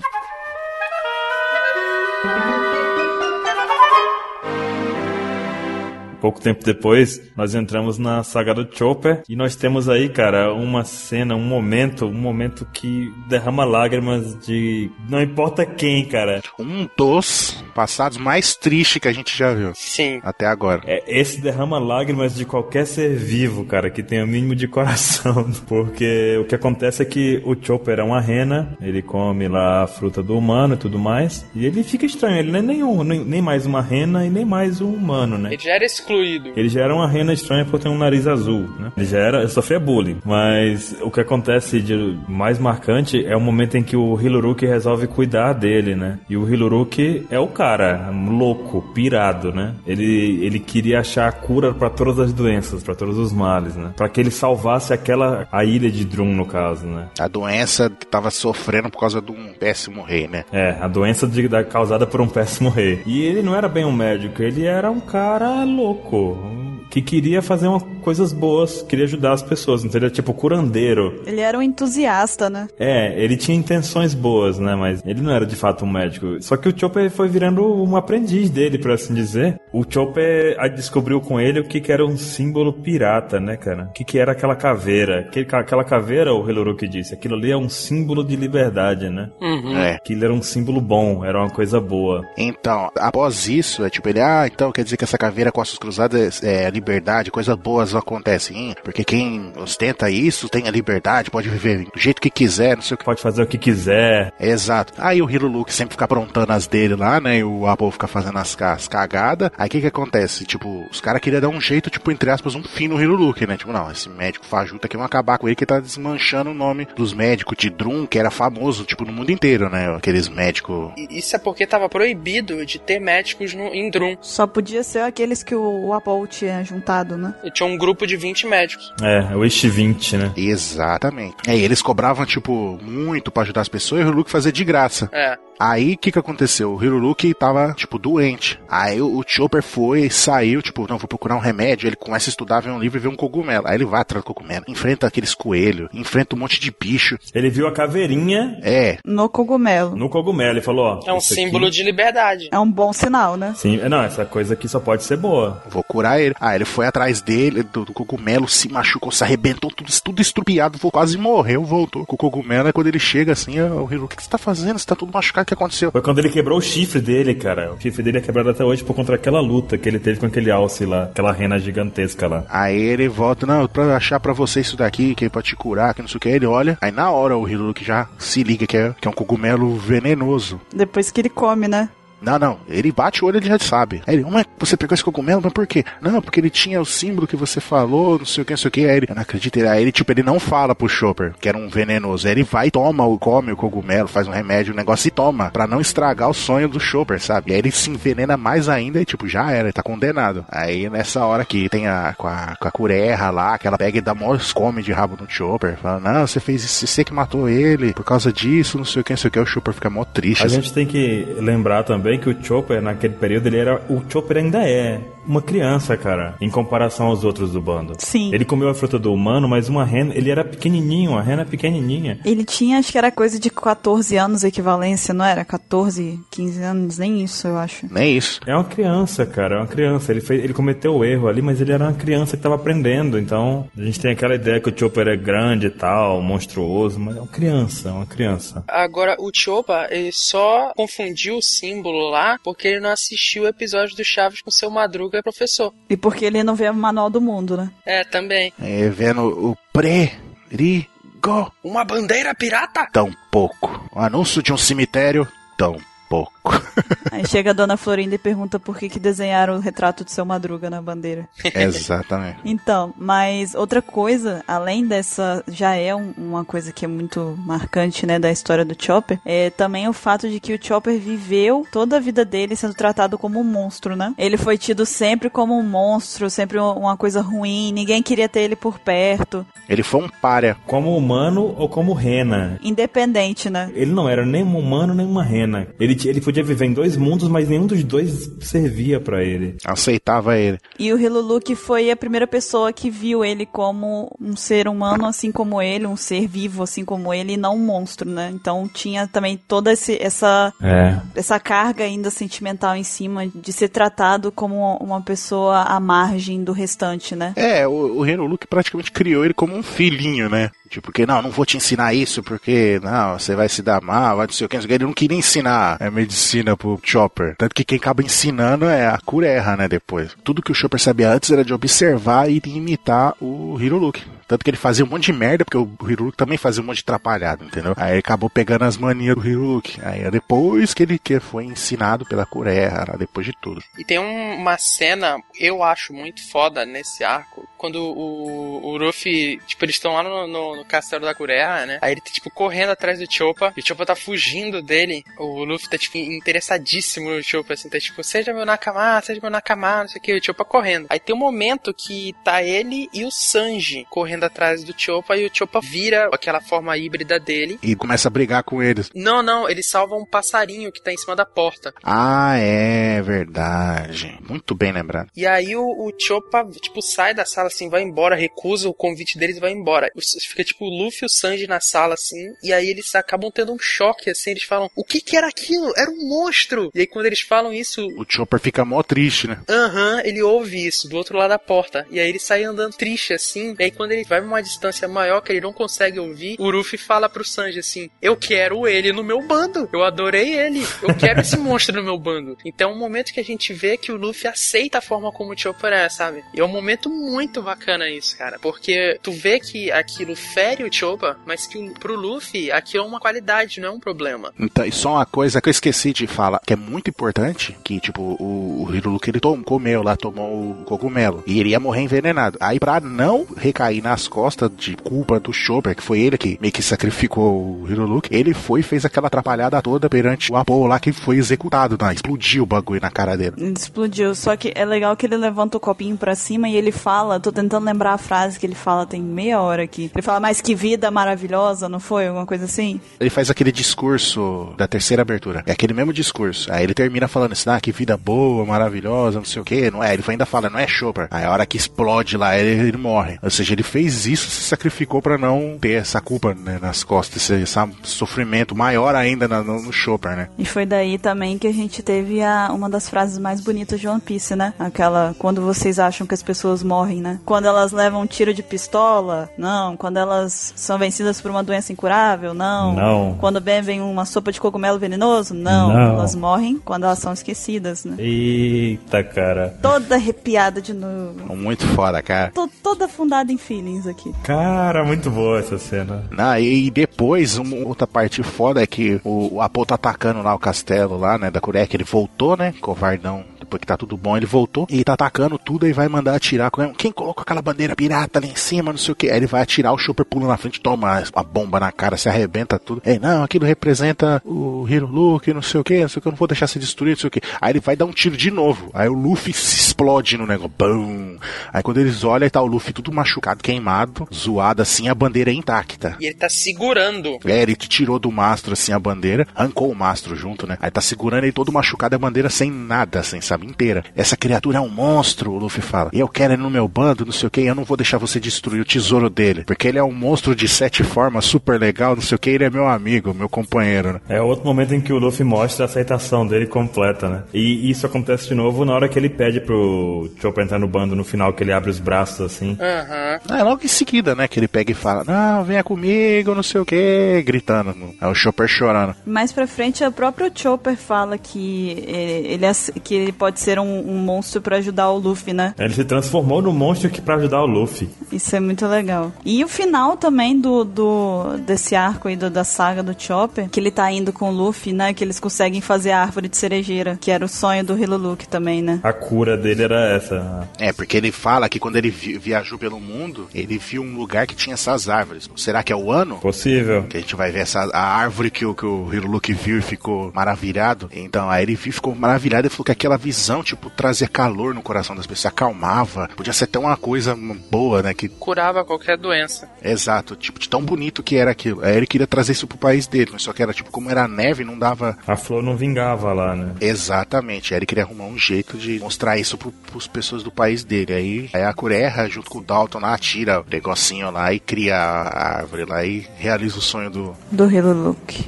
Pouco tempo depois, nós entramos na saga do Chopper e nós temos aí, cara, uma cena, um momento, um momento que derrama lágrimas de não importa quem, cara.
Um dos passados mais tristes que a gente já viu.
Sim.
Até agora.
É, esse derrama lágrimas de qualquer ser vivo, cara, que tenha o mínimo de coração. Porque o que acontece é que o Chopper é uma rena, ele come lá a fruta do humano e tudo mais. E ele fica estranho, ele não é nenhum, nem, nem mais uma rena e nem mais um humano, né?
Ele já era excluído.
Ele já era uma rena estranha por ter um nariz azul, né? Ele já era, sofria bullying. Mas o que acontece de mais marcante é o momento em que o Hiluruki resolve cuidar dele, né? E o Hiluruki é o cara, louco, pirado, né? Ele, ele queria achar a cura pra todas as doenças, pra todos os males, né? Pra que ele salvasse aquela a ilha de Drum no caso, né?
A doença que tava sofrendo por causa de um péssimo rei, né?
É, a doença de- da- causada por um péssimo rei. E ele não era bem um médico, ele era um cara louco. um- Que queria fazer uma- coisas boas, queria ajudar as pessoas, não seria tipo curandeiro.
Ele era um entusiasta, né?
É, ele tinha intenções boas, né? Mas ele não era de fato um médico. Só que o Chopper foi virando um aprendiz dele, por assim dizer. O Chopper ah, descobriu com ele o que, que era um símbolo pirata, né, cara? O que, que era aquela caveira. Aquele ca- aquela caveira, o Hiluruki disse, aquilo ali é um símbolo de liberdade, né?
Uhum.
É.
Aquilo era um símbolo bom, era uma coisa boa.
Então, após isso, é tipo ele, ah, então quer dizer que essa caveira com as cruzadas é liberdade, coisas boas acontecem, hein? porque quem ostenta isso tem a liberdade, pode viver do jeito que quiser, não sei o que.
Pode fazer o que quiser.
Exato. Aí o Hiro Luke sempre fica aprontando as dele lá, né? E o Abo fica fazendo as, ca- as cagadas. Aí o que que acontece? Tipo, os caras queriam dar um jeito, tipo, entre aspas, um fim no Hiro Luke, né? Tipo, não, esse médico fajuta aqui, vão acabar com ele que tá desmanchando o nome dos médicos de Drum, que era famoso, tipo, no mundo inteiro, né? Aqueles médicos
E Isso é porque tava proibido de ter médicos no, em Drum.
Só podia ser aqueles que o, o Apollo tinha juntado, né?
E tinha um grupo de 20 médicos.
É, o Ishi 20, né?
Exatamente. É, e eles cobravam, tipo, muito pra ajudar as pessoas e o Hiruluki fazia de graça.
É.
Aí, o que que aconteceu? O Hiruluki tava, tipo, doente. Aí o o Chopper foi, saiu, tipo, não, vou procurar um remédio. Ele começa a estudar, vê um livro e vê um cogumelo. Aí ele vai atrás do cogumelo, enfrenta aqueles coelhos, enfrenta um monte de bicho.
Ele viu a caveirinha
É,
No cogumelo.
no cogumelo e falou, ó...
É um
isso
símbolo
aqui...
de liberdade.
É um bom sinal, né?
Sim, é, não, essa coisa aqui só pode ser boa.
vou curar ele. Aí ele foi atrás dele, do, do cogumelo, se machucou, se arrebentou, tudo, tudo estrupiado, vo- quase morreu, voltou com o cogumelo. Aí quando ele chega assim, ó, o Hiruluki, o que você tá fazendo? Você tá tudo machucado, o que aconteceu?
Foi quando ele quebrou o chifre dele, cara. O chifre dele é quebrado até hoje por conta daquela luta que ele teve com aquele alce lá, aquela rena gigantesca lá.
Aí ele volta, não, pra achar pra você isso daqui, que é pra te curar, que não sei o que. Ele olha, aí na hora o Hiruki já se liga que é, que é um cogumelo venenoso.
Depois que ele come, né?
Não, não, ele bate o olho ele já sabe. Aí ele, mas você pegou esse cogumelo, mas por quê? Não, porque ele tinha o símbolo que você falou, não sei o que, não sei o que. Aí ele, eu não acredito, aí ele, tipo, ele não fala pro Chopper que era um venenoso. Aí ele vai, toma, o- come o cogumelo, faz um remédio, um negócio e toma, pra não estragar o sonho do Chopper, sabe? E aí ele se envenena mais ainda e, tipo, já era, ele tá condenado. Aí nessa hora que tem a, com a, com a curerra lá, que ela pega e dá mó come de rabo no Chopper, fala, não, você fez isso, você que matou ele, por causa disso, não sei o que, não sei o que. O Chopper fica mó triste.
A
assim.
gente tem que lembrar também que o Chopper, naquele período, ele era. O Chopper ainda é uma criança, cara, em comparação aos outros do bando.
Sim.
Ele comeu a fruta do humano, mas uma rena. Ele era pequenininho, a rena é pequenininha.
Ele tinha, acho que era coisa de 14 anos equivalência, não era? 14, 15 anos, nem isso, eu acho.
Nem isso.
É uma criança, cara, é uma criança. Ele, fez, ele cometeu o erro ali, mas ele era uma criança que tava aprendendo. Então, a gente tem aquela ideia que o Chopper é grande e tal, monstruoso, mas é uma criança, é uma criança.
Agora, o Chopa, ele só confundiu o símbolo lá porque ele não assistiu o episódio do Chaves com seu Madruga professor.
E porque ele não vê o manual do mundo, né?
É, também.
É, vendo o pré-ri-go.
Uma bandeira pirata?
Tão pouco. O anúncio de um cemitério. Tão pouco. saco.
Aí chega a dona Florinda e pergunta por que, que desenharam o retrato do seu Madruga na bandeira.
Exatamente.
Então, mas outra coisa, além dessa, já é um- uma coisa que é muito marcante, né, da história do Chopper, é também o fato de que o Chopper viveu toda a vida dele sendo tratado como um monstro, né? Ele foi tido sempre como um monstro, sempre um- uma coisa ruim, ninguém queria ter ele por perto,
Ele foi um párea.
Como humano ou como rena.
independente, né?
Ele não era nem um humano nem uma rena. Ele, t- ele podia viver em dois mundos, mas nenhum dos dois servia pra ele.
Aceitava ele.
E o Hilulu que foi a primeira pessoa que viu ele como um ser humano assim como ele, um ser vivo assim como ele, e não um monstro, né? Então tinha também toda esse- essa,
É.
essa carga ainda sentimental em cima de ser tratado como uma pessoa à margem do restante, né?
É, o, o Luke praticamente criou ele como um filhinho, né? Tipo, porque não, não vou te ensinar isso, porque não, você vai se dar mal, vai não sei o que, não sei o que. Ele não queria ensinar a medicina pro Chopper. Tanto que quem acaba ensinando é a Curerra, né? Depois. Tudo que o Chopper sabia antes era de observar e de imitar o Luke. Tanto que ele fazia um monte de merda, porque o Hiruluke também fazia um monte de atrapalhado, entendeu? Aí ele acabou pegando as manias do Hiruluke. Aí é depois que ele que foi ensinado pela Curerra, né? depois de tudo.
E tem um- uma cena, eu acho muito foda nesse arco, quando o, o Ruffy, tipo, eles estão lá no, no- no castelo da Guerra, né? Aí ele tá, tipo, correndo atrás do Choppa, e o Choppa tá fugindo dele. O Luffy tá, tipo, interessadíssimo no Choppa, assim, tá tipo, seja meu Nakama, seja meu Nakama, não sei o que, o Choppa correndo. Aí tem um momento que tá ele e o Sanji correndo atrás do Choppa, e o Choppa vira aquela forma híbrida dele.
E começa a brigar com eles.
Não, não, ele salva um passarinho que tá em cima da porta.
Ah, é verdade. Muito bem lembrado.
E aí o, o Choppa, tipo, sai da sala assim, vai embora, recusa o convite deles e vai embora. O- Fica tipo o Luffy e o Sanji na sala assim, e aí eles acabam tendo um choque assim, eles falam: "O que que era aquilo? Era um monstro". E aí quando eles falam isso,
O Chopper fica mó triste, né?
Aham, ele ouve isso do outro lado da porta. E aí ele sai andando triste assim. E aí quando ele vai uma distância maior que ele não consegue ouvir, o Ruffy fala pro Sanji assim: Eu quero ele no meu bando. Eu adorei ele. Eu quero esse monstro no meu bando. Então é um momento que a gente vê que o Luffy aceita a forma como o Chopper é, sabe? E é um momento muito bacana isso, cara. Porque tu vê que aquilo fere o Chopper, mas que o- pro Luffy aquilo é uma qualidade, não é um problema.
Então, e só uma coisa que eu esqueci de falar, que é muito importante, que tipo, o, o Hiruluke ele tom, comeu lá, tomou o cogumelo, e ele ia morrer envenenado. Aí pra não recair nas costas de culpa do Chopper, que foi ele que meio que sacrificou o Hiruluke, ele foi e fez aquela atrapalhada toda perante o Apollo lá, que foi executado, né? Explodiu o bagulho na cara dele.
Explodiu, só que é legal que ele levanta o copinho pra cima e ele fala, tô tentando lembrar a frase que ele fala tem meia hora aqui. Ele fala, mas que vida maravilhosa, não foi? Alguma coisa assim?
Ele faz aquele discurso da terceira abertura. É aquele mesmo discurso. Aí ele termina falando assim, ah, que vida boa, maravilhosa, não sei o que. Não é, ele ainda fala, não é Chopper. Aí a hora que explode lá, ele, ele morre. Ou seja, ele fez isso, se sacrificou pra não ter essa culpa né, nas costas, esse, esse sofrimento maior ainda na- no, no Chopper, né?
E foi daí também que a gente teve a, uma das frases mais bonitas de One Piece, né? Aquela, quando vocês acham que as pessoas morrem, né? Quando elas levam um tiro de pistola, não. Quando elas são vencidas por uma doença incurável, não.
Não.
Quando bebem uma sopa de cogumelo venenoso, não.
Não.
Elas morrem quando elas são esquecidas, né?
Eita, cara.
Toda arrepiada de novo.
Muito foda, cara.
Tô toda fundada em feelings aqui.
Cara, muito boa essa cena.
Ah, e e depois, uma outra parte foda é que o, o Apollo tá atacando lá o castelo lá, né, da Kurek, ele voltou, né, covardão, depois que tá tudo bom, ele voltou, e tá atacando tudo e vai mandar atirar, com- quem colocou aquela bandeira pirata ali em cima, não sei o que, aí ele vai atirar, o Chopper pula na frente, toma a bomba na cara, se arrebenta tudo, ei, não, aquilo representa o Hero Luke, não sei o que, não sei o que, eu não vou deixar se destruir, não sei o que, aí ele vai dar um tiro de novo, aí o Luffy se explode no negócio, bum, aí quando eles olham, tá o Luffy tudo machucado, queimado, zoado assim, a bandeira é intacta,
E ele tá segurando
é, ele que tirou do mastro assim a bandeira, arrancou o mastro junto, né? Aí tá segurando ele todo machucado a bandeira sem nada, sem sabe, inteira. Essa criatura é um monstro, o Luffy fala. E eu quero ele no meu bando, não sei o que, eu não vou deixar você destruir o tesouro dele. Porque ele é um monstro de sete formas, super legal, não sei o que, ele é meu amigo, meu companheiro, né?
É outro momento em que o Luffy mostra a aceitação dele completa, né? E isso acontece de novo na hora que ele pede pro Chopper entrar no bando no final, que ele abre os braços assim.
Aham.
É logo em seguida, né, que ele pega e fala, não, venha comigo, não sei o que, gritando. É o Chopper chorando.
Mais pra frente, o próprio Chopper fala que eh, ele, ace- que ele pode pode ser um, um monstro pra ajudar o Luffy, né?
Ele se transformou no monstro que pra ajudar o Luffy.
Isso é muito legal. E o final também do, do desse arco aí do- da saga do Chopper, que ele tá indo com o Luffy, né? Que eles conseguem fazer a árvore de cerejeira, que era o sonho do Hiluluke também, né?
A cura dele era essa.
É, porque ele fala que quando ele vi- viajou pelo mundo, ele viu um lugar que tinha essas árvores. Será que é o ano?
Possível.
Que a gente vai ver essa, a árvore que o, que o Hiruluke viu e ficou maravilhado. Então, aí ele fi- ficou maravilhado e falou que aquela visão, tipo, trazia calor no coração das pessoas, acalmava. Podia ser até uma coisa boa, né? Que,
Curava qualquer doença.
exato, tipo, de tão bonito que era aquilo. Aí ele queria trazer isso pro país dele, mas só que era, tipo, como era neve, não dava
A flor não vingava lá, né?
Exatamente, aí ele queria arrumar um jeito de mostrar isso pro, pros pessoas do país dele. Aí, aí a Cureha, junto com o Dalton lá, tira o negocinho lá e cria a árvore lá e realiza o sonho do.
Do Hiluluke.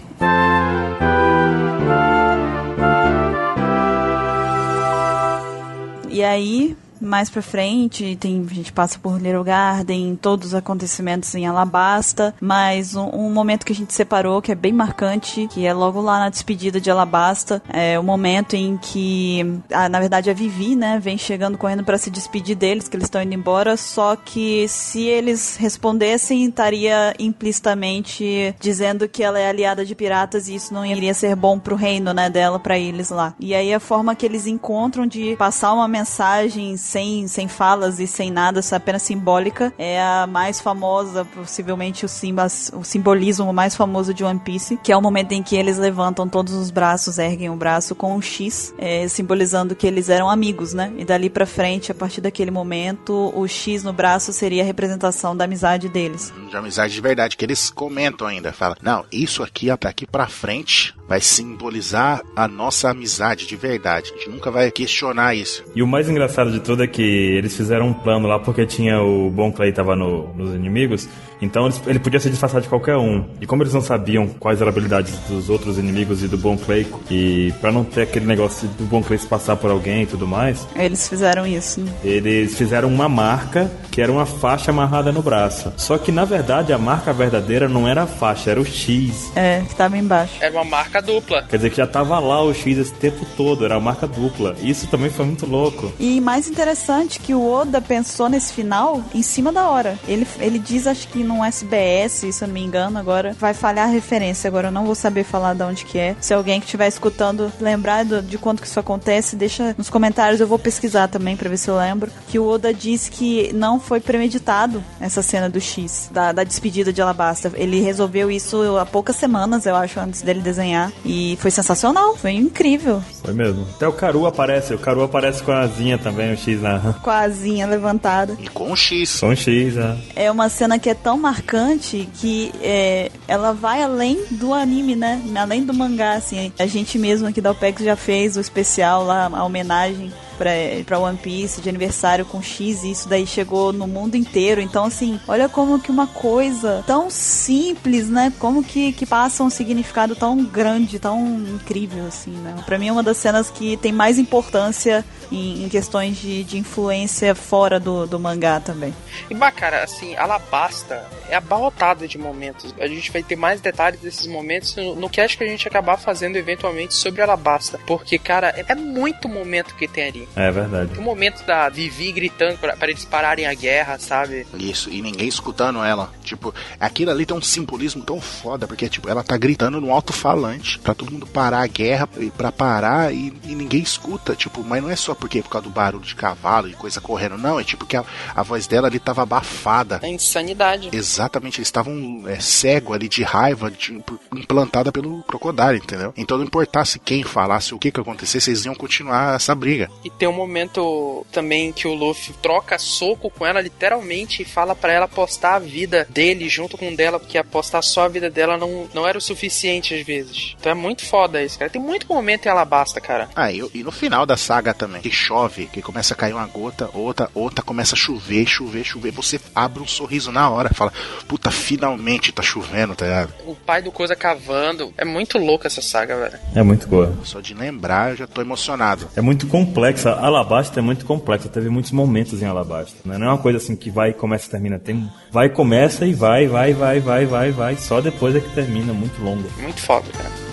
E aí, mais pra frente, tem, a gente passa por Little Garden, todos os acontecimentos em Alabasta, mas um, um momento que a gente separou, que é bem marcante, que é logo lá na despedida de Alabasta, é o momento em que, ah, na verdade, a Vivi, né, vem chegando correndo pra se despedir deles, que eles estão indo embora, só que se eles respondessem, estaria implicitamente dizendo que ela é aliada de piratas e isso não iria ser bom pro reino, né, dela, pra eles lá. E aí a forma que eles encontram de passar uma mensagem sem, sem falas e sem nada, só apenas simbólica, é a mais famosa, possivelmente o, simbas, o simbolismo mais famoso de One Piece, que é o momento em que eles levantam todos os braços, erguem o braço com um X, é, simbolizando que eles eram amigos, né? E dali pra frente, a partir daquele momento, o X no braço seria a representação da amizade deles.
De amizade de verdade, que eles comentam ainda. Fala, não, isso aqui ó, daqui pra frente vai simbolizar a nossa amizade de verdade. A gente nunca vai questionar isso.
E o mais engraçado de tudo é que eles fizeram um plano lá porque tinha o Bon Clay tava no- nos inimigos, então eles- ele podia se disfarçar de qualquer um. E como eles não sabiam quais eram as habilidades dos outros inimigos e do Bon Clay, e pra não ter aquele negócio do Bon Clay se passar por alguém e tudo mais,
Eles fizeram isso. né?
eles fizeram uma marca que era uma faixa amarrada no braço. Só que na verdade a marca verdadeira não era a faixa, era o X.
É, que tava embaixo.
Era uma marca dupla.
Quer dizer que já tava lá o X esse tempo todo, era a marca dupla. Isso também foi muito louco.
E mais interessante que o Oda pensou nesse final em cima da hora. Ele, ele diz, acho que num SBS, se eu não me engano, agora vai falhar a referência. Agora eu não vou saber falar de onde que é. Se alguém que estiver escutando lembrar do- de quando que isso acontece, deixa nos comentários. Eu vou pesquisar também pra ver se eu lembro. Que o Oda diz que não foi premeditado essa cena do X, da, da despedida de Alabasta. Ele resolveu isso há poucas semanas, eu acho, antes dele desenhar. E foi sensacional, foi incrível.
Foi mesmo. Até o Caru aparece, o Caru aparece com a asinha também, o X na.
Com a asinha levantada.
E com o X.
Só um X, né?
é uma cena que é tão marcante que é, ela vai além do anime, né? Além do mangá, assim. A gente mesmo aqui da OPEX já fez o especial lá, a homenagem pra, pra One Piece de aniversário com X e isso daí chegou no mundo inteiro. Então, assim, olha como que uma coisa tão simples, né? Como que, que passa um significado tão grande, tão incrível, assim, né? Pra mim é uma das cenas que tem mais importância em, em questões de, de influência fora do, do mangá também.
E, bah, cara, assim, Alabasta é abarrotada de momentos. A gente vai ter mais detalhes desses momentos no, no cast que a gente acabar fazendo eventualmente sobre Alabasta. Porque, cara, é, é muito momento que tem ali.
É verdade.
O momento da Vivi gritando pra, pra eles pararem a guerra, sabe?
Isso, e ninguém escutando ela. Tipo, aquilo ali tem um simbolismo tão foda, porque, tipo, ela tá gritando no alto-falante pra todo mundo parar a guerra, e pra parar e, e ninguém escuta, tipo, mas não é só porque por causa do barulho de cavalo e coisa correndo, não, é tipo que a, a voz dela ali tava abafada.
É insanidade.
Exatamente, eles estavam é, cego ali de raiva de- por- implantada pelo crocodilo, entendeu? Então não importasse quem falasse o que que acontecesse, eles iam continuar essa briga.
E tem um momento também que o Luffy troca soco com ela, literalmente, e fala pra ela apostar a vida dele junto com dela, porque apostar só a vida dela não, não era o suficiente às vezes. Então é muito foda isso, cara. Tem muito momento em Alabasta, cara.
Ah, e, e no final da saga também, que chove, que começa a cair uma gota, outra, outra começa a chover, chover, chover. Você abre um sorriso na hora, fala, puta, finalmente tá chovendo, tá ligado?
O pai do Coisa cavando. É muito louco essa saga, velho.
É muito boa.
Só de lembrar eu já tô emocionado.
É muito complexa. Alabasta é muito complexa. Teve muitos momentos em Alabasta. Né? Não é uma coisa assim que vai, começa e termina. Tem... Vai, começa e vai, vai, vai, vai, vai, vai. Só depois é que termina. Muito longo.
Muito foda, cara.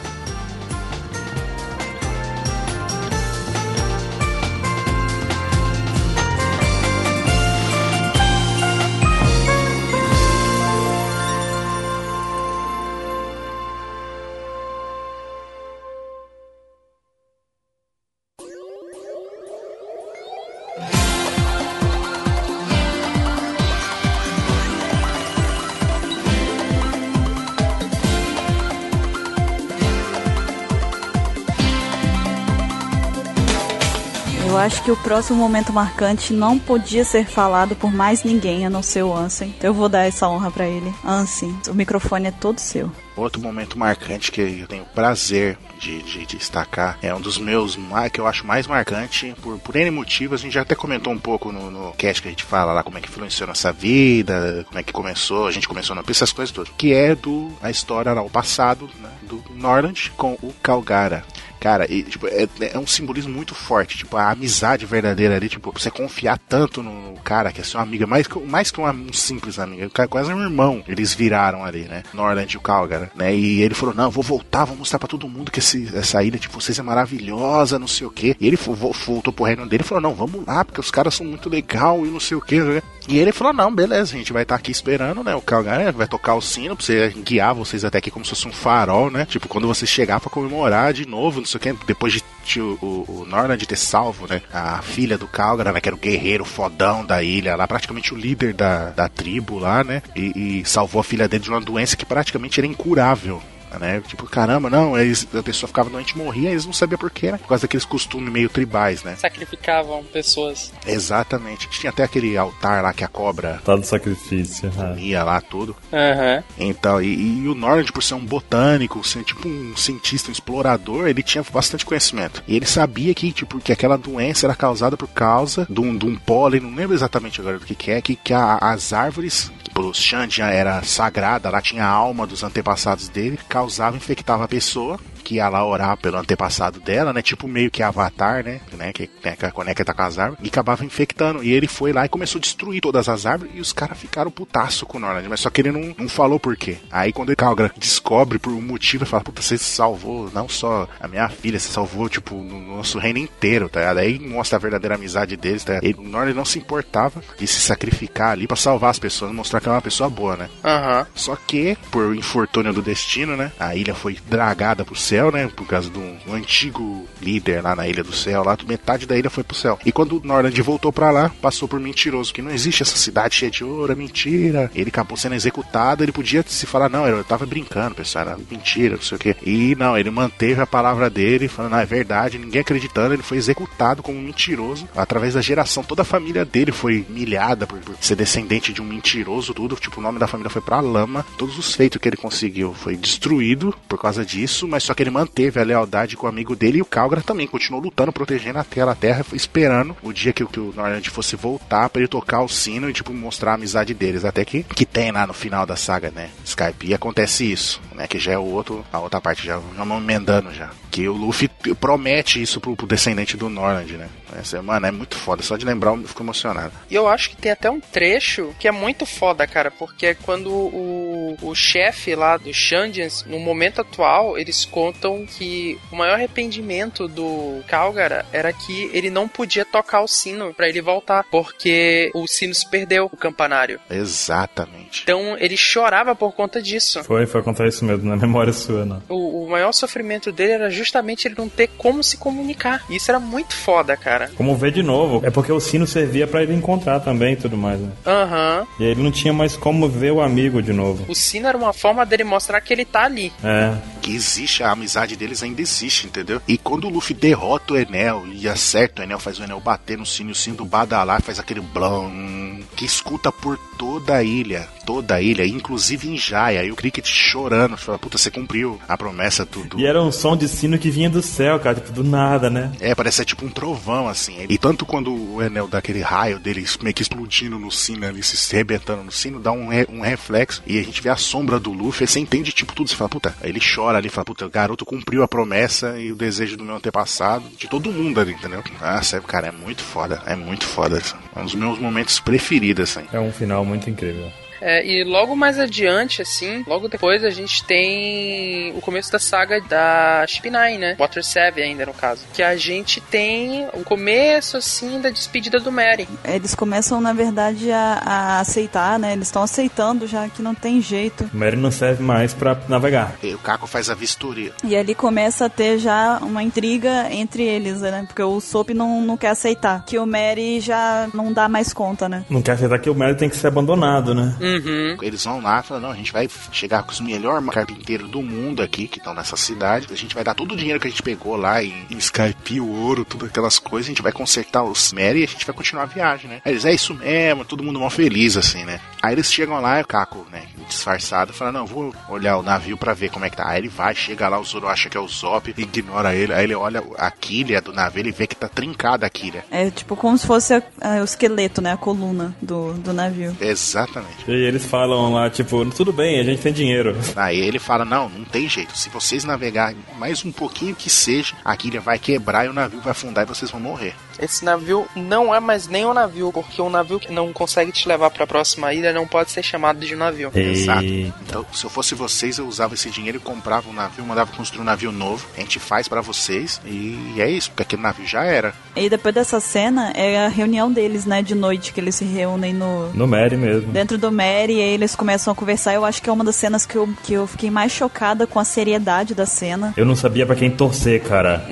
Eu acho que o próximo momento marcante não podia ser falado por mais ninguém a não ser o Ansem. Eu vou dar essa honra pra ele. Ansem, o microfone é todo seu.
Outro momento marcante que eu tenho prazer de, de destacar é um dos meus ma- que eu acho mais marcante por, por N motivos. A gente já até comentou um pouco no, no cast que a gente fala lá como é que influenciou nossa vida, como é que começou, a gente começou na essas coisas todas. Que é do a história lá, o passado né, do Norland com o Calgara. Cara, e, tipo, é, é um simbolismo muito forte, tipo, a amizade verdadeira ali, tipo, você confiar tanto no cara que é seu amigo, é mais que, mais que um, am- um simples amigo, é ca- quase um irmão. Eles viraram ali, né? Norland e o Calgary, né? E ele falou: não, eu vou voltar, vou mostrar pra todo mundo que esse- essa ilha de vocês é maravilhosa, não sei o quê. E ele fo- vo- voltou pro reino dele e falou: não, vamos lá, porque os caras são muito legal e não sei o quê. né? E ele falou: não, beleza, a gente vai estar aqui esperando, né? O Calgary vai tocar o sino pra você guiar vocês até aqui como se fosse um farol, né? Tipo, quando você chegar pra comemorar de novo, não sei o quê, depois de de o, o, o Norland ter salvo, né? A filha do Calgar, né? Que era o guerreiro fodão da ilha lá, praticamente o líder da, da tribo lá, né? E, e salvou a filha dele de uma doença que praticamente era incurável. Né? Tipo, caramba, não, eles, a pessoa ficava doente e morria, eles não sabiam porquê, né? Por causa daqueles costumes meio tribais, né?
Sacrificavam pessoas.
Exatamente. Tinha até aquele altar lá que a cobra
Tá do sacrifício. ah.
comia lá, tudo.
Aham.
Então, e, e o Norland, por ser um botânico, ser tipo um cientista, um explorador, ele tinha bastante conhecimento. E ele sabia que, tipo, que aquela doença era causada por causa de um, de um pólen, não lembro exatamente agora do que, que é, que, que a- as árvores, tipo, pro Xandia era sagrada, lá tinha a alma dos antepassados dele, causava, infectava a pessoa, que ia lá orar pelo antepassado dela, né? Tipo meio que avatar, né? né? Que, né? que a conecta com as árvores. E acabava infectando. E ele foi lá e começou a destruir todas as árvores. E os caras ficaram putaço com o Norland. Mas só que ele não, não falou por quê. Aí quando ele Calgra descobre por um motivo, ele fala: Puta, você salvou não só a minha filha, você salvou, tipo, no nosso reino inteiro, tá ligado? Aí mostra a verdadeira amizade deles, tá ligado? Ele, o Norland não se importava de se sacrificar ali pra salvar as pessoas, mostrar que era uma pessoa boa, né?
Aham.
Só que, por infortúnio do destino, né? A ilha foi dragada pro céu, né? Por causa de um, um antigo líder lá na Ilha do Céu. Lá, metade da ilha foi pro céu. E quando o Norland voltou pra lá, passou por mentiroso. Que não existe essa cidade cheia de ouro, é mentira. Ele acabou sendo executado. Ele podia se falar, não, eu tava brincando, pessoal. Era mentira, não sei o quê. E não, ele manteve a palavra dele, falando, ah, é verdade. Ninguém acreditando. Ele foi executado como um mentiroso. Através da geração, toda a família dele foi humilhada por, por ser descendente de um mentiroso, tudo. Tipo, o nome da família foi pra lama. Todos os feitos que ele conseguiu foi destruído por causa disso, mas só que ele manteve a lealdade com o amigo dele e o Calgra também continuou lutando, protegendo a tela, a terra, esperando o dia que, o- que o Norland fosse voltar pra ele tocar o sino e, tipo, mostrar a amizade deles. Até que, que tem lá no final da saga, né? Skype. E acontece isso, né? Que já é o outro, a outra parte, já vamos emendando já. Que o Luffy t- promete isso pro, pro descendente do Norland, né? Essa, mano, é muito foda. Só de lembrar, eu fico emocionado.
E eu acho que tem até um trecho que é muito foda, cara, porque é quando o, o chefe lá do Shandians, no momento atual, eles contam que o maior arrependimento do Calgara era que ele não podia tocar o sino pra ele voltar, porque o sino se perdeu, o campanário.
Exatamente.
Então ele chorava por conta disso.
Foi, foi contar isso mesmo, na memória sua, não.
O, o maior sofrimento dele era justamente ele não ter como se comunicar. E isso era muito foda, cara.
Como ver de novo, é porque o sino servia pra ele encontrar também e tudo mais, né?
Aham.
E ele não tinha mais como ver o amigo de novo.
O sino era uma forma dele mostrar que ele tá ali.
É,
que existe, a amizade deles ainda existe, entendeu? E quando o Luffy derrota o Enel e acerta o Enel, faz o Enel bater no sino, o sino do Badalar faz aquele blão que escuta por toda a ilha, toda a ilha, inclusive em Jaya, e o Cricket chorando, fala, puta, você cumpriu a promessa do... do-
E era um som de sino que vinha do céu, cara, tipo, do nada, né?
É, parece ser tipo um trovão, assim. E tanto quando o Enel dá aquele raio dele meio que explodindo no sino ali, se arrebentando no sino, dá um, re- um reflexo e a gente vê a sombra do Luffy, aí você entende tipo tudo, você fala, puta, aí ele chora ali, fala, puta, o garoto cumpriu a promessa e o desejo do meu antepassado, de todo mundo ali, entendeu? Nossa, é- cara, é muito foda, é muito foda. assim. É um dos meus momentos preferidos, assim.
É um final muito incrível.
É, e logo mais adiante, assim, logo depois a gente tem o começo da saga da Ship 9, né? Water 7 ainda, no caso. Que a gente tem o começo, assim, da despedida do Merry.
Eles começam, na verdade, a, a aceitar, né? Eles estão aceitando já que não tem jeito.
O Mary não serve mais pra navegar.
E o Caco faz a vistoria.
E ali começa a ter já uma intriga entre eles, né? Porque o Soap não, não quer aceitar. Que o Mary já não dá mais conta, né?
Não quer aceitar que o Mary tem que ser abandonado, né?
Uhum.
Eles vão lá e falam: não, a gente vai chegar com os melhores carpinteiros do mundo aqui que estão nessa cidade. A gente vai dar todo o dinheiro que a gente pegou lá em, em Skype, ouro, tudo aquelas coisas. A gente vai consertar os Mary e a gente vai continuar a viagem, né? Aí eles: é isso mesmo, todo mundo mó feliz assim, né? Aí eles chegam lá e o Caco, né, disfarçado, fala: não, vou olhar o navio pra ver como é que tá. Aí ele vai, chega lá, o Zoro acha que é o Zop, ignora ele. Aí ele olha a quilha do navio, ele vê que tá trincada a quilha.
É tipo como se fosse a- a- o esqueleto, né? A coluna do, do navio.
Exatamente.
E eles falam lá, tipo, tudo bem, a gente tem dinheiro.
Aí ele fala: Não, não tem jeito. Se vocês navegarem mais um pouquinho que seja, a quilha vai quebrar e o navio vai afundar e vocês vão morrer.
Esse navio não é mais nem um navio, porque um navio que não consegue te levar pra próxima ilha não pode ser chamado de navio.
Exato.
E-
Então, se eu fosse vocês, eu usava esse dinheiro e comprava um navio, mandava construir um navio novo. A gente faz pra vocês e é isso, porque aquele navio já era.
E depois dessa cena é a reunião deles, né? De noite, que eles se reúnem no,
No Mary mesmo.
dentro do Mary, e aí eles começam a conversar. Eu acho que é uma das cenas que eu, que eu fiquei mais chocada com a seriedade da cena.
Eu não sabia pra quem torcer, cara.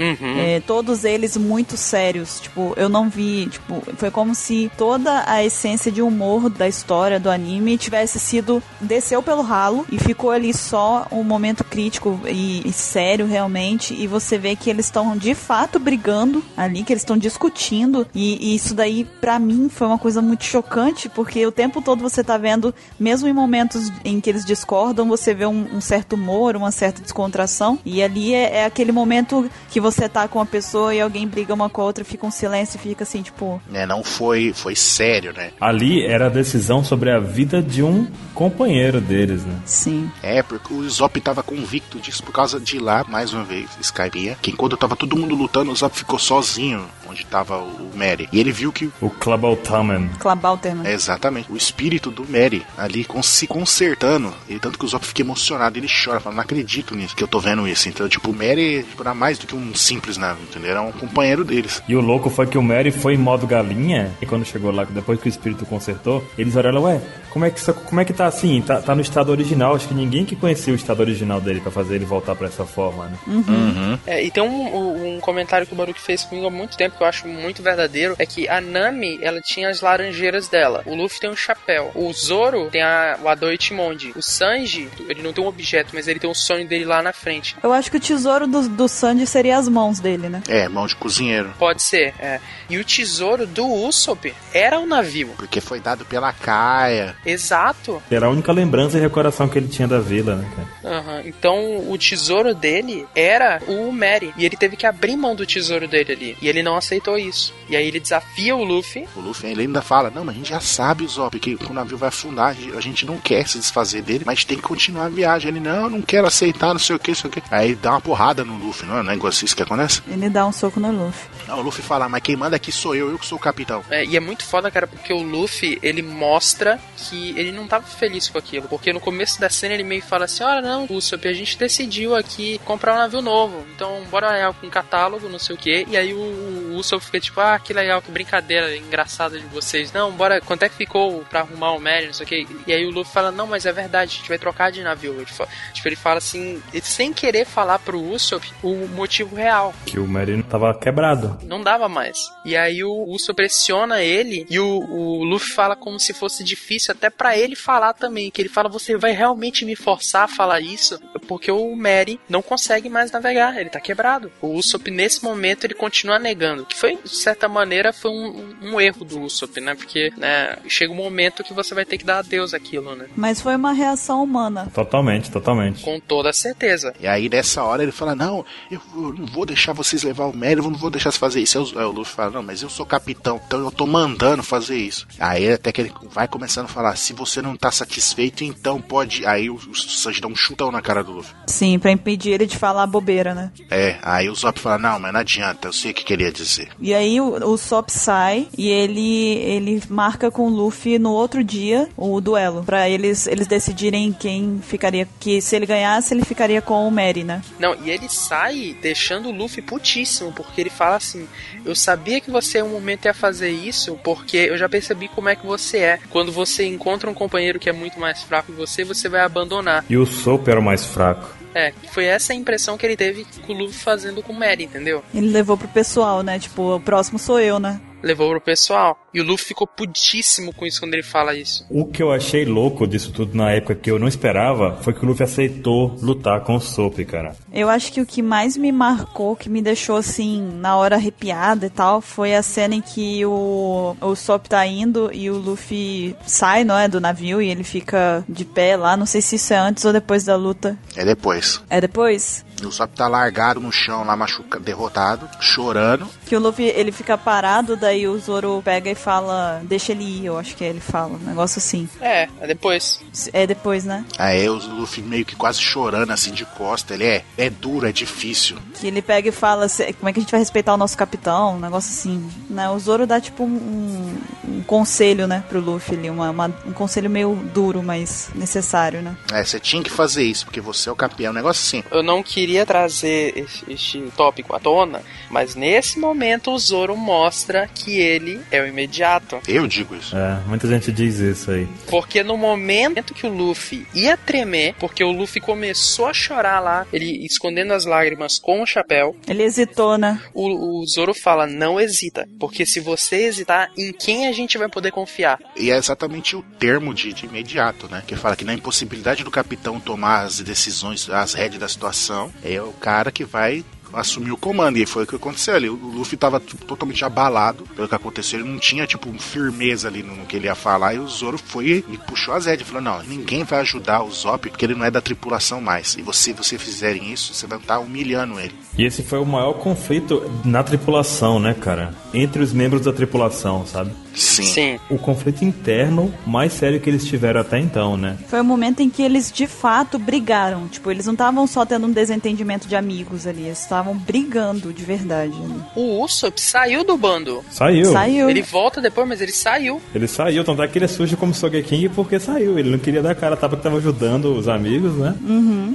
É, todos eles muito sérios. Tipo, eu não vi. Tipo, foi como se toda a essência de humor da história do anime tivesse sido. desceu pelo ralo e ficou ali só um momento crítico e, e sério realmente. E você vê que eles estão de fato brigando ali, que eles estão discutindo. E, e isso daí, pra mim, foi uma coisa muito chocante, porque o tempo todo você tá vendo, mesmo em momentos em que eles discordam, você vê um, um certo humor, uma certa descontração. E ali é, é aquele momento que você tá com uma pessoa e alguém briga uma com a outra, fica um silêncio e fica assim, tipo.
Né? Não foi, foi sério, né?
Ali era a decisão sobre a vida de um companheiro deles, né?
Sim.
É, porque o Zop tava convicto disso por causa de lá, mais uma vez, Skyria. Que enquanto tava todo mundo lutando, o Zop ficou sozinho onde tava o Mary. E ele viu que
O Clabaltaman.
Clabalterman.
É, exatamente. O espírito do Mary ali con- se consertando. E tanto que o Zop fica emocionado, ele chora, fala, não acredito nisso, que eu tô vendo isso. Então, tipo, o Mary tipo, era mais do que um simples navio, entendeu? Era um companheiro deles.
E o louco foi que o Mary foi em modo galinha, e quando chegou lá, depois que o espírito consertou, eles olharam, ué, como é que, isso- como é que tá assim? Tá, tá no estado original, acho que ninguém que conhecia o estado original dele pra fazer ele voltar pra essa forma, né?
É, e tem um, um comentário que o Baruch fez comigo há muito tempo que eu acho muito verdadeiro: é que a Nami, ela tinha as laranjeiras dela. O Luffy tem um chapéu. O Zoro tem a, o Adoichimondi. O Sanji, ele não tem um objeto, mas ele tem um sonho dele lá na frente.
Eu acho que o tesouro do, do Sandy seria as mãos dele, né?
É, mão de cozinheiro.
Pode ser, é. E o tesouro do Usopp era um navio.
Porque foi dado pela Caia.
Exato.
Era a única lembrança e recordação que ele tinha da vila, né, cara?
Aham. Então o tesouro dele era o Mary. E ele teve que abrir mão do tesouro dele ali. E ele não aceitou isso. E aí ele desafia o Luffy.
O Luffy ele ainda fala: Não, mas a gente já sabe, Zop, que o navio vai afundar. A gente- A gente não quer se desfazer dele, mas tem que continuar a viagem. Ele: Não, não quero aceitar, não sei o que, não sei o que. Aí dá uma porrada no Luffy, não é um negócio isso que acontece?
Ele dá um soco no Luffy.
Não, o Luffy fala: Mas quem manda aqui sou eu, eu que sou o capitão.
É, e é muito foda, cara, porque o Luffy, ele mostra que ele não tava feliz com aquilo. Porque no começo da cena ele meio fala assim: Olha, não, Usopp, a gente decidiu aqui comprar um navio novo. Então, bora olhar com um catálogo, não sei o quê. E aí o, o Usopp fica tipo: Ah, que legal, que brincadeira engraçada de vocês. Não, bora, quanto é que ficou pra arrumar o Mary, não sei o quê. E aí o Luffy fala: Não, mas é verdade, a gente vai trocar de navio. Ele fa- tipo, ele fala assim, ele- sem querer falar pro Usopp o motivo real
Que o Mary tava quebrado.
não dava mais. E aí o Uso pressiona ele e o, o Luffy fala como se fosse difícil até pra ele falar também, que ele fala você vai realmente me forçar a falar isso? Porque o Mary não consegue mais navegar, ele tá quebrado. O Usopp nesse momento ele continua negando, que foi de certa maneira foi um, um erro do Usopp, né? Porque né, chega um momento que você vai ter que dar adeus àquilo, né?
Mas foi uma reação humana.
Totalmente, totalmente.
Com toda certeza.
E aí, nessa hora, ele fala: Não, eu, eu não vou deixar vocês levar o Mary, eu não vou deixar vocês fazer isso. Aí o- aí o Luffy fala: Não, mas eu sou capitão, então eu tô mandando fazer isso. Aí, até que ele vai começando a falar: Se você não tá satisfeito, então pode. Aí o, o Sanji dá um chutão na cara do Luffy.
Sim, pra impedir ele de falar bobeira, né?
É, aí o Zop fala: Não, mas não adianta, eu sei o que queria dizer.
E aí o, o Sop sai e ele ele marca com o Luffy no outro dia o duelo Pra eles eles decidirem quem ficaria que se ele ganhasse ele ficaria com o Mary, né?
Não, e ele sai deixando o Luffy putíssimo, porque ele fala assim: Eu sabia que você em um momento ia fazer isso, porque eu já percebi como é que você é. Quando você encontra um companheiro que é muito mais fraco que você, você vai abandonar.
E o Soap era o mais fraco.
É, foi essa a impressão que ele teve com o Luffy fazendo com o Mary, entendeu?
Ele levou pro pessoal, né? Tipo, o próximo sou eu, né?
levou pro pessoal. E o Luffy ficou putíssimo com isso quando ele fala isso.
O que eu achei louco disso tudo na época que eu não esperava foi que o Luffy aceitou lutar com o Soap, cara.
Eu acho que o que mais me marcou, que me deixou assim, na hora arrepiada e tal, foi a cena em que o, o Sop tá indo e o Luffy sai, não é, do navio e ele fica de pé lá. Não sei se isso é antes ou depois da luta.
É depois.
É depois?
O Sop tá largado no chão lá, machucado, derrotado, chorando.
Que o Luffy, ele fica parado, daí o Zoro pega e fala, deixa ele ir, eu acho que é ele fala, um negócio assim.
É, é depois.
É depois, né?
Aí o Luffy meio que quase chorando assim de costa. Ele é, é duro, é difícil.
Que ele pega e fala, "Cê- como é que a gente vai respeitar o nosso capitão? Um negócio assim, né? O Zoro dá tipo um, um conselho, né, pro Luffy ali, uma, uma- um conselho meio duro, mas necessário, né?
É, você tinha que fazer isso, porque você é o campeão. Um negócio assim.
Eu não queria trazer es- este tópico à tona, mas nesse momento o Zoro mostra que ele é o imediato.
Eu digo isso.
É, muita gente diz isso aí.
Porque no momento que o Luffy ia tremer, porque o Luffy começou a chorar lá, ele escondendo as lágrimas com o chapéu,
Ele hesitou, né?
o, o Zoro fala: não hesita, porque se você hesitar, em quem a gente vai poder confiar?
E é exatamente o termo de, de imediato, né? Que fala que na impossibilidade do capitão tomar as decisões, as rédeas da situação, é o cara que vai assumir o comando. E foi o que aconteceu ali. O Luffy tava tipo, totalmente abalado pelo que aconteceu. Ele não tinha, tipo, um firmeza ali no, no que ele ia falar. E o Zoro foi e puxou as rédeas. Falou, não, ninguém vai ajudar o Zop porque ele não é da tripulação mais. E você, você fizerem isso, você vai estar humilhando ele.
E esse foi o maior conflito na tripulação, né, cara? Entre os membros da tripulação, sabe?
Sim.
O conflito interno mais sério que eles tiveram até então, né?
Foi o momento em que eles de fato brigaram. Tipo, eles não estavam só tendo um desentendimento de amigos ali, eles estavam brigando de verdade. né?
O Usopp saiu do bando.
Saiu.
Saiu.
Ele volta depois, mas ele saiu.
Ele saiu, tanto é que ele é sujo como Sogeking porque saiu. Ele não queria dar cara, tava que tava ajudando os amigos, né?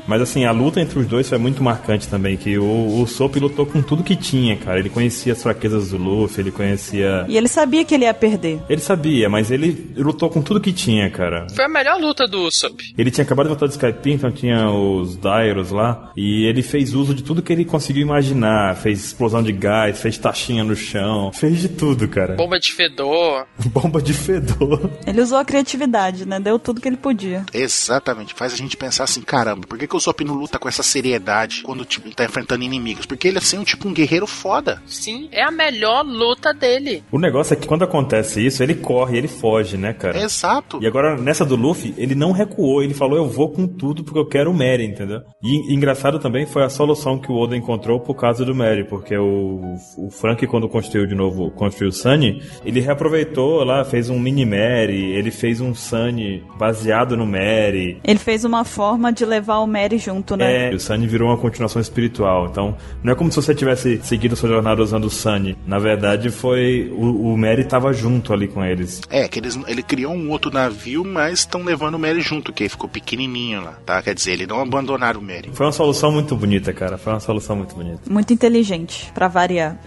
Mas assim, a luta entre os dois foi muito marcante também, que o, o Sop lutou com tudo que tinha, cara. Ele conhecia as fraquezas do Luffy, ele conhecia.
E ele sabia que ele ia perder.
Ele sabia, mas ele lutou com tudo que tinha, cara.
Foi a melhor luta do Usopp.
Ele tinha acabado de voltar do Skype, então tinha os Dairos lá, e ele fez uso de tudo que ele conseguiu imaginar. Fez explosão de gás, fez taxinha no chão, fez de tudo, cara.
Bomba de fedor.
Bomba de fedor.
Ele usou a criatividade, né? Deu tudo que ele podia.
Exatamente, faz a gente pensar assim, caramba, por que, que o Zop não luta com essa seriedade quando tipo, tá enfrentando inimigos? Porque ele é assim, um, tipo um guerreiro foda.
Sim, é a melhor luta dele.
O negócio é que quando acontece isso, ele corre, ele foge, né, cara?
Exato.
E agora, nessa do Luffy, ele não recuou, ele falou, eu vou com tudo porque eu quero o Mary, entendeu? E engraçado também foi a solução que o Oda encontrou por causa do Mary, porque o, o Frank, quando construiu de novo, construiu o Sunny, ele reaproveitou lá, fez um mini Mary, ele fez um Sunny baseado no Mary.
Ele fez uma forma de levar o Mary junto, né?
É, o Sunny virou uma continuação espiritual. Então, não é como se você tivesse seguido sua jornada usando o Sunny. Na verdade, foi. O, o Mary tava junto ali com eles.
É, que eles, ele criou um outro navio, mas estão levando o Mary junto, que ele ficou pequenininho lá, tá? Quer dizer, ele não abandonaram o Mary.
Foi uma solução muito bonita, cara. Foi uma solução muito bonita.
Muito inteligente, pra variar.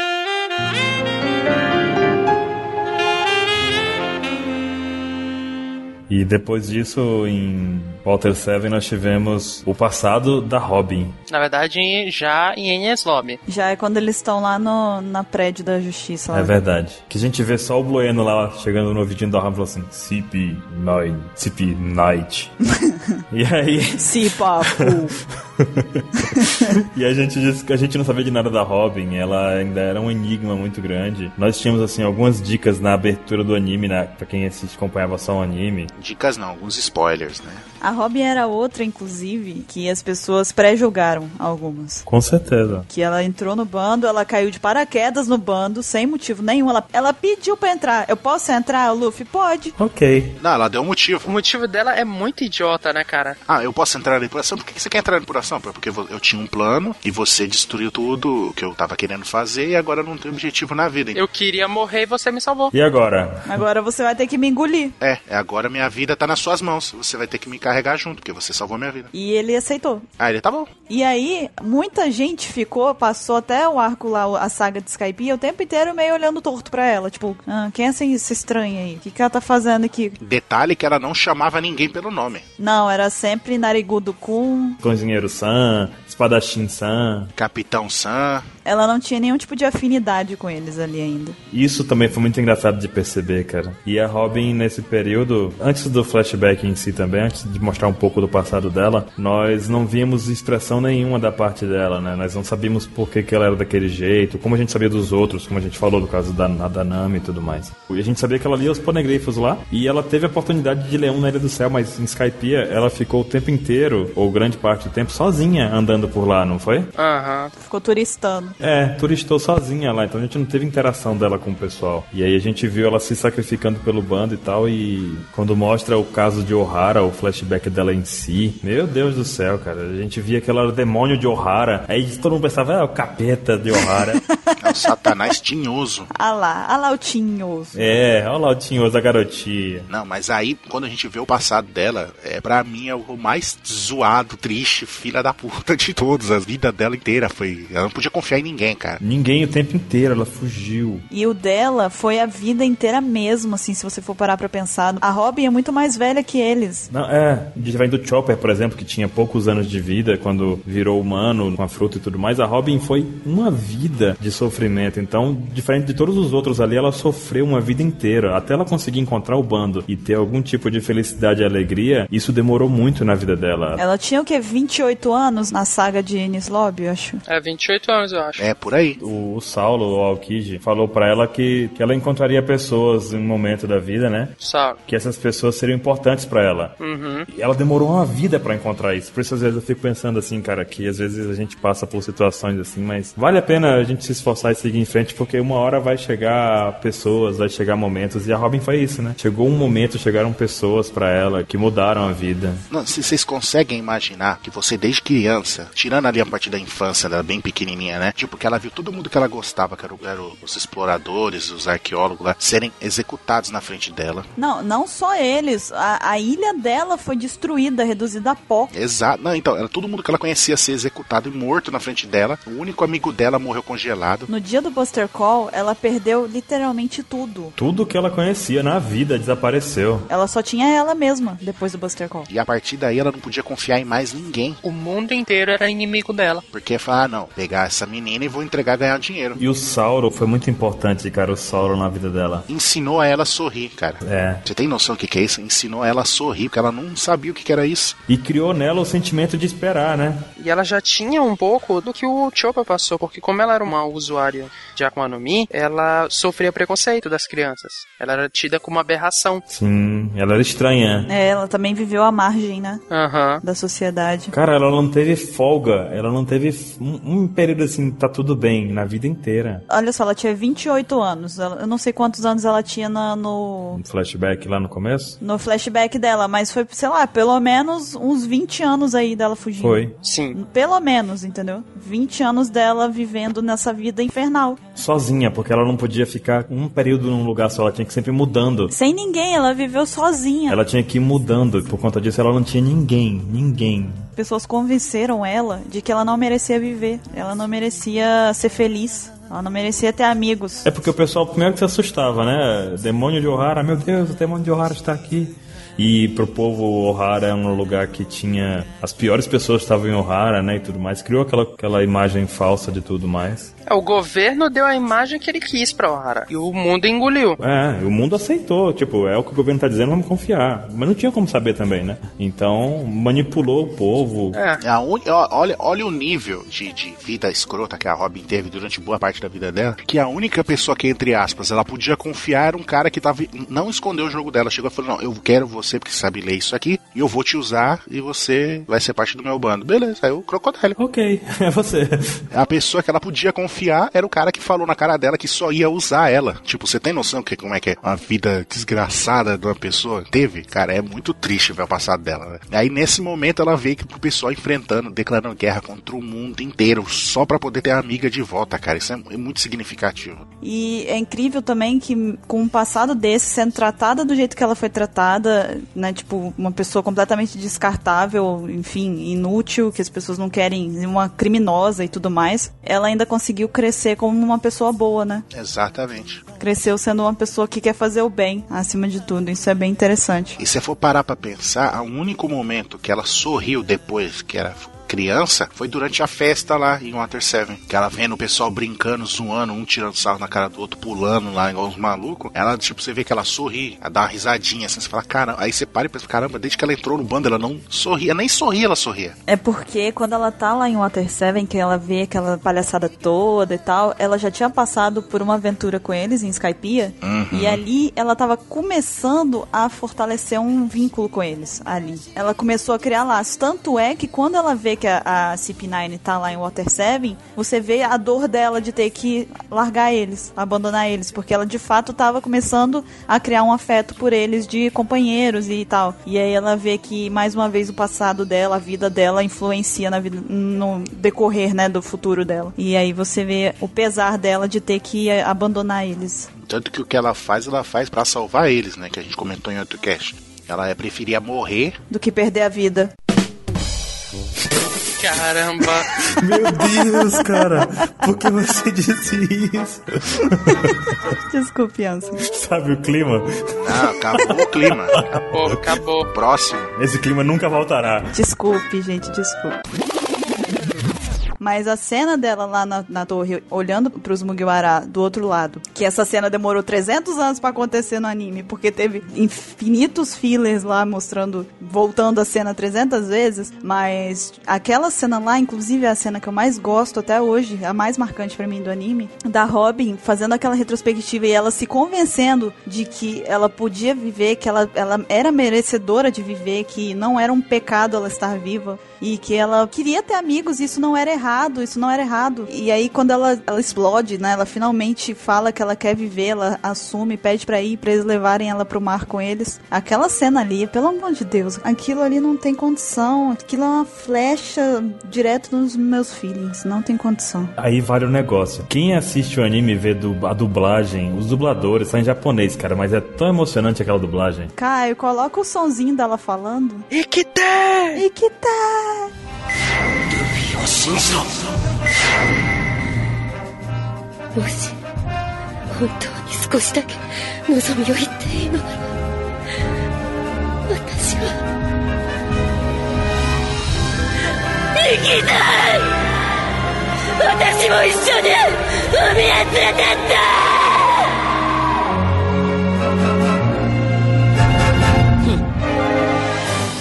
E depois disso, em Walter Seven, nós tivemos o passado da Robin.
Na verdade, em- já em Enies Lobby.
Já é quando eles estão lá no, na prédio da justiça. Lá.
É verdade. Que a gente vê só o Blueno lá chegando no ouvidinho da Robin e falou assim: CP9, CP9. e aí.
Se papo.
E a gente disse que a gente não sabia de nada da Robin, ela ainda era um enigma muito grande. Nós tínhamos, assim, algumas dicas na abertura do anime, na, pra quem assiste, acompanhava só o anime.
Dicas não, alguns spoilers, né?
A Robin era outra, inclusive, que as pessoas pré-julgaram algumas.
Com certeza.
Que ela entrou no bando, ela caiu de paraquedas no bando, sem motivo nenhum. Ela, ela pediu pra entrar. Eu posso entrar, Luffy? Pode.
Ok.
Não, ela deu um
O
motivo.
motivo dela é muito idiota, né, cara?
Ah, eu posso entrar na depuração? Por que que você quer entrar na depuração? Porque vo- eu tinha um plano e você destruiu tudo que eu tava querendo fazer e agora eu não tenho objetivo na vida.
Eu queria morrer e você me salvou.
E agora?
Agora você vai ter que me engolir.
É, é, agora minha vida tá nas suas mãos. Você vai ter que me carregar junto, porque você salvou minha vida.
E ele aceitou.
Ah, ele tá bom.
E aí, muita gente ficou, passou até o arco lá, a saga de Skype, o tempo inteiro meio olhando torto pra ela. Tipo, ah, quem é essa essa estranha aí? O que, que ela tá fazendo aqui?
Detalhe que ela não chamava ninguém pelo nome.
Não, era sempre narigudo com.
Cozinheiro San, Espadachim San.
Capitão Sam.
Ela não tinha nenhum tipo de afinidade com eles ali ainda.
Isso também foi muito engraçado de perceber, cara. E a Robin, nesse período, antes do flashback em si também, antes de mostrar um pouco do passado dela, nós não víamos expressão nenhuma da parte dela, né? Nós não sabíamos por que, que ela era daquele jeito, como a gente sabia dos outros, como a gente falou no caso da, da Nami e tudo mais. E a gente sabia que ela lia os ponegrifos lá, e ela teve a oportunidade de ler um na Ilha do Céu, mas em Skypiea ela ficou o tempo inteiro, ou grande parte do tempo, sozinha andando por lá, não foi?
Aham.
Ficou turistando.
É, turistou sozinha lá, então a gente não teve interação dela com o pessoal. E aí a gente viu ela se sacrificando pelo bando e tal, e quando mostra o caso de O'Hara, o flashback dela em si, meu Deus do céu, cara, a gente via que ela era o demônio de O'Hara, aí todo mundo pensava, é o capeta de O'Hara.
É o Satanás tinhoso.
Ah lá, ah lá o tinhoso.
é, olha lá o tinhoso da garotinha.
Não, mas aí, quando a gente vê o passado dela, é pra mim é o mais zoado, triste, filha da puta de todos. A vida dela inteira foi. Ela não podia confiar em ninguém, cara.
Ninguém o tempo inteiro, ela fugiu.
E o dela foi a vida inteira mesmo, assim, se você for parar pra pensar. A Robin é muito mais velha que eles.
Não, é, a gente vai do Chopper, por exemplo, que tinha poucos anos de vida quando virou humano com a fruta e tudo mais. A Robin foi uma vida de sofrimento. Então, diferente de todos os outros ali, ela sofreu uma vida inteira. Até ela conseguir encontrar o bando e ter algum tipo de felicidade e alegria, isso demorou muito na vida dela.
Ela tinha o quê? 28 anos na saga de Ennis Lobby, eu acho.
É 28 anos, eu acho.
É por aí.
O, o Saulo, o Alkid, falou pra ela que, que ela encontraria pessoas em um momento da vida, né?
Sabe?
Que essas pessoas seriam importantes pra ela.
Uhum.
E ela demorou uma vida pra encontrar isso. Por isso, às vezes, eu fico pensando assim, cara, que às vezes a gente passa por situações assim, mas vale a pena a gente se esforçar e seguir em frente, porque uma hora vai chegar pessoas, vai chegar momentos, e a Robin foi isso, né? Chegou um momento, chegaram pessoas pra ela que mudaram a vida.
Não, se vocês conseguem imaginar que você, desde criança, tirando ali a parte da infância, dela bem pequenininha, né? Tipo, que ela viu todo mundo que ela gostava, que era, o- era o- os exploradores, os arqueólogos lá, serem executados na frente dela.
Não, não só eles. A, a ilha dela foi destruída, reduzida a pó.
Exato. Não, então, era todo mundo que ela conhecia ser executado e morto na frente dela. O único amigo dela morreu congelado.
No dia do Buster Call, ela perdeu literalmente tudo.
Tudo que ela conhecia na vida desapareceu.
Ela só tinha ela mesma depois do Buster Call.
E a partir daí ela não podia confiar em mais ninguém.
O mundo inteiro era inimigo dela.
Porque falar, ah, não, pegar essa menina e vou entregar e ganhar dinheiro.
E o Sauro foi muito importante, cara, o Sauro na vida dela.
Ensinou a ela a sorrir, cara.
É.
Você tem noção do que, que é isso? Ensinou ela a sorrir, porque ela não sabia o que, que era isso.
E criou nela o sentimento de esperar, né?
E ela já tinha um pouco do que o Chopper passou, porque como ela era uma usuária de Akuma no Mi, ela sofria preconceito das crianças. Ela era tida como uma aberração.
Sim, ela era estranha.
É, ela também viveu à margem, né?
Aham.
Da sociedade.
Cara, ela não teve folga, ela não teve f- um, um período assim, tá tudo bem, na vida inteira.
Olha só, ela tinha 28 anos. Ela- eu não sei quantos anos ela tinha na- no.
Um flashback lá no começo?
No flashback dela, mas foi, sei lá, pelo menos uns 20 anos aí dela fugindo.
Foi.
Sim.
Pelo menos, entendeu? 20 anos dela vivendo nessa vida infernal.
Sozinha, porque ela não podia ficar um período num lugar só, ela tinha que sempre ir mudando.
Sem ninguém, ela viveu sozinha.
Ela tinha que ir mudando, por conta disso ela não tinha ninguém, ninguém.
Pessoas convenceram ela de que ela não merecia viver, ela não merecia ser feliz, ela não merecia ter amigos.
É porque o pessoal primeiro que se assustava, né? Demônio de O'Hara, meu Deus, o demônio de O'Hara está aqui. E pro povo O'Hara é um lugar que tinha as piores pessoas que estavam em O'Hara, né, e tudo mais. Criou aquela, aquela imagem falsa de tudo mais.
É, O governo deu a imagem que ele quis pra O'Hara. E o mundo engoliu.
É, o mundo aceitou, tipo, é o que o governo tá dizendo, vamos confiar. Mas não tinha como saber também, né? Então, manipulou o povo.
É.
É a uni- ó, olha, olha o nível de, de vida escrota que a Robin teve durante boa parte da vida dela. Que a única pessoa que, entre aspas, ela podia confiar era um cara que tava, não escondeu o jogo dela. Chegou e falou: Não, eu quero você porque você sabe ler isso aqui. E eu vou te usar e você vai ser parte do meu bando. Beleza, aí o crocodilo.
Ok, é você.
A pessoa que ela podia confiar era o cara que falou na cara dela que só ia usar ela. Tipo, você tem noção que, como é que é uma vida desgraçada de uma pessoa teve? Cara, é muito triste ver o passado dela, né? Aí nesse momento ela vê que o pessoal enfrentando, declarando guerra contra o mundo inteiro, só pra poder ter a amiga de volta, cara. Isso é mu- é muito significativo.
E é incrível também que com um passado desse, sendo tratada do jeito que ela foi tratada, né, tipo, uma pessoa completamente descartável, enfim, inútil, que as pessoas não querem, uma criminosa e tudo mais, ela ainda conseguiu crescer como uma pessoa boa, né?
Exatamente.
Cresceu sendo uma pessoa que quer fazer o bem, acima de tudo. Isso é bem interessante.
E se for parar pra pensar, o único momento que ela sorriu depois que era criança foi durante a festa lá em Water Seven. Que ela vendo o pessoal brincando, zoando, um tirando sarro na cara do outro, pulando lá, igual uns malucos. Ela, tipo, você vê que ela sorri, ela dá uma risadinha assim, você fala, cara, aí você para e pensa, caramba, desde que ela entrou no bando, ela não sorria, nem sorria, ela sorria.
É porque quando ela tá lá em Water Seven, que ela vê aquela palhaçada toda e tal, ela já tinha passado por uma aventura com eles em Skypiea. E ali ela tava começando a fortalecer um vínculo com eles. Ali. Ela começou a criar laços. Tanto é que quando ela vê que a, a CP9 tá lá em Water 7, você vê a dor dela de ter que largar eles, abandonar eles. Porque ela de fato tava começando a criar um afeto por eles de companheiros e tal. E aí ela vê que mais uma vez o passado dela, a vida dela influencia na vida, no decorrer, né, do futuro dela. E aí você vê o pesar dela de ter que eh, abandonar eles.
Tanto que o que ela faz, ela faz pra salvar eles, né? Que a gente comentou em outro cast. Ela é, preferia morrer.
Do que perder a vida.
Caramba!
Meu Deus, cara, por que você disse isso?
Desculpe, Anson.
Sabe o clima?
Ah, acabou o clima.
Pô, acabou.
Próximo.
Esse clima nunca voltará.
Desculpe, gente, desculpe. Mas a cena dela lá na, na torre, olhando pros Mugiwara do outro lado, que essa cena demorou 300 anos pra acontecer no anime, porque teve infinitos fillers lá mostrando, voltando a cena 300 vezes, mas aquela cena lá, inclusive é a cena que eu mais gosto até hoje, a mais marcante pra mim do anime, da Robin fazendo aquela retrospectiva e ela se convencendo de que ela podia viver, que ela, ela era merecedora de viver, que não era um pecado ela estar viva e que ela queria ter amigos, isso não era errado, isso não era errado. E aí quando ela, ela explode, né, ela finalmente fala que ela quer viver, ela assume, pede pra ir, pra eles levarem ela pro mar com eles. Aquela cena ali, pelo amor de Deus, aquilo ali não tem condição, aquilo é uma flecha direto nos meus feelings, não tem condição.
Aí vale o negócio. Quem assiste o anime e vê du- a dublagem, os dubladores são em japonês, cara, mas é tão emocionante aquela dublagem.
Caio, coloca o sonzinho dela falando.
E que tem?
E que tá?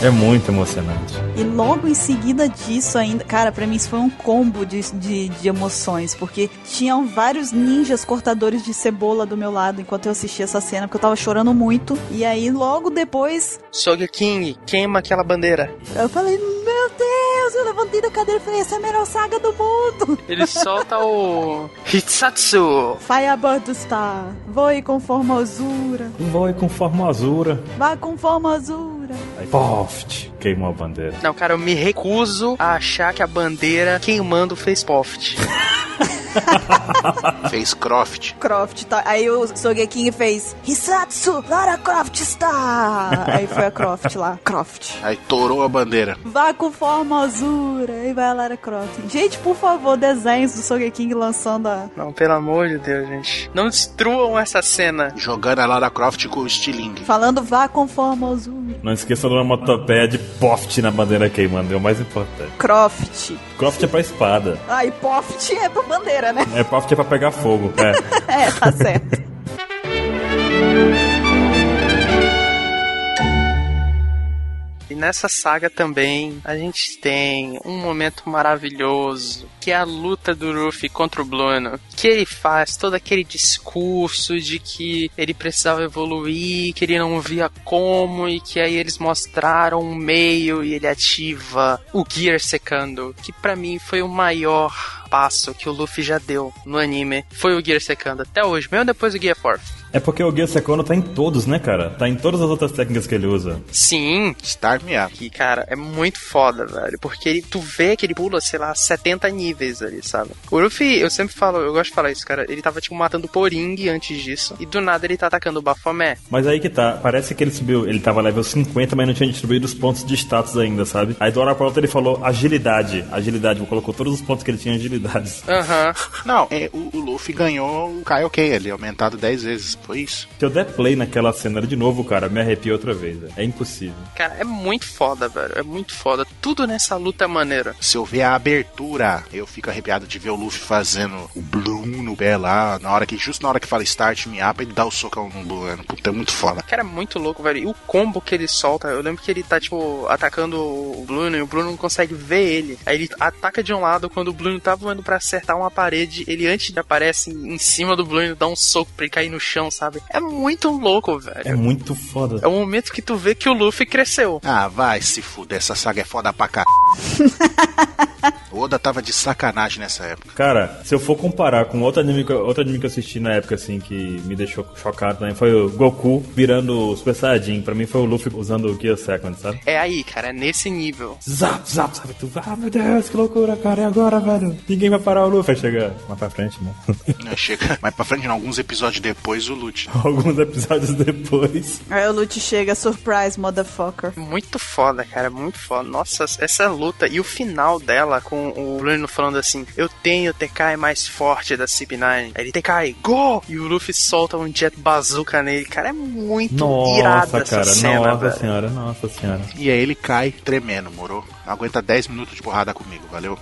É muito emocionante.
E logo em seguida disso ainda, cara, pra mim isso foi um combo de, de, de emoções, porque tinham vários ninjas cortadores de cebola do meu lado enquanto eu assistia essa cena, porque eu tava chorando muito. E aí logo depois
King, queima aquela bandeira.
eu falei, meu Deus, eu levantei da cadeira e falei, essa é a melhor saga do mundo.
Ele solta o. Hitsatsu!
Firebird Star, voe com formosura,
Voe com formosura.
vá com formosura.
Aí, poft, queimou a bandeira.
Não, cara, eu me recuso a achar que a bandeira queimando fez poft.
Fez Croft.
Croft, tá? aí o Sogeking fez Hisatsu, Lara Croft Star! Aí foi a Croft lá, Croft.
Aí torou a bandeira.
Vá com formosura e vai a Lara Croft. Gente, por favor, desenhos do Sogeking lançando a.
Não, pelo amor de Deus, gente. Não destruam essa cena.
Jogando a Lara Croft com o estilingue.
Falando vá com formosura.
Não esqueça de uma motopeia de poft na bandeira queimando, é o mais importante.
Croft.
Croft é pra espada.
Ai, Poft é pra bandeira, né?
É, poft é pra pegar fogo. É.
É, tá certo.
E nessa saga também a gente tem um momento maravilhoso, que é a luta do Luffy contra o Bluno. Que ele faz todo aquele discurso de que ele precisava evoluir, que ele não via como, e que aí eles mostraram um meio e ele ativa o Gear secando. Que pra mim foi o maior passo que o Luffy já deu no anime. Foi o Gear secando até hoje, mesmo depois do Gear 4.
é porque o Gear Sekono tá em todos, né, cara? Tá em todas as outras técnicas que ele usa.
Sim,
Star Meado.
que, cara, é muito foda, velho. Porque ele, tu vê que ele pula, sei lá, 70 níveis ali, sabe? O Luffy, eu sempre falo, eu gosto de falar isso, cara. Ele tava, tipo, matando o Poring antes disso. E do nada ele tá atacando o Baphomet.
Mas aí que tá, parece que ele subiu, ele tava level 50, mas não tinha distribuído os pontos de status ainda, sabe? Aí do hora pra outra ele falou agilidade, agilidade, colocou todos os pontos que ele tinha de habilidades.
Aham.
Não, é, o, o Luffy ganhou o Kaioken ali, aumentado 10 vezes. Foi isso?
Se eu der play naquela cena de novo, cara, me arrepio outra vez. velho. É impossível.
Cara, é muito foda, velho. É muito foda. Tudo nessa luta é maneiro.
Se eu ver a abertura, eu fico arrepiado de ver o Luffy fazendo o Bloom no pé lá. Na hora que, justo na hora que fala start, me up, ele dá o socão no Blue. Mano. Puta, é muito foda.
Cara, é muito louco, velho. E o combo que ele solta, eu lembro que ele tá, tipo, atacando o Bruno e o Bruno não consegue ver ele. Aí ele ataca de um lado, quando o Bruno tá voando pra acertar uma parede, ele antes de aparece em em cima do Bruno, dá um soco pra ele cair no chão, sabe? É muito louco,
É
velho.
muito foda.
É o momento que tu vê que o Luffy cresceu.
Ah, vai se fuder, essa saga é foda pra cá. o Oda tava de sacanagem nessa época.
Cara, se eu for comparar com outro anime, que- outro anime que eu assisti na época, assim, que me deixou chocado também, foi o Goku virando o Super Saiyajin. Pra mim foi o Luffy usando o Gear Second, sabe?
É aí, cara, é nesse nível.
Zap, zap, sabe? Tu, ah, meu Deus, que loucura, cara. E agora, velho? Ninguém vai parar o Luffy. Aí chega mais pra frente, né?
Né, Chega mais pra frente, não, alguns episódios depois, o Lute.
Alguns episódios depois.
Aí o Lute chega, surprise, motherfucker.
Muito foda, cara, muito foda. Nossa, essa luta e o final dela com o Bruno falando assim: Eu tenho o TK mais forte da CP9. Aí ele TK, go! E o Luffy solta um jet bazooka nele. Cara, é muito irada
Nossa,
essa
cara.
cena,
nossa
velho.
senhora, nossa senhora.
E aí ele cai tremendo, moro? Aguenta 10 minutos de porrada comigo, valeu?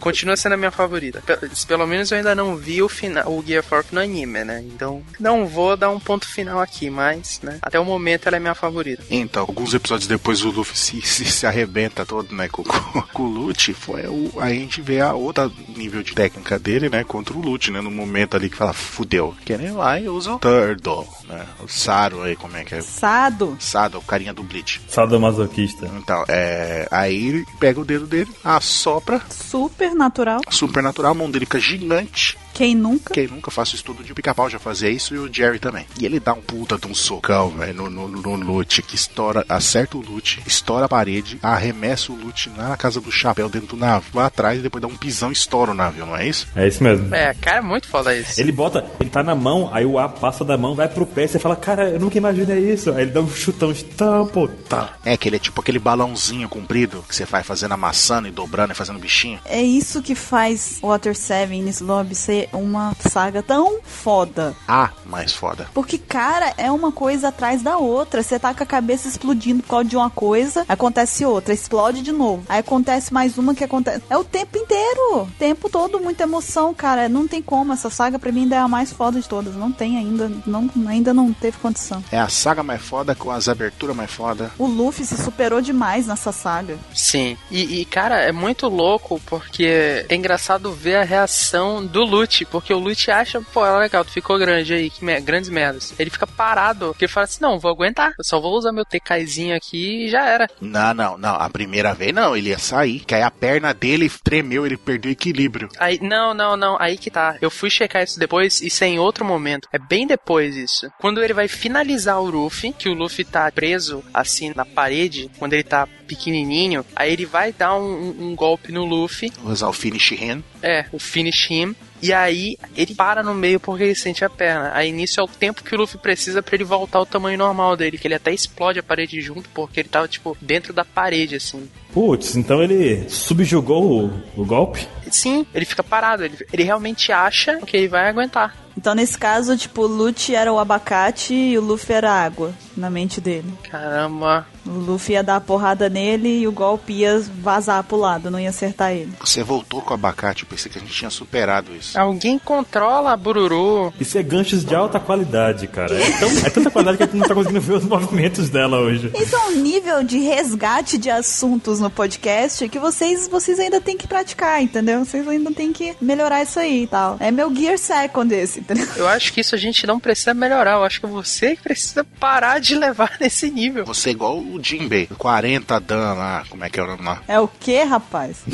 Continua sendo a minha favorita. Pe- Pelo menos eu ainda não vi o final, o Gear 4 no anime, né? Então, não vou dar um ponto final aqui, mas, né? Até o momento ela é minha favorita.
Então, alguns episódios depois o Luffy se, se, se arrebenta todo, né, com, com, com o Lute, foi o, a gente vê a outra nível de técnica dele, né, contra o Lute, né, no momento ali que fala, fudeu, que nem lá e usa o Turtle, né, o Saro aí, como é que é?
Sado.
Sado, o carinha do Bleach.
Sadomasoquista.
Então, é, aí ele pega o dedo dele, assopra,
Super natural.
supernatural, a mão dele fica gigante,
Quem nunca?
Quem nunca faço estudo de pica-pau já fazia isso e o Jerry também. E ele dá um puta de um socão, velho, no, no, no loot, que estoura, acerta o loot, estoura a parede, arremessa o loot na casa do chapéu dentro do navio, lá atrás e depois dá um pisão e estoura o navio, não é isso?
É isso mesmo.
É, cara, é muito foda isso.
Ele bota, ele tá na mão, aí o A passa da mão, vai pro pé, você fala, cara, eu nunca imaginei isso. Aí ele dá um chutão, estampo, tá.
É que ele é tipo aquele balãozinho comprido que você vai fazendo amassando e dobrando e fazendo bichinho.
É isso que faz Water 7 e Lobby ser uma saga tão foda.
Ah, mais foda.
Porque, cara, é uma coisa atrás da outra. Você tá com a cabeça explodindo por causa de uma coisa, acontece outra, explode de novo. Aí acontece mais uma que acontece. É o tempo inteiro. O tempo todo, muita emoção, cara. Não tem como. Essa saga, pra mim, ainda é a mais foda de todas. Não tem ainda. Não, ainda não teve condição.
É a saga mais foda com as aberturas mais foda.
O Luffy se superou demais nessa saga.
Sim. E, e, cara, é muito louco porque é engraçado ver a reação do Lute, porque o Lute acha, pô, é legal, tu ficou grande aí, que mer grandes merdas. Ele fica parado, porque ele fala assim: não, vou aguentar, eu só vou usar meu TKzinho aqui e já era.
Não, não, não. A primeira vez não, ele ia sair. Que aí a perna dele tremeu, ele perdeu o equilíbrio.
Aí, não, não, não, aí que tá. Eu fui checar isso depois, isso é em outro momento. É bem depois isso. Quando ele vai finalizar o Luffy, que o Luffy tá preso assim na parede, quando ele tá pequenininho, aí ele vai dar um- um- um golpe no Luffy,
Vou usar o finish hand.
É, o finish him. E aí ele para no meio porque ele sente a perna. Aí nisso é o tempo que o Luffy precisa pra ele voltar ao tamanho normal dele, que ele até explode a parede junto porque ele tava tipo dentro da parede assim.
Putz, então ele subjugou o, o golpe?
Sim, ele fica parado, ele, ele realmente acha que ele vai aguentar.
Então, nesse caso, tipo, o Lute era o abacate e o Luffy era a água na mente dele.
Caramba.
O Luffy ia dar a porrada nele e o golpe ia vazar pro lado, não ia acertar ele.
Você voltou com o abacate, eu pensei que a gente tinha superado isso.
Alguém controla a Bururu.
Isso é ganchos de alta qualidade, cara. É, tão, é tanta qualidade que a gente não tá conseguindo ver os movimentos dela hoje.
Esse é um nível de resgate de assuntos no podcast que vocês, vocês ainda têm que praticar, entendeu? Vocês ainda têm que melhorar isso aí e tal. É meu Gear Second esse, entendeu?
Eu acho que isso a gente não precisa melhorar. Eu acho que você que precisa parar de levar nesse nível.
Você é igual o Jinbei, 40 dan lá, como é que é o nome lá?
É o que, rapaz?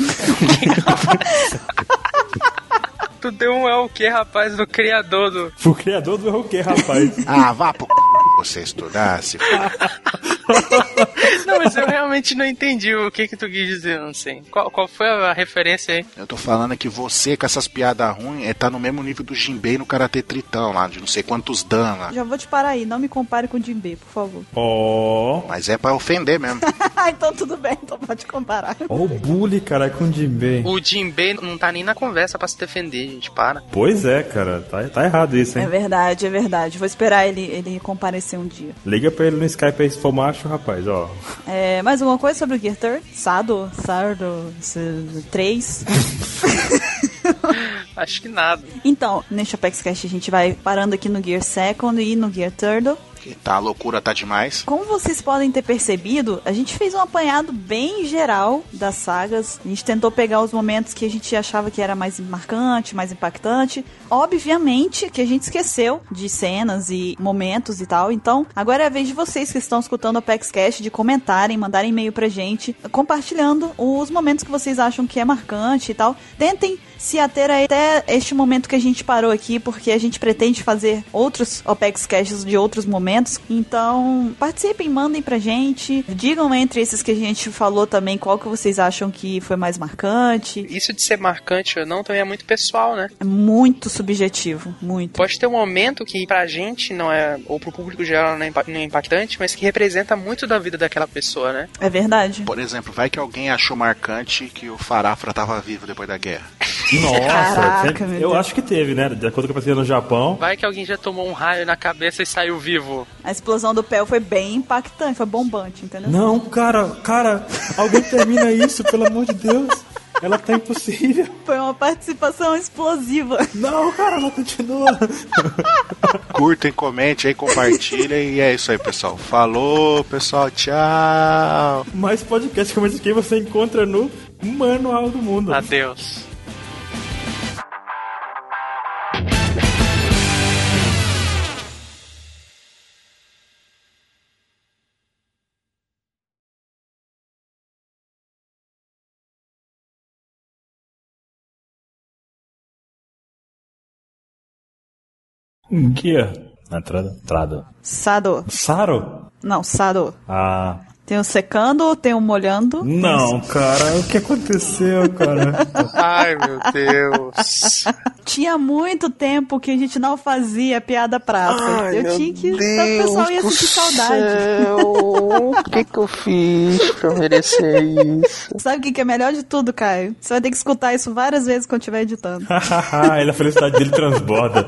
Tu deu um é o que, rapaz, do criador do.
O criador do Hulk, rapaz.
Ah, vá pro c... você estudar, se f-
Não, mas eu realmente não entendi o que que tu quis dizer, não sei. Qual, qual foi a referência aí?
Eu tô falando é que você, com essas piadas ruins, é, tá no mesmo nível do Jimbei no Karate Tritão lá, de não sei quantos dan lá.
Já vou te parar aí, não me compare com o Jim B, por favor.
Ó.
Mas é pra ofender mesmo.
Ah, então tudo bem, então pode comparar.
Ó o bully, cara, com o Jinbei.
O Jinbei não tá nem na conversa pra se defender, gente, para.
Pois é, cara. Tá, tá errado isso,
É
hein?
verdade, é verdade. Vou esperar ele, ele comparecer um dia.
Liga pra ele no Skype aí se for macho, rapaz, ó.
É, mais alguma coisa sobre o Gear Third? Sado? Sardo? 3?
Acho que nada.
então, neste Apex Cash a gente vai parando aqui no Gear Second e no Gear Third.
Que tá, a loucura tá demais.
Como vocês podem ter percebido, a gente fez um apanhado bem geral das sagas. A gente tentou pegar os momentos que a gente achava que era mais marcante, mais impactante. Obviamente que a gente esqueceu de cenas e momentos e tal. Então, agora é a vez de vocês que estão escutando o Apex Cash de comentarem, mandarem e-mail pra gente, compartilhando os momentos que vocês acham que é marcante e tal. Tentem se ater a- até este momento que a gente parou aqui, porque a gente pretende fazer outros OPEX Caches de outros momentos. Então, participem, mandem pra gente. Digam entre esses que a gente falou também qual que vocês acham que foi mais marcante.
Isso de ser marcante ou não também é muito pessoal, né?
É muito subjetivo, muito.
Pode ter um momento que pra gente não é, ou pro público geral não é impa- não é impactante, mas que representa muito da vida daquela pessoa, né?
É verdade.
Por exemplo, vai que alguém achou marcante que o Farafra tava vivo depois da guerra.
Nossa,
Caraca,
sempre-
meu
eu
Deus.
acho que teve, né? De acordo com o que eu passei no Japão.
Vai que alguém já tomou um raio na cabeça e saiu vivo.
A explosão do Pel foi bem impactante, foi bombante, entendeu?
Não, cara, cara, alguém termina isso, pelo amor de Deus. Ela tá impossível.
Foi uma participação explosiva.
Não, cara, ela continua.
Curtem, comentem aí, compartilhem. e é isso aí, pessoal. Falou, pessoal. Tchau.
Mais podcast como esse aqui você encontra no Manual do Mundo.
Adeus.
Um Guia. Entrada. Entrada.
Sado.
Saro?
Não, Sado.
Ah.
Tem o secando, tem o molhando.
Não, cara, o que aconteceu, cara?
Ai, meu Deus.
Tinha muito tempo que a gente não fazia piada praça.
Ai,
eu
meu
tinha que. então, o pessoal ia sentir saudade.
O que que eu fiz pra merecer isso?
Sabe o que que é melhor de tudo, Caio? Você vai ter que escutar isso várias vezes quando estiver editando.
Ele, a felicidade dele transborda.